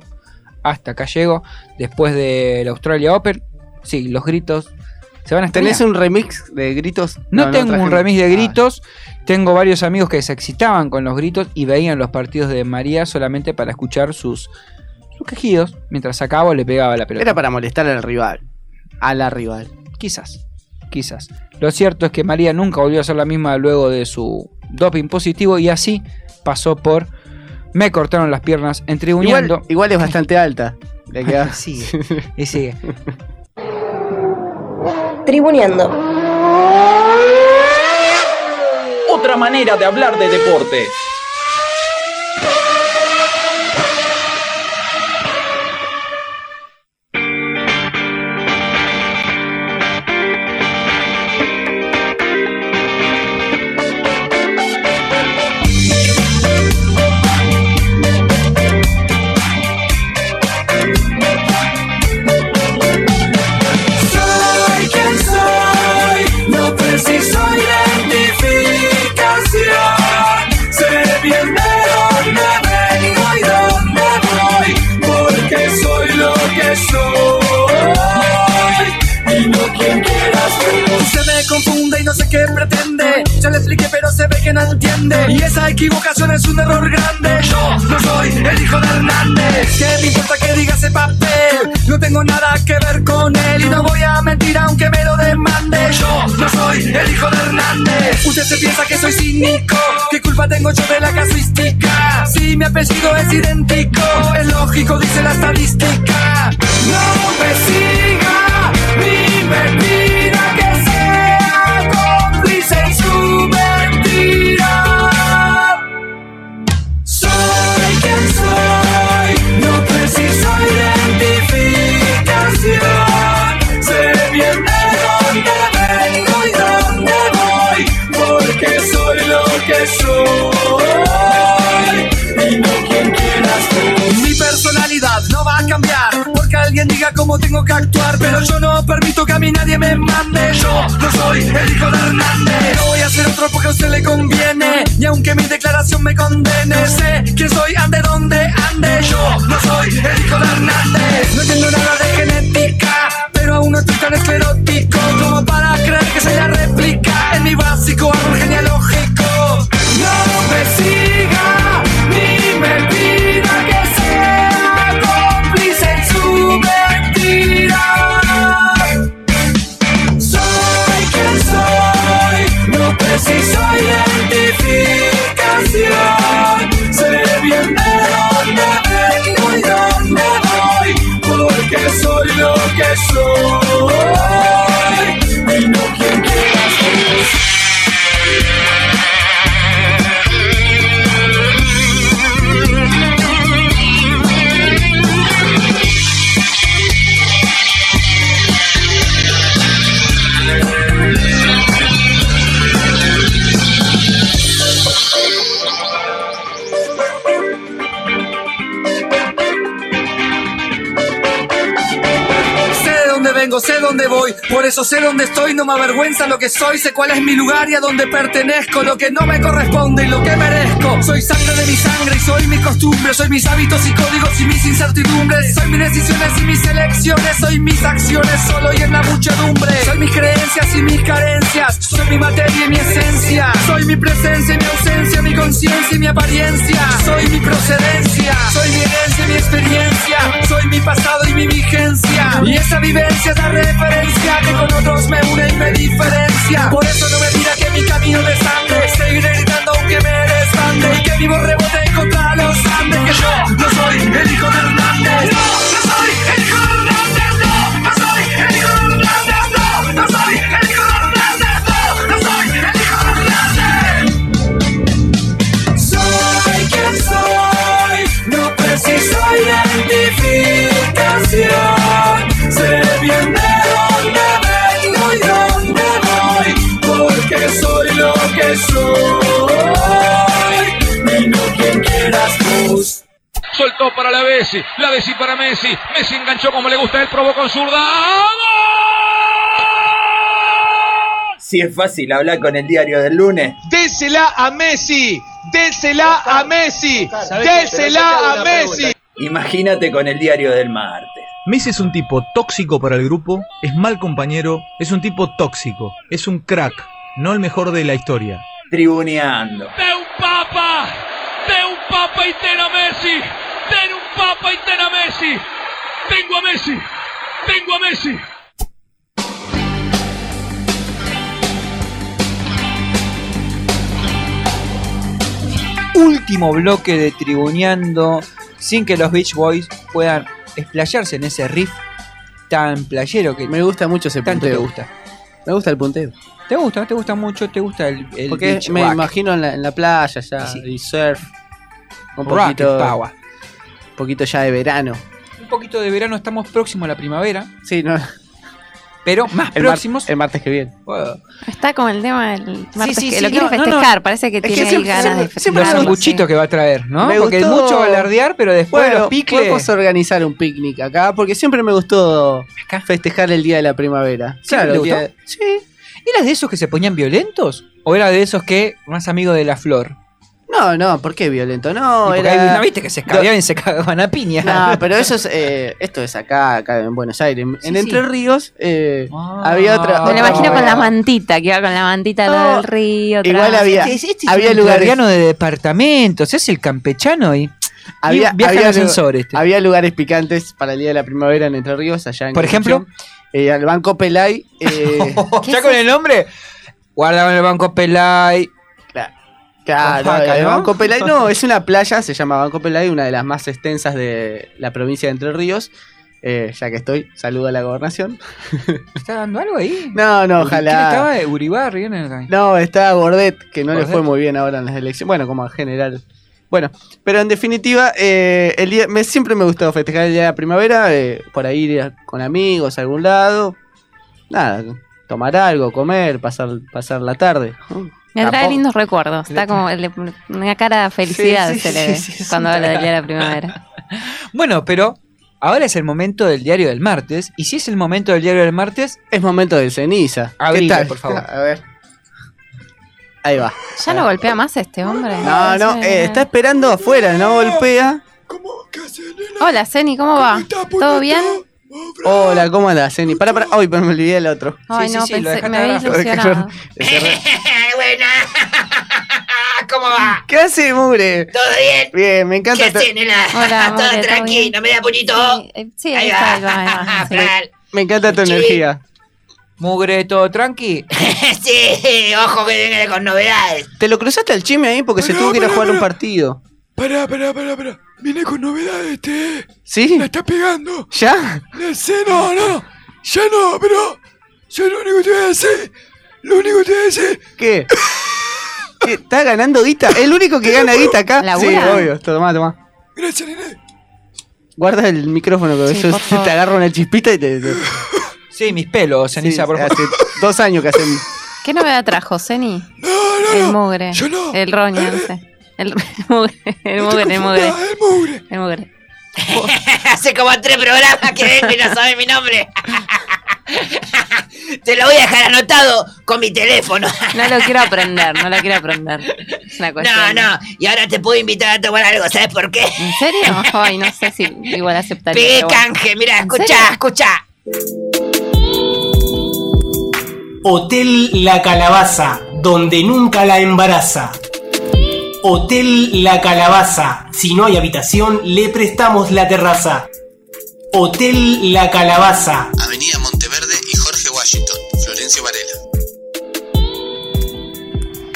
hasta acá llego, después de la Australia Open. Sí, los gritos se van a estar.
¿Tenés un remix de gritos?
No, tengo
traje-
un remis de
Ah,
gritos. Tengo varios amigos que se excitaban con los gritos y veían los partidos de María solamente para escuchar sus, sus quejidos mientras sacaba o le pegaba la pelota.
Era para molestar al rival. A la rival.
Quizás, quizás. Lo cierto es que María nunca volvió a ser la misma luego de su doping positivo y así pasó por me cortaron las piernas
Igual,
entribuñando.
igual es bastante alta. Le queda- [LAUGHS]
[LAUGHS] Sí. Y sigue.
Tribuneando.
otra manera de hablar de deporte.
Soy quien soy, no preciso identificación. Sé bien de dónde vengo y dónde voy, porque soy lo que soy. Y no quien quieras
Se me confunde y no sé qué pretende. Ya le expliqué, pero se ve que no entiende. Y esa equivocación es un error grande. Yo no soy el hijo de Hernández. ¿Qué me importa que diga ese papel? No tengo nada que ver con él. Y no voy a mentir aunque me lo demande. Yo no soy el hijo de Hernández. Usted se piensa que soy cínico. ¿Qué culpa tengo yo de la casuística? Si mi apellido es idéntico, es lógico, dice la estadística. No me siga, ni me
Mira que sea cómplice en su mentira. Soy quien soy, no preciso identificación. Sé bien de dónde vengo y dónde voy, porque soy lo que soy. Y no quien quieras tú.
Mi personalidad no va a cambiar porque alguien diga cómo tengo que actuar, pero yo no permito que a mí nadie me mande. Yo no soy el hijo de Hernández. No voy a hacer otro porque a usted le conviene. Y aunque mi declaración me condene, sé que soy ande donde ande. Yo no soy el hijo de Hernández. No entiendo nada de genética, pero aún no estoy tan esclerótico como para creer que se la réplica en mi básico árbol genealógico. No me siga ni me pida que
Sea cómplice en su mentira. Soy quien soy, no preciso identificación. Sé bien de dónde vengo y dónde voy, porque soy lo que soy. Y no quien quieras tú.
Sé de dónde vengo, sé dónde voy, por eso sé dónde estoy, no me avergüenza lo que soy, sé cuál es mi lugar y a dónde pertenezco, lo que no me corresponde y lo que merezco. Soy sangre de mi sangre y soy mis costumbres, soy mis hábitos y códigos y mis incertidumbres, soy mis decisiones y mis elecciones, soy mis acciones solo y en la muchedumbre, soy mis creencias y mis carencias, soy mi materia y mi esencia, soy mi presencia y mi ausencia, mi conciencia y mi apariencia, soy mi procedencia, soy mi herencia y mi experiencia, soy mi pasado y mi vigencia, y esa vivencia es la referencia que con otros me une y me diferencia, por eso no me diga que mi camino de sangre, seguiré gritando aunque me desbande, y que vivo rebote contra los Andes, que yo no soy el hijo de Hernández, no, no soy el hijo de Hernández, no, no soy el hijo de Hernández, no, no soy el hijo de Hernández, no, no soy el hijo de Hernández.
Soy quien soy, no preciso identificación. Sé bien de dónde vengo y dónde voy, porque soy lo que soy. Y no quien quieras tú.
Soltó para la Bessi, la Bessi para Messi. Messi enganchó como le gusta, él probó con zurda.
Si es fácil hablar con el diario del lunes.
Désela a Messi, désela a Messi, désela a Messi.
Imagínate con el diario del martes.
Messi es un tipo tóxico para el grupo, es mal compañero, es un tipo tóxico, es un crack, no el mejor de la historia.
Tribuneando.
De un um papa, de un papa y ten a Messi, de un papa y ten a Messi. Tengo a Messi, tengo a Messi.
último bloque de Tribuneando sin que los Beach Boys puedan explayarse en ese riff tan playero que me gusta mucho ese tanto
punteo.
te gusta.
Me gusta el punteo.
¿Te gusta? ¿Te gusta mucho? ¿Te gusta el, el
Porque
beach
me
rock?
imagino en la, en la playa ya, y surf. Un
Rock
poquito,
and power.
un poquito ya de verano.
Un poquito de verano, estamos próximos a la primavera.
Sí, no.
Pero más
El, mar-
próximos.
el martes que viene.
Está como el tema del martes
sí,
que
sí,
lo quiere
no, no, no.
festejar, parece que
Es
tiene
que
ahí
siempre-
ganas de
siempre- siempre
festejar.
los sanguchitos que va a traer, ¿no?
Me
Porque
gustó-
mucho alardear, pero después
Bueno,
los picles.
podemos organizar un picnic acá, porque siempre me gustó festejar el día de la primavera.
Claro,
Claro, el día de-
Sí. ¿Eras de esos que se ponían violentos? ¿O era de esos que más amigo de la flor?
No, no, ¿por qué violento?
Y
No,
porque
era...
ahí, ¿Viste que se escabeaban y se cagaban a piña?
No,
[LAUGHS]
pero eso es, eh, esto es acá, acá en Buenos Aires. En- en
sí.
Entre Ríos eh,
Ah.
había otra...
Me lo
otra
imagino con
movida.
la mantita, que iba con la mantita al lado del río. otra
igual
vez.
había-
Este- este es
había
un
lugares-
entrerriano de departamentos, es el campechano y,
Había,
y viaja
había
en
lu-
ascensor este.
había lugares picantes para el día de la primavera en Entre Ríos, allá en
Por ejemplo.
Concepción. Eh, al Banco Pelay.
[LAUGHS]
eh,
¿Ya con el nombre? Guardaban el banco Pelay.
Claro,
Con faca,
el
¿no?
Banco Pelay
[LAUGHS]
no, es una playa, se llama Banco Pelay, una de las más extensas de la provincia de Entre Ríos. Eh, ya que estoy, saludo a la gobernación.
¿Está dando algo ahí?
No, no,
¿Quién
ojalá.
estaba? Uribarri. ¿no? Ahí.
No, está Bordet, que no
Bordet.
le fue muy bien ahora en las elecciones. Bueno, como en general. Bueno, pero en definitiva, eh, el día, me, siempre me gustó festejar el día de la primavera, eh, por ahí ir a- con amigos a algún lado. Nada, tomar algo, comer, pasar, pasar la tarde.
Me trae
Tampoco-
lindos recuerdos. Está como el- una cara de felicidad
Sí, sí,
se le
sí,
ve
sí, sí,
cuando
sí.
habla del día de la primavera.
[LAUGHS] Bueno, pero ahora es el momento del diario del martes. Y si es el momento del diario del martes.
Es momento del ceniza.
Abrile,
¿Qué tal?
por favor.
A ver. Ahí va.
Ya no golpea más este hombre.
Ah. No, no, eh, está esperando afuera, no golpea.
Hola, Ceni, ¿cómo va? ¿Todo bien?
Hola, ¿cómo andás, Zeni? Para, para. Ay, me olvidé el otro.
Ay, no, pensé, me había
Lo dejé [LAUGHS]
ilusionado.
¿Cómo va?
[LAUGHS] ¿Qué hace, mugre?
¿Todo bien?
Bien, me
¿Qué
encanta.
hacen, Nela?
Hola,
[LAUGHS] Ah, Todo
amore, ¿todo
tranqui,
bien?
no me da puñito.
Sí, ahí
ahí va.
está, ahí va, ahí va,
[LAUGHS]
sí.
Fran.
Me encanta tu
Sí.
energía.
Mugre, todo tranqui.
[LAUGHS] sí, ojo que viene con novedades.
Te lo cruzaste al chime ahí porque se tuvo que ir a jugar un partido.
Pará, pará, pará, pará. Viene con novedades, este.
¿Sí?
La está pegando.
¿Ya?
La sé, no, no. Ya no, pero. Yo lo único que te voy a decir. Lo único que te voy a decir.
¿Qué? ¿Qué? Está ganando guita. El único
[LAUGHS]
que gana guita acá. Sí,
¿Labura?
obvio. Tomá, tomá.
Gracias, nene.
Guarda el micrófono que
Sí,
yo
por favor.
te agarro una chispita y te. te-
Sí, mis pelos, ceniza, por favor.
Hace dos años que hacen.
¿Qué novedad trajo, Ceni? El mugre. El roño, no sé. El [LAUGHS] mugre, el mugre, el mugre. El mugre. El mugre.
[LAUGHS] Hace como tres programas que vengo y no sabe mi nombre. [LAUGHS] Te lo voy a dejar anotado con mi teléfono.
[LAUGHS] No lo quiero aprender, no lo quiero aprender. Es una
No,
cuestión. Mm.
no, y ahora te puedo invitar a tomar algo, ¿sabes por qué?
¿En serio? Ay, no sé si igual aceptaría.
Pegué
pero bueno.
canje, mira,
¿En
escucha,
serio?
escucha.
Hotel La Calabaza, donde nunca la embaraza. Hotel La Calabaza, si no hay habitación, le prestamos la terraza. Hotel La Calabaza.
Avenida Monteverde y Jorge Washington, Florencio Varela.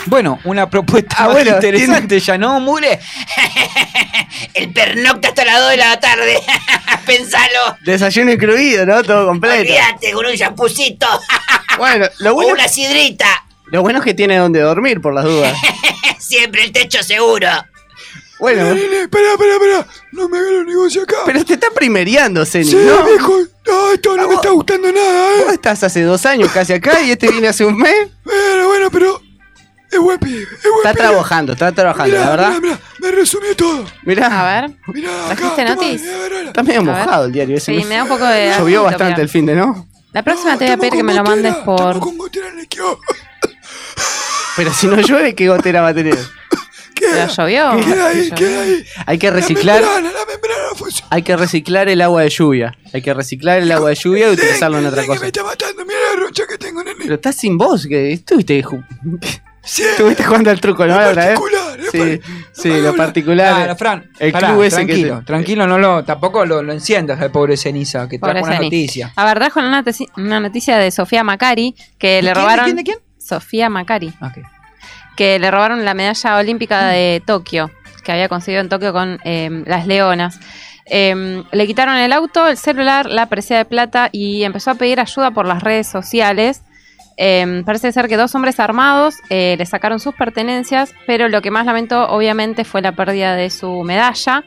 Bueno,
[LAUGHS]
una propuesta
Ah,
más
bueno,
interesante ya, ¿no, Mugre?
El pernocta hasta las 2 de la tarde. [LAUGHS] Pensalo.
Desayuno incluido, ¿no? Todo completo.
Olvídate con un champucito.
Bueno, lo bueno-
O una sidrita.
Lo bueno es que tiene donde dormir, por las
[LAUGHS]
dudas.
Siempre el techo seguro.
Bueno.
Nene, Eh, pará, pará, pará. No me hagas los negocios acá.
Pero te está primereando, Ceni,
Sí,
¿no?
viejo. No, esto no me está gustando nada, eh.
Vos estás hace dos años casi acá y este viene hace un mes.
Bueno, bueno, pero. Es buen pibe, es buen
Está
pibe.
trabajando, está trabajando,
Mirá,
la verdad.
mirá, mirá, me resumió todo.
Mirá,
A ver. ¿Trajiste notis?
está medio
A ver.
mojado el diario ese.
Sí,
¿no?
me da un poco de.
Llovió
asquito,
bastante
pero-
el fin de, ¿no?
La próxima te voy a pedir que me lo mandes por.
Pero si no llueve, ¿qué gotera va
[LAUGHS]
a tener?
Pero llovió.
Queda ahí,
Llovió.
queda ahí.
Hay que
La
reciclar.
membrana, la membrana no funciona.
Hay que reciclar el agua de lluvia. Hay que reciclar el agua de lluvia y utilizarlo en otra cosa. Pero estás sin voz, que estuviste. ju- Estuviste jugando al truco, ¿no? Ahora, ¿eh? Sí, sí, lo particular.
Claro, Fran,
el
pará,
club ese que.
tranquilo, tranquilo, no lo, tampoco lo, lo enciendas al pobre ceniza, que trajo
Pobre
una
Ceni.
noticia.
A ver, trajo una noticia, una noticia de Sofía Macari que le
quién, de
robaron.
quién, de
Sofía Macari.
Ok.
Que le robaron la medalla olímpica de Tokio, que había conseguido en Tokio con eh, las Leonas. Eh, le quitaron el auto, el celular, la presea de plata y empezó a pedir ayuda por las redes sociales. Eh, parece ser que dos hombres armados eh, le sacaron sus pertenencias, pero lo que más lamentó obviamente fue la pérdida de su medalla.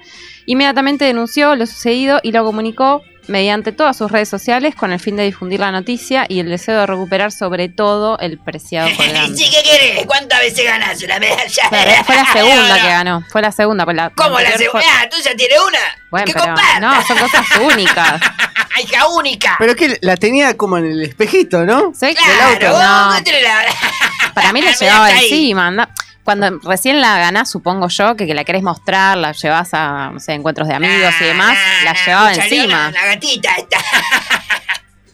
Inmediatamente denunció lo sucedido y lo comunicó mediante todas sus redes sociales con el fin de difundir la noticia y el deseo de recuperar sobre todo el preciado
[LAUGHS]
colgante.
Sí, ¿qué querés? ¿Cuántas veces ganaste una medalla?
Claro, Fue la segunda que ganó, fue la segunda. pues la-
[LAUGHS] ¿Cómo la
anterior fue-
segunda? Ah, tú ya tienes una.
Bueno,
¡Que
pero-
comparta!
no, son cosas únicas.
¡Hija única!
Pero que la tenía como en el espejito, ¿no?
Sí,
Claro,
Del auto.
vos
No.
no tenés la-
[LAUGHS] Para
[LAUGHS]
mí le
Hasta
llevaba
ahí.
encima. anda. Cuando recién la ganás, supongo yo, que, que la querés mostrar, la llevas a no sé, encuentros de amigos y demás, la llevaba
Mucha
Ah, encima.
Ah, leona, La gatita esta.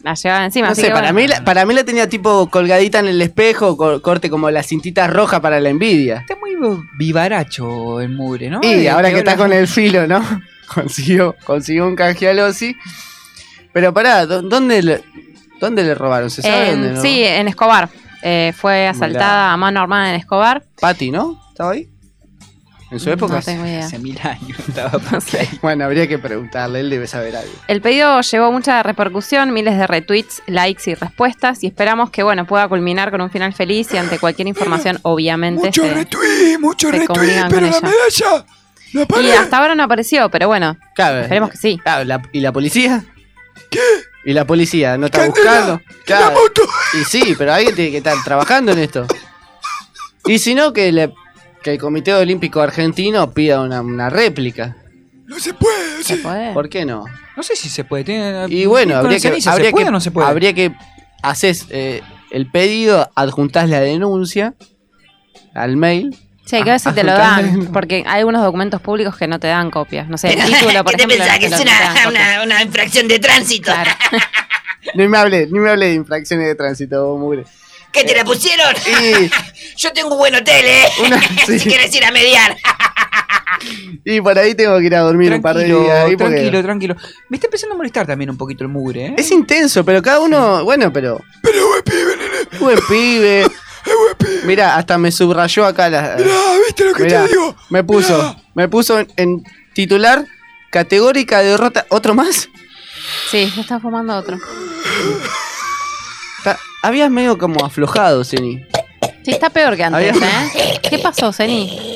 La llevaba encima.
No
así
sé,
que
para, mí
bueno.
la, para mí la tenía tipo colgadita en el espejo, co- corte como la cintita roja para la envidia.
Está muy vivaracho el mugre, ¿no?
y
Eh,
ahora que
hola.
está con el filo, ¿no? [LAUGHS] Consiguió, consiguió un canje a Lossi. Pero pará, ¿dó- ¿dónde le, dónde le robaron? ¿Se sabe
En-
dónde le
Em, Sí, en Escobar. Eh, fue asaltada a mano armada en Escobar.
robaron? Pati, ¿no? ¿Estaba ahí? ¿En su época?
No tengo idea.
Hace mil años
[LAUGHS]
estaba
Bueno, habría que preguntarle, él debe saber algo.
El pedido llevó mucha repercusión, miles de retweets, likes y respuestas y esperamos que bueno pueda culminar con un final feliz y ante cualquier información obviamente este,
Mucho
se-
retweet, mucho
se
retweet,
comunican
pero la
con ella.
medalla. La
Y
pared.
hasta ahora no apareció, pero bueno,
Claro.
esperemos que sí.
Claro, la- ¿Y la policía? ¿Qué? ¿Y la policía? ¿No está buscando? Claro. Y sí, pero alguien tiene que estar trabajando en esto. Y si no, que, le- que el Comité Olímpico Argentino pida una, una réplica.
¿Se puede?
¿Por qué no?
No sé si se puede. tiene-
Y bueno,
con
habría
el
que,
cenizo,
habría
¿se puede
que-
o no se puede?
habría que haces eh, el pedido, adjuntás la denuncia al mail.
Che, que a veces
Ah,
te lo
totalmente.
dan, porque hay algunos documentos públicos que no te dan copias. No sé,
[LAUGHS]
el título, por
¿Qué te
ejemplo.
pensás?
no
Que
te
es
lo- no te dan
una,
copias.
una, una infracción de tránsito.
Ni me hablé, ni me hablé de infracciones de tránsito, vos, mugre.
[LAUGHS] ¿Qué te la pusieron?
Y-
[LAUGHS] Yo tengo un buen hotel, ¿eh? [LAUGHS] si querés ir a mediar. [LAUGHS]
Y por ahí tengo que ir a dormir un par de
Tranquilo,
días. ahí porque-
tranquilo, tranquilo. Me está empezando a molestar también un poquito el mugre, ¿eh?
Es intenso, pero cada uno, bueno, pero. Pero buen [LAUGHS] pibe, nene. Buen pibe. Mirá, hasta me subrayó acá la. Mirá,
¿viste lo que te digo?
Me puso, me puso en, en titular categórica de derrota. ¿Otro más?
Sí, yo estaba fumando otro.
Ta- habías medio como aflojado, Zeni.
Sí, está peor que antes,
Había-
¿eh? ¿Qué pasó, Zeni?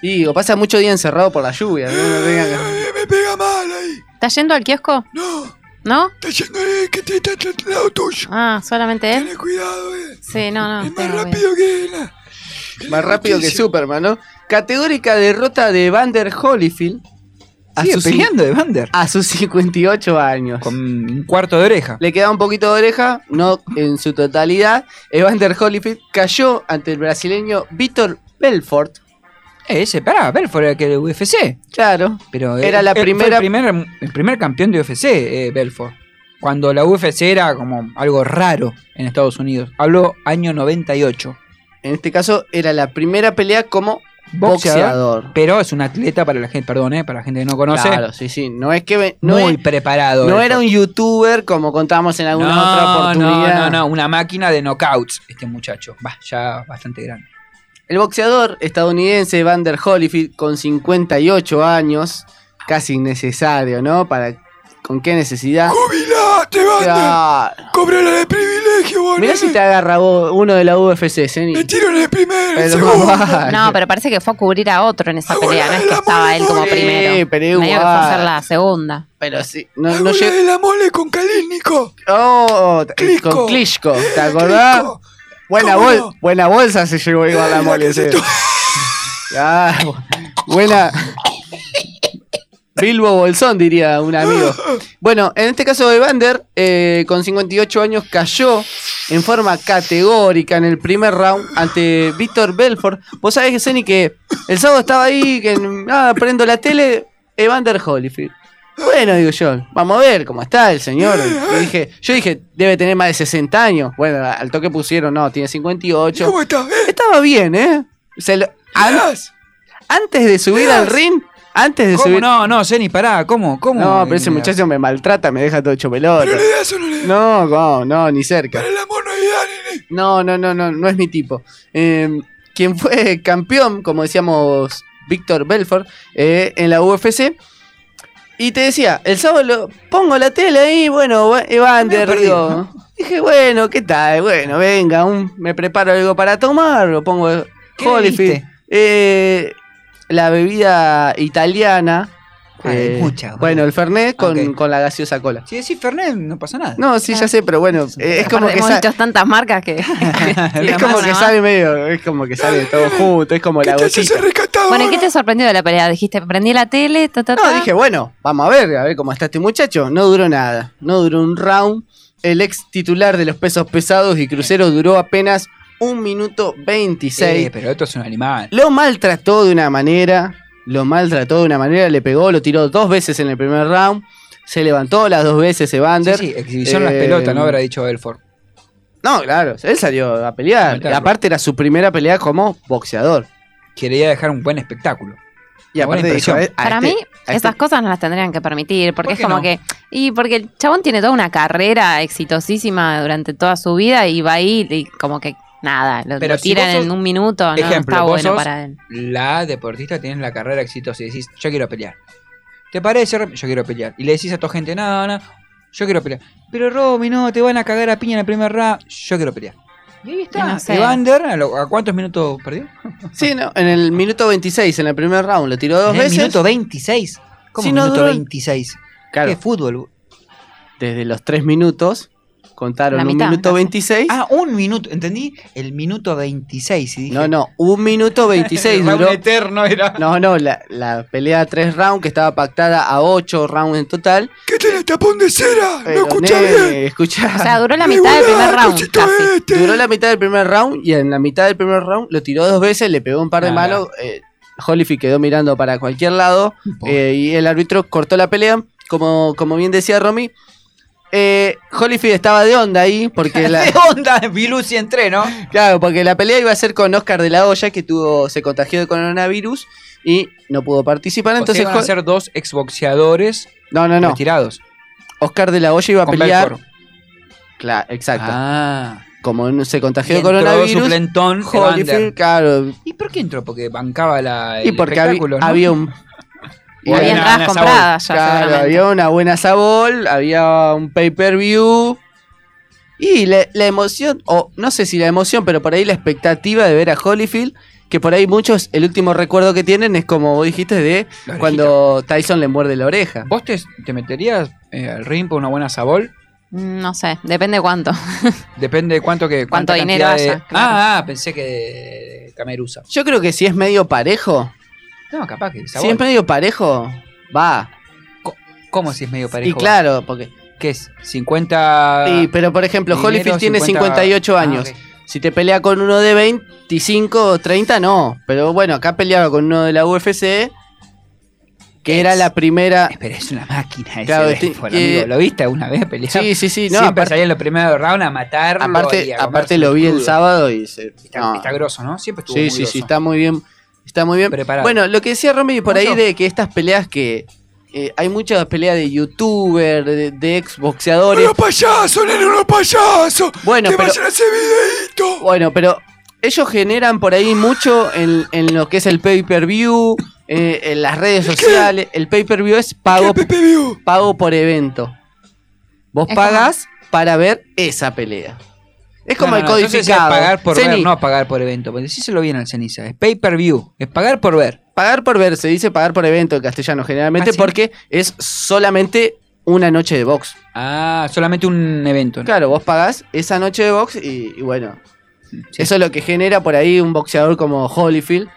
Y digo, pasa mucho día encerrado por la lluvia. ¿no? No tenga-
[LAUGHS]
Me pega mal ahí.
¿Estás yendo al kiosco?
No,
¿No?
está yendo ahí que te está atrás del lado tuyo.
Ah, solamente él.
Ten cuidado, eh.
Sí, no, no.
Es más rápido que la.
Más rápido que Superman, ¿no? Categórica derrota de Vander Holyfield.
Sigue
sus cin-
peleando de Vander.
A sus 58 años.
Con un cuarto de oreja.
Le queda un poquito de oreja, no en su totalidad. Evander Holyfield cayó ante el brasileño Víctor Belfort.
Eh, ese, pará, Belfort era el que era UFC.
Claro.
Pero eh,
Era la
fue
primera-
el, primer, el primer campeón de UFC, eh, Belfort. Cuando la UFC era como algo raro en Estados Unidos. Habló año 98.
En este caso era la primera pelea como boxeador.
Pero es un atleta para la gente, perdón, eh, para la gente que no conoce.
Claro, sí, sí. No es que ve- no
muy
es-
preparado.
no
Belfort.
era un youtuber como contábamos en alguna otra oportunidad.
No, no, no, una máquina de knockouts este muchacho. Va, ya bastante grande.
El boxeador estadounidense Vander Holyfield con 58 años, casi innecesario, ¿no? Para ¿Con qué necesidad?
¡Jubilate,
Vander!
¡Cóbrala de privilegio, vos,
Mirá
nene.
si te agarra vos uno de la UFC, Zeni.
Me tiro en el primero, en el
Pero [LAUGHS]
segundo.
vale.
No, pero parece que fue a cubrir a otro en esa
Ah,
pelea, no es que estaba él como
Sí,
primero.
pero
Medio que fue
igual.
a hacer la segunda.
Pero sí, no, no
Hago la
llegó.
de ¡Ah, la mole con Kalínico.
Oh, t-
Klitschko.
con Klitschko, ¿te acordás?
Klitschko.
Buena,
¿Cómo
bol-
no?
buena bolsa se llevó igual la
La
mole.
que se
sí.
to-
[LAUGHS] Ah, bu- buena. Bilbo Bolsón, diría
[LAUGHS]
un amigo. Bueno, en este caso Evander, eh, con 58 años, cayó en forma categórica en el primer round ante Víctor Belfort. Vos sabés que Zeni que el sábado estaba ahí, que ah, prendo la tele, Evander Holyfield. Bueno, digo yo, vamos a ver cómo está el señor. Le dije, yo dije, debe tener más de 60 años. Bueno, al toque pusieron, no, tiene 58.
¿Cómo estás? eh?
Estaba bien, ¿eh? Se lo- an- antes de subir al ring, antes de
¿Cómo?
subir.
No, no, Jenny, pará, ¿cómo? ¿Cómo?
No, pero ese
Mira.
muchacho me maltrata, me deja todo hecho pelota.
Pero le das o no le das.
No, no, no, ni cerca.
Para el amor no hay edad, nene.
No, no, no, no, no es mi tipo. Eh, quien fue [LAUGHS] campeón, como decíamos, Víctor Belfort, eh, en la UFC. Y te decía, el sábado lo- pongo la tele ahí, bueno, va- Evander,
Medio perdido,
digo, Dije, bueno, ¿qué tal? Bueno, venga, un- me preparo algo para tomar, lo pongo
¿Qué
Holyfield.
bebiste?
Eh, la bebida italiana. eh,
Ay, mucha, boludo.
bueno, el Fernet con, con la gaseosa cola.
Si decís Fernet, no pasa nada.
No, sí, ya sé, pero bueno, eh, es como
Aparte,
que
hemos
sa-
dicho tantas marcas que.
es como que sale medio, es como que sale todo junto, es como la gotita.
Bueno, ¿y qué te sorprendió de la pelea? Dijiste, prendí la tele, ta, ta,
No,
ta.
dije, bueno, vamos a ver, a ver cómo está este muchacho. No duró nada, no duró un round. El ex titular de los pesos pesados y cruceros duró apenas un minuto 26.
Eh, pero esto es un animal.
Lo maltrató de una manera, lo maltrató de una manera, le pegó, lo tiró dos veces en el primer round, se levantó las dos veces Evander. Eh,
Sí, sí, exhibición las pelotas, no habrá dicho Belfort.
No, claro, él salió a pelear.
Matarlo.
Aparte era su primera pelea como boxeador.
Quería dejar un buen espectáculo.
Y
Una buena
aparte dijo,
impresión.
"Eh, a
Para
este-
mí,
a
esas
este
cosas no las tendrían que permitir, porque
¿Por
es
qué
como
no?
que. Y porque el chabón tiene toda una carrera exitosísima durante toda su vida y va ahí y como que nada, lo,
Pero
lo
si
tiran
vos sos-
en un minuto, no, no
Ejemplo,
está
vos
bueno
sos
para él.
la deportista, tienes la carrera exitosa y decís, yo quiero pelear. ¿Te parece? Yo quiero pelear. Y le decís a tu gente, no, no, yo quiero pelear. Pero Romy, no, te van a cagar a piña en el primer round. Yo quiero pelear. Y ahí está.
Y no sé.
Ah, Evander, ¿a, lo- a cuántos minutos perdió?
[LAUGHS] Sí, no, en el minuto 26, en el primer round, lo tiró dos
¿En el
veces.
minuto 26? ¿Cómo
Sí, no,
minuto
duró-
26?
Claro.
¿Qué fútbol?
Desde los tres minutos, contaron
La
un
mitad,
minuto
casi.
26.
Ah, un minuto, entendí, el minuto 26. Y dije,
No, no, un minuto
[LAUGHS]
26
Round
duró.
eterno era.
No, no, la, la pelea a tres rounds que estaba pactada a ocho rounds en total. ¿Qué tiene tapón de cera? No escuché Escuchá.
O sea, duró la mitad del primer round. casi.
Duró la mitad del primer round y en la mitad del primer round lo tiró dos veces, le pegó un par de
Ah,
manos. eh, Holyfield quedó mirando para cualquier lado eh, y el árbitro cortó la pelea. Como, como bien decía Romy, eh, Holyfield estaba de onda ahí porque la, [LAUGHS]
¿Qué [LAUGHS] onda? Vilusi entré, ¿no?
claro, porque la pelea iba a ser con Oscar de la Hoya que tuvo se contagió de coronavirus y no pudo participar. Entonces
Entonces van Pues a
Hol-
ser dos exboxeadores
no, no, no.
retirados.
Oscar de la Hoya iba a
Con
pelear.
Belfort.
Claro, exacto.
Ah.
Como no se
Y
contagió de
entró
coronavirus.
suplentón
Holyfield,
Evander.
claro.
¿Y por qué entró? Porque bancaba la, el
Y porque había,
espectáculo, ¿no?
había un.
Y había
una-
entradas
una
compradas
Sabol.
ya,
Claro,
seguramente.
había una buena Sabol, había un pay-per-view. Y la, la emoción, o no sé si la emoción, pero por ahí la expectativa de ver a Holyfield, que por ahí muchos, el último recuerdo que tienen es como vos dijiste de
orejita.
cuando Tyson le muerde la oreja.
¿Vos te, te meterías eh, al ring por una buena sabol?
Mm, No sé, depende cuánto.
Depende de cuánto que cuánta
dinero
cantidad de-
haya, claro.
Ah, ah, pensé que de, de Camerusa.
Yo creo que si es medio parejo,
No, capaz que
si
sabol.
es medio parejo, va.
¿Cómo si es medio parejo?
Y claro, porque
¿Qué es? 50
Sí, pero por ejemplo,
Ah, Dinero,
Holyfield tiene
50
58
Ah,
años.
ok.
Si te pelea con uno de 25 o 30, no. Pero bueno, acá peleaba con uno de la UFC, que era la primera.
Pero es una máquina ese
Claro,
Belfort,
este-
amigo.
que-
¿Lo viste alguna vez
[LAUGHS]
pelear?
Sí, sí, sí, no,
Siempre
aparte-
salía en los primeros rounds a matarlo y
Aparte,
a
aparte
comerse
lo vi el
crudo.
sábado y se.
Está,
no.
está grosso, ¿no? Siempre estuvo
Sí,
muy
sí, sí,
grosso.
está muy bien. Está muy bien.
Preparado.
Bueno, lo que decía Romy por ahí
Mucho.
de que estas peleas que. eh, hay muchas peleas de youtubers, de, de exboxeadores.
¡Unos payasos, nene, unos payasos!
Bueno,
¡Que
pero-
vayan a ese videíto!
Bueno, pero ellos generan por ahí mucho en, en lo que es el pay-per-view, eh, en las redes sociales. El pay-per-view es pago, pago por evento. Vos
Es
pagás para ver esa pelea. Es como
No,
el
no, no, entonces es
codificado.
pagar por
Ceni,
ver, no pagar por evento. Porque decíselo bien al ceniza. Es pay per view. Es pagar por ver.
Pagar por ver, se dice pagar por evento en castellano generalmente
¿Ah, sí?
porque es solamente una noche de box.
Ah, solamente un evento. ¿no?
Claro, vos pagás esa noche de box y, y bueno. Eso es lo que genera por ahí un boxeador como Holyfield.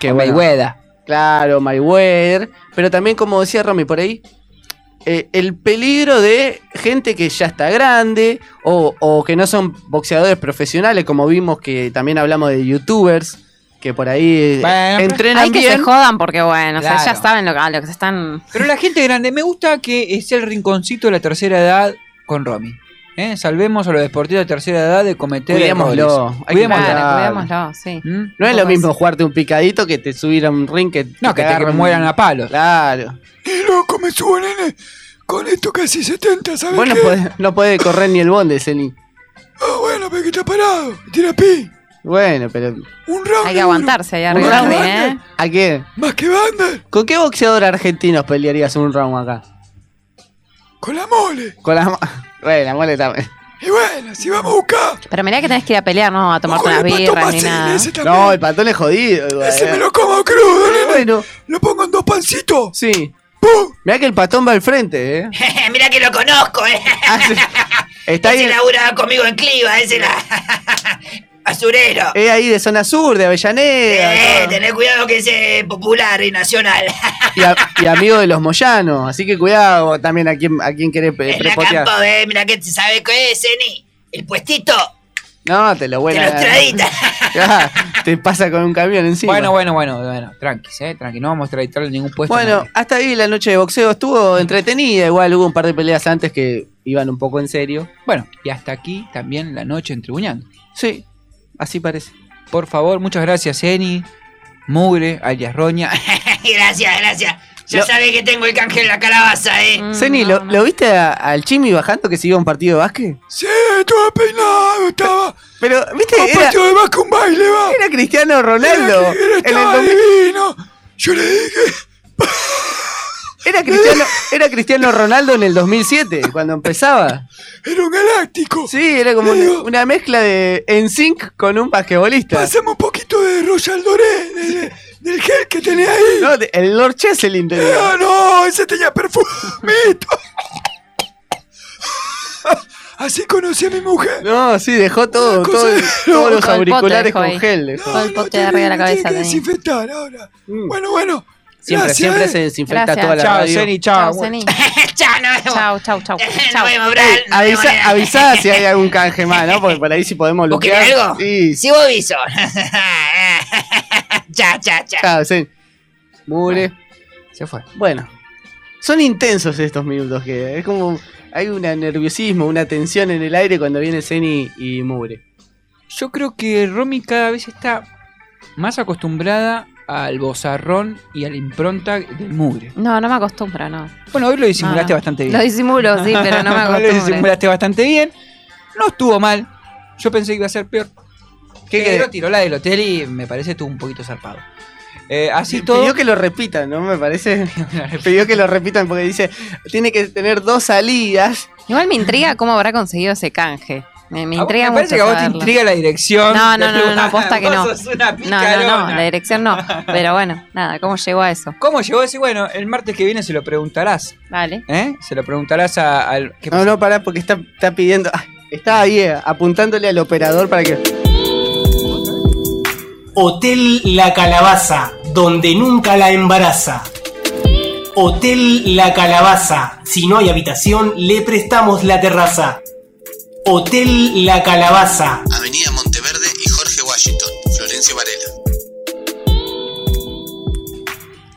Que
O
bueno,
Mayweather.
Claro, Mayweather. Pero también, como decía Romy por ahí, eh, el peligro de gente que ya está grande o, o que no son boxeadores profesionales, como vimos que también hablamos de youtubers, que por ahí eh, entrenan
Hay que
bien.
se jodan porque, bueno, o sea, ya
Claro.
saben lo, a lo que se están.
Pero la gente grande, me gusta que es el rinconcito de la tercera edad con Romy. ¿Eh? Salvemos a los deportistas de tercera edad de cometer
Cuidémoslo,
errores.
hay que
Cuidémoslo. ¿Mm?
cuidar.
Claro, cuidémoslo, sí.
No es lo
Como
mismo jugarte un picadito que te subir a un ring que
No, que te
agarren-
mueran a palos.
Claro.
loco, me subo, nene! Con esto casi 70, ¿sabes
Vos no
qué?
podés, no podés correr ni el bonde, Celi.
Ah, bueno, pero que está parado. Tira pi.
Bueno, pero.
Hay que aguantarse ahí arriba.
round,
también, ¿eh?
¿A qué?
Más que banda.
¿Con qué boxeador argentino pelearías un round acá?
Con la mole.
Con la. ma- [LAUGHS] Bueno, la mole también.
Y bueno, si vamos a buscar,
Pero mirá que tenés que ir a pelear, no a tomarte unas birras ni nada.
No, el pantón es jodido.
Ese me
lo
como crudo, nene.
Bueno.
Lo pongo en dos pancitos.
Sí. Mirá que el patón va al frente, eh.
Mira que lo conozco, eh.
Está ahí.
Ese laburaba conmigo en Cliva, ese la. [LAUGHS] Azurero.
Es ahí de zona sur, de Avellaneda.
Eh, tené cuidado que ese es popular y nacional. [LAUGHS]
Y, a- y amigo de los Moyanos. Así que cuidado también a quién, a quién querés pe-
En la
prepotear.
campo, eh, mira que sabe qué es, Eni. El puestito
No, te lo
de
vuelan. [LAUGHS]
los traditas.
Ya, te pasa con un camión encima.
Bueno, bueno, bueno, bueno, tranquis, eh, tranqui, no vamos a traitarle ningún puesto. a
Bueno,
nadie.
hasta ahí la noche de boxeo estuvo entretenida. Igual hubo un par de peleas antes que iban un poco en serio.
bueno, y hasta aquí también la noche en Tribuñando.
Sí, así parece.
Por favor, muchas gracias, Eni, Mugre, alias Roña.
[LAUGHS]
[LAUGHS]
gracias, gracias. Ya
Lo-
sabés que tengo el canje en la calabaza, eh.
Mm,
Zeni, ¿lo, lo viste a- al Chimi bajando que se iba a un partido de básquet?
Sí, todo peinado estaba.
Pero, ¿viste?
Un
Era-
partido de más que un baile, va.
Era Cristiano Ronaldo.
Era,
En el
estaba
2000.
divino. Yo le dije,
Era Cristiano, era Cristiano Ronaldo en el 2007, cuando empezaba.
era un galáctico.
Sí, era como
Le
una,
digo,
una mezcla de NSYNC con un basquetbolista.
Pasame un poquito de Royal Doré, de- de- del gel que tenía ahí.
No, de- el Lord Cheselin tenía.
No, no, ese tenía
[LAUGHS]
perfumito. Así conocí a mi mujer.
No, sí, dejó todo,
Una
todo-
cosa-
todos los
Todo el pote
auriculares
dejó
con
ahí.
gel. dejó.
Todo el pote de
tiene-
arriba de la
tiene
cabeza.
que
tenía.
desinfectar ahora.
Mm.
Bueno, bueno.
Siempre,
gracias,
siempre
eh.
se desinfecta
Gracias.
toda la
Chao,
radio.
Zeni,
Chao,
chao.
Zeni.
[LAUGHS] Chao, nos vemos.
Chao, chao, chao.
[LAUGHS] Nos
Chao.
vemos, Bral. nos vemos,
Avisa,
nena.
avisá si hay algún canje más, ¿no? Porque por ahí sí podemos
¿Vos
bloquear.
querés algo?
Sí,
Sí, vos aviso. Chao, chao, chao.
chao, Zeni. Mugre.
Se fue.
Bueno, son intensos estos minutos que es como hay un nerviosismo, una tensión en el aire cuando viene Zeni y Mugre.
Yo creo que Romy cada vez está más acostumbrada al bozarrón y a la impronta del mugre.
No, no me acostumbro, no.
Bueno, hoy lo disimulaste
No.
bastante bien.
Ah. Lo
[LAUGHS]
disimulo, sí, pero no me
lo
acostumbro.
disimulaste bastante bien. No estuvo mal. Yo pensé que iba a ser peor.
¿Qué
Pero
querés?
tiró la del hotel y me parece estuvo un poquito zarpado. Eh, así todo.
Pidió que lo repitan, ¿no? Me [LAUGHS] parece. Pidió que lo repitan porque dice, tiene que tener dos salidas.
Igual me intriga cómo habrá conseguido ese canje. Me, me
A vos-
intriga
me
mucho.
parece que a vos te
saberlo.
intriga la dirección.
No, no,
del
no, no,
lugar.
no, posta que no.
[LAUGHS] Vos sos una
No, no, no,
picarona.
la dirección no. Pero bueno, nada, ¿cómo llegó a eso?
¿Cómo llegó ese? Bueno, el martes que viene se lo preguntarás.
Vale.
¿Eh? Se lo preguntarás a- al. ¿qué
No, no, pará, porque está, está pidiendo. ah, Está ahí, eh, apuntándole al operador para que.
Hotel La Calabaza, donde nunca la embaraza. Hotel La Calabaza, si no hay habitación, le prestamos la terraza. Hotel La Calabaza,
Avenida Monteverde y Jorge Washington, Florencio Varela.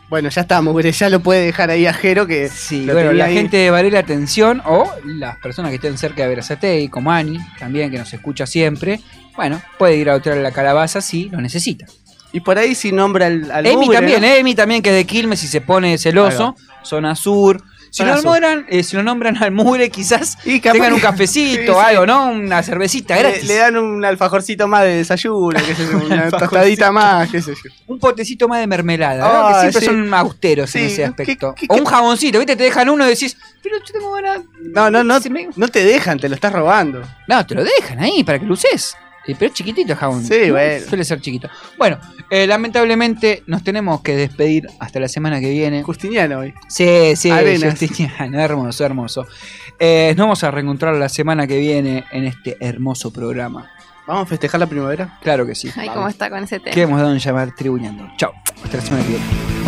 Bueno, ya está, Mugre, ya lo puede dejar ahí ajero que.
Sí,
lo
bueno,
tenía
la
ahí.
gente de Varela Atención o las personas que estén cerca de Verazatei, como Ani, también que nos escucha siempre, bueno, puede ir a Hotel La Calabaza si lo necesita.
Y por ahí si nombra al, al
Emi
Mugre,
también, eh,
¿no?
Emi también que es de Quilmes y se pone celoso, zona sur. Si
Zona
lo,
sur.
nombran, eh, si lo nombran al mugre, quizás
Y capaz
tengan un
que- [LAUGHS]
cafecito,
Sí, sí.
algo, ¿no? Una cervecita
Le,
gratis.
le dan un alfajorcito más de desayuno, qué sé
[LAUGHS]
yo, una
Alfajorcito.
tostadita más, qué sé yo.
Un potecito más de mermelada, ¿no?
Ah,
que siempre
sí.
son austeros en
Sí,
ese
¿qué-
aspecto.
qué-
o
qué-
un jaboncito, ¿viste? Te dejan uno y decís, pero yo tengo ganas.
No, no, no,
Se me-
no te dejan, te lo estás robando.
No, te lo dejan ahí para que lo uses. Eh, Pero es chiquitito el jabón.
Sí,
¿no?
bueno.
Suele ser chiquito. Bueno, eh, lamentablemente nos tenemos que despedir hasta la semana que viene.
Justiniano hoy.
Sí, sí,
Arenas.
Justiniano, hermoso, hermoso. Eh, nos vamos a reencontrar la semana que viene en este hermoso programa.
Vamos a festejar la primavera.
Claro que sí.
Ay, cómo está con ese tema.
Que hemos dado en llamar Tribuñando. Chao. Hasta la semana que viene.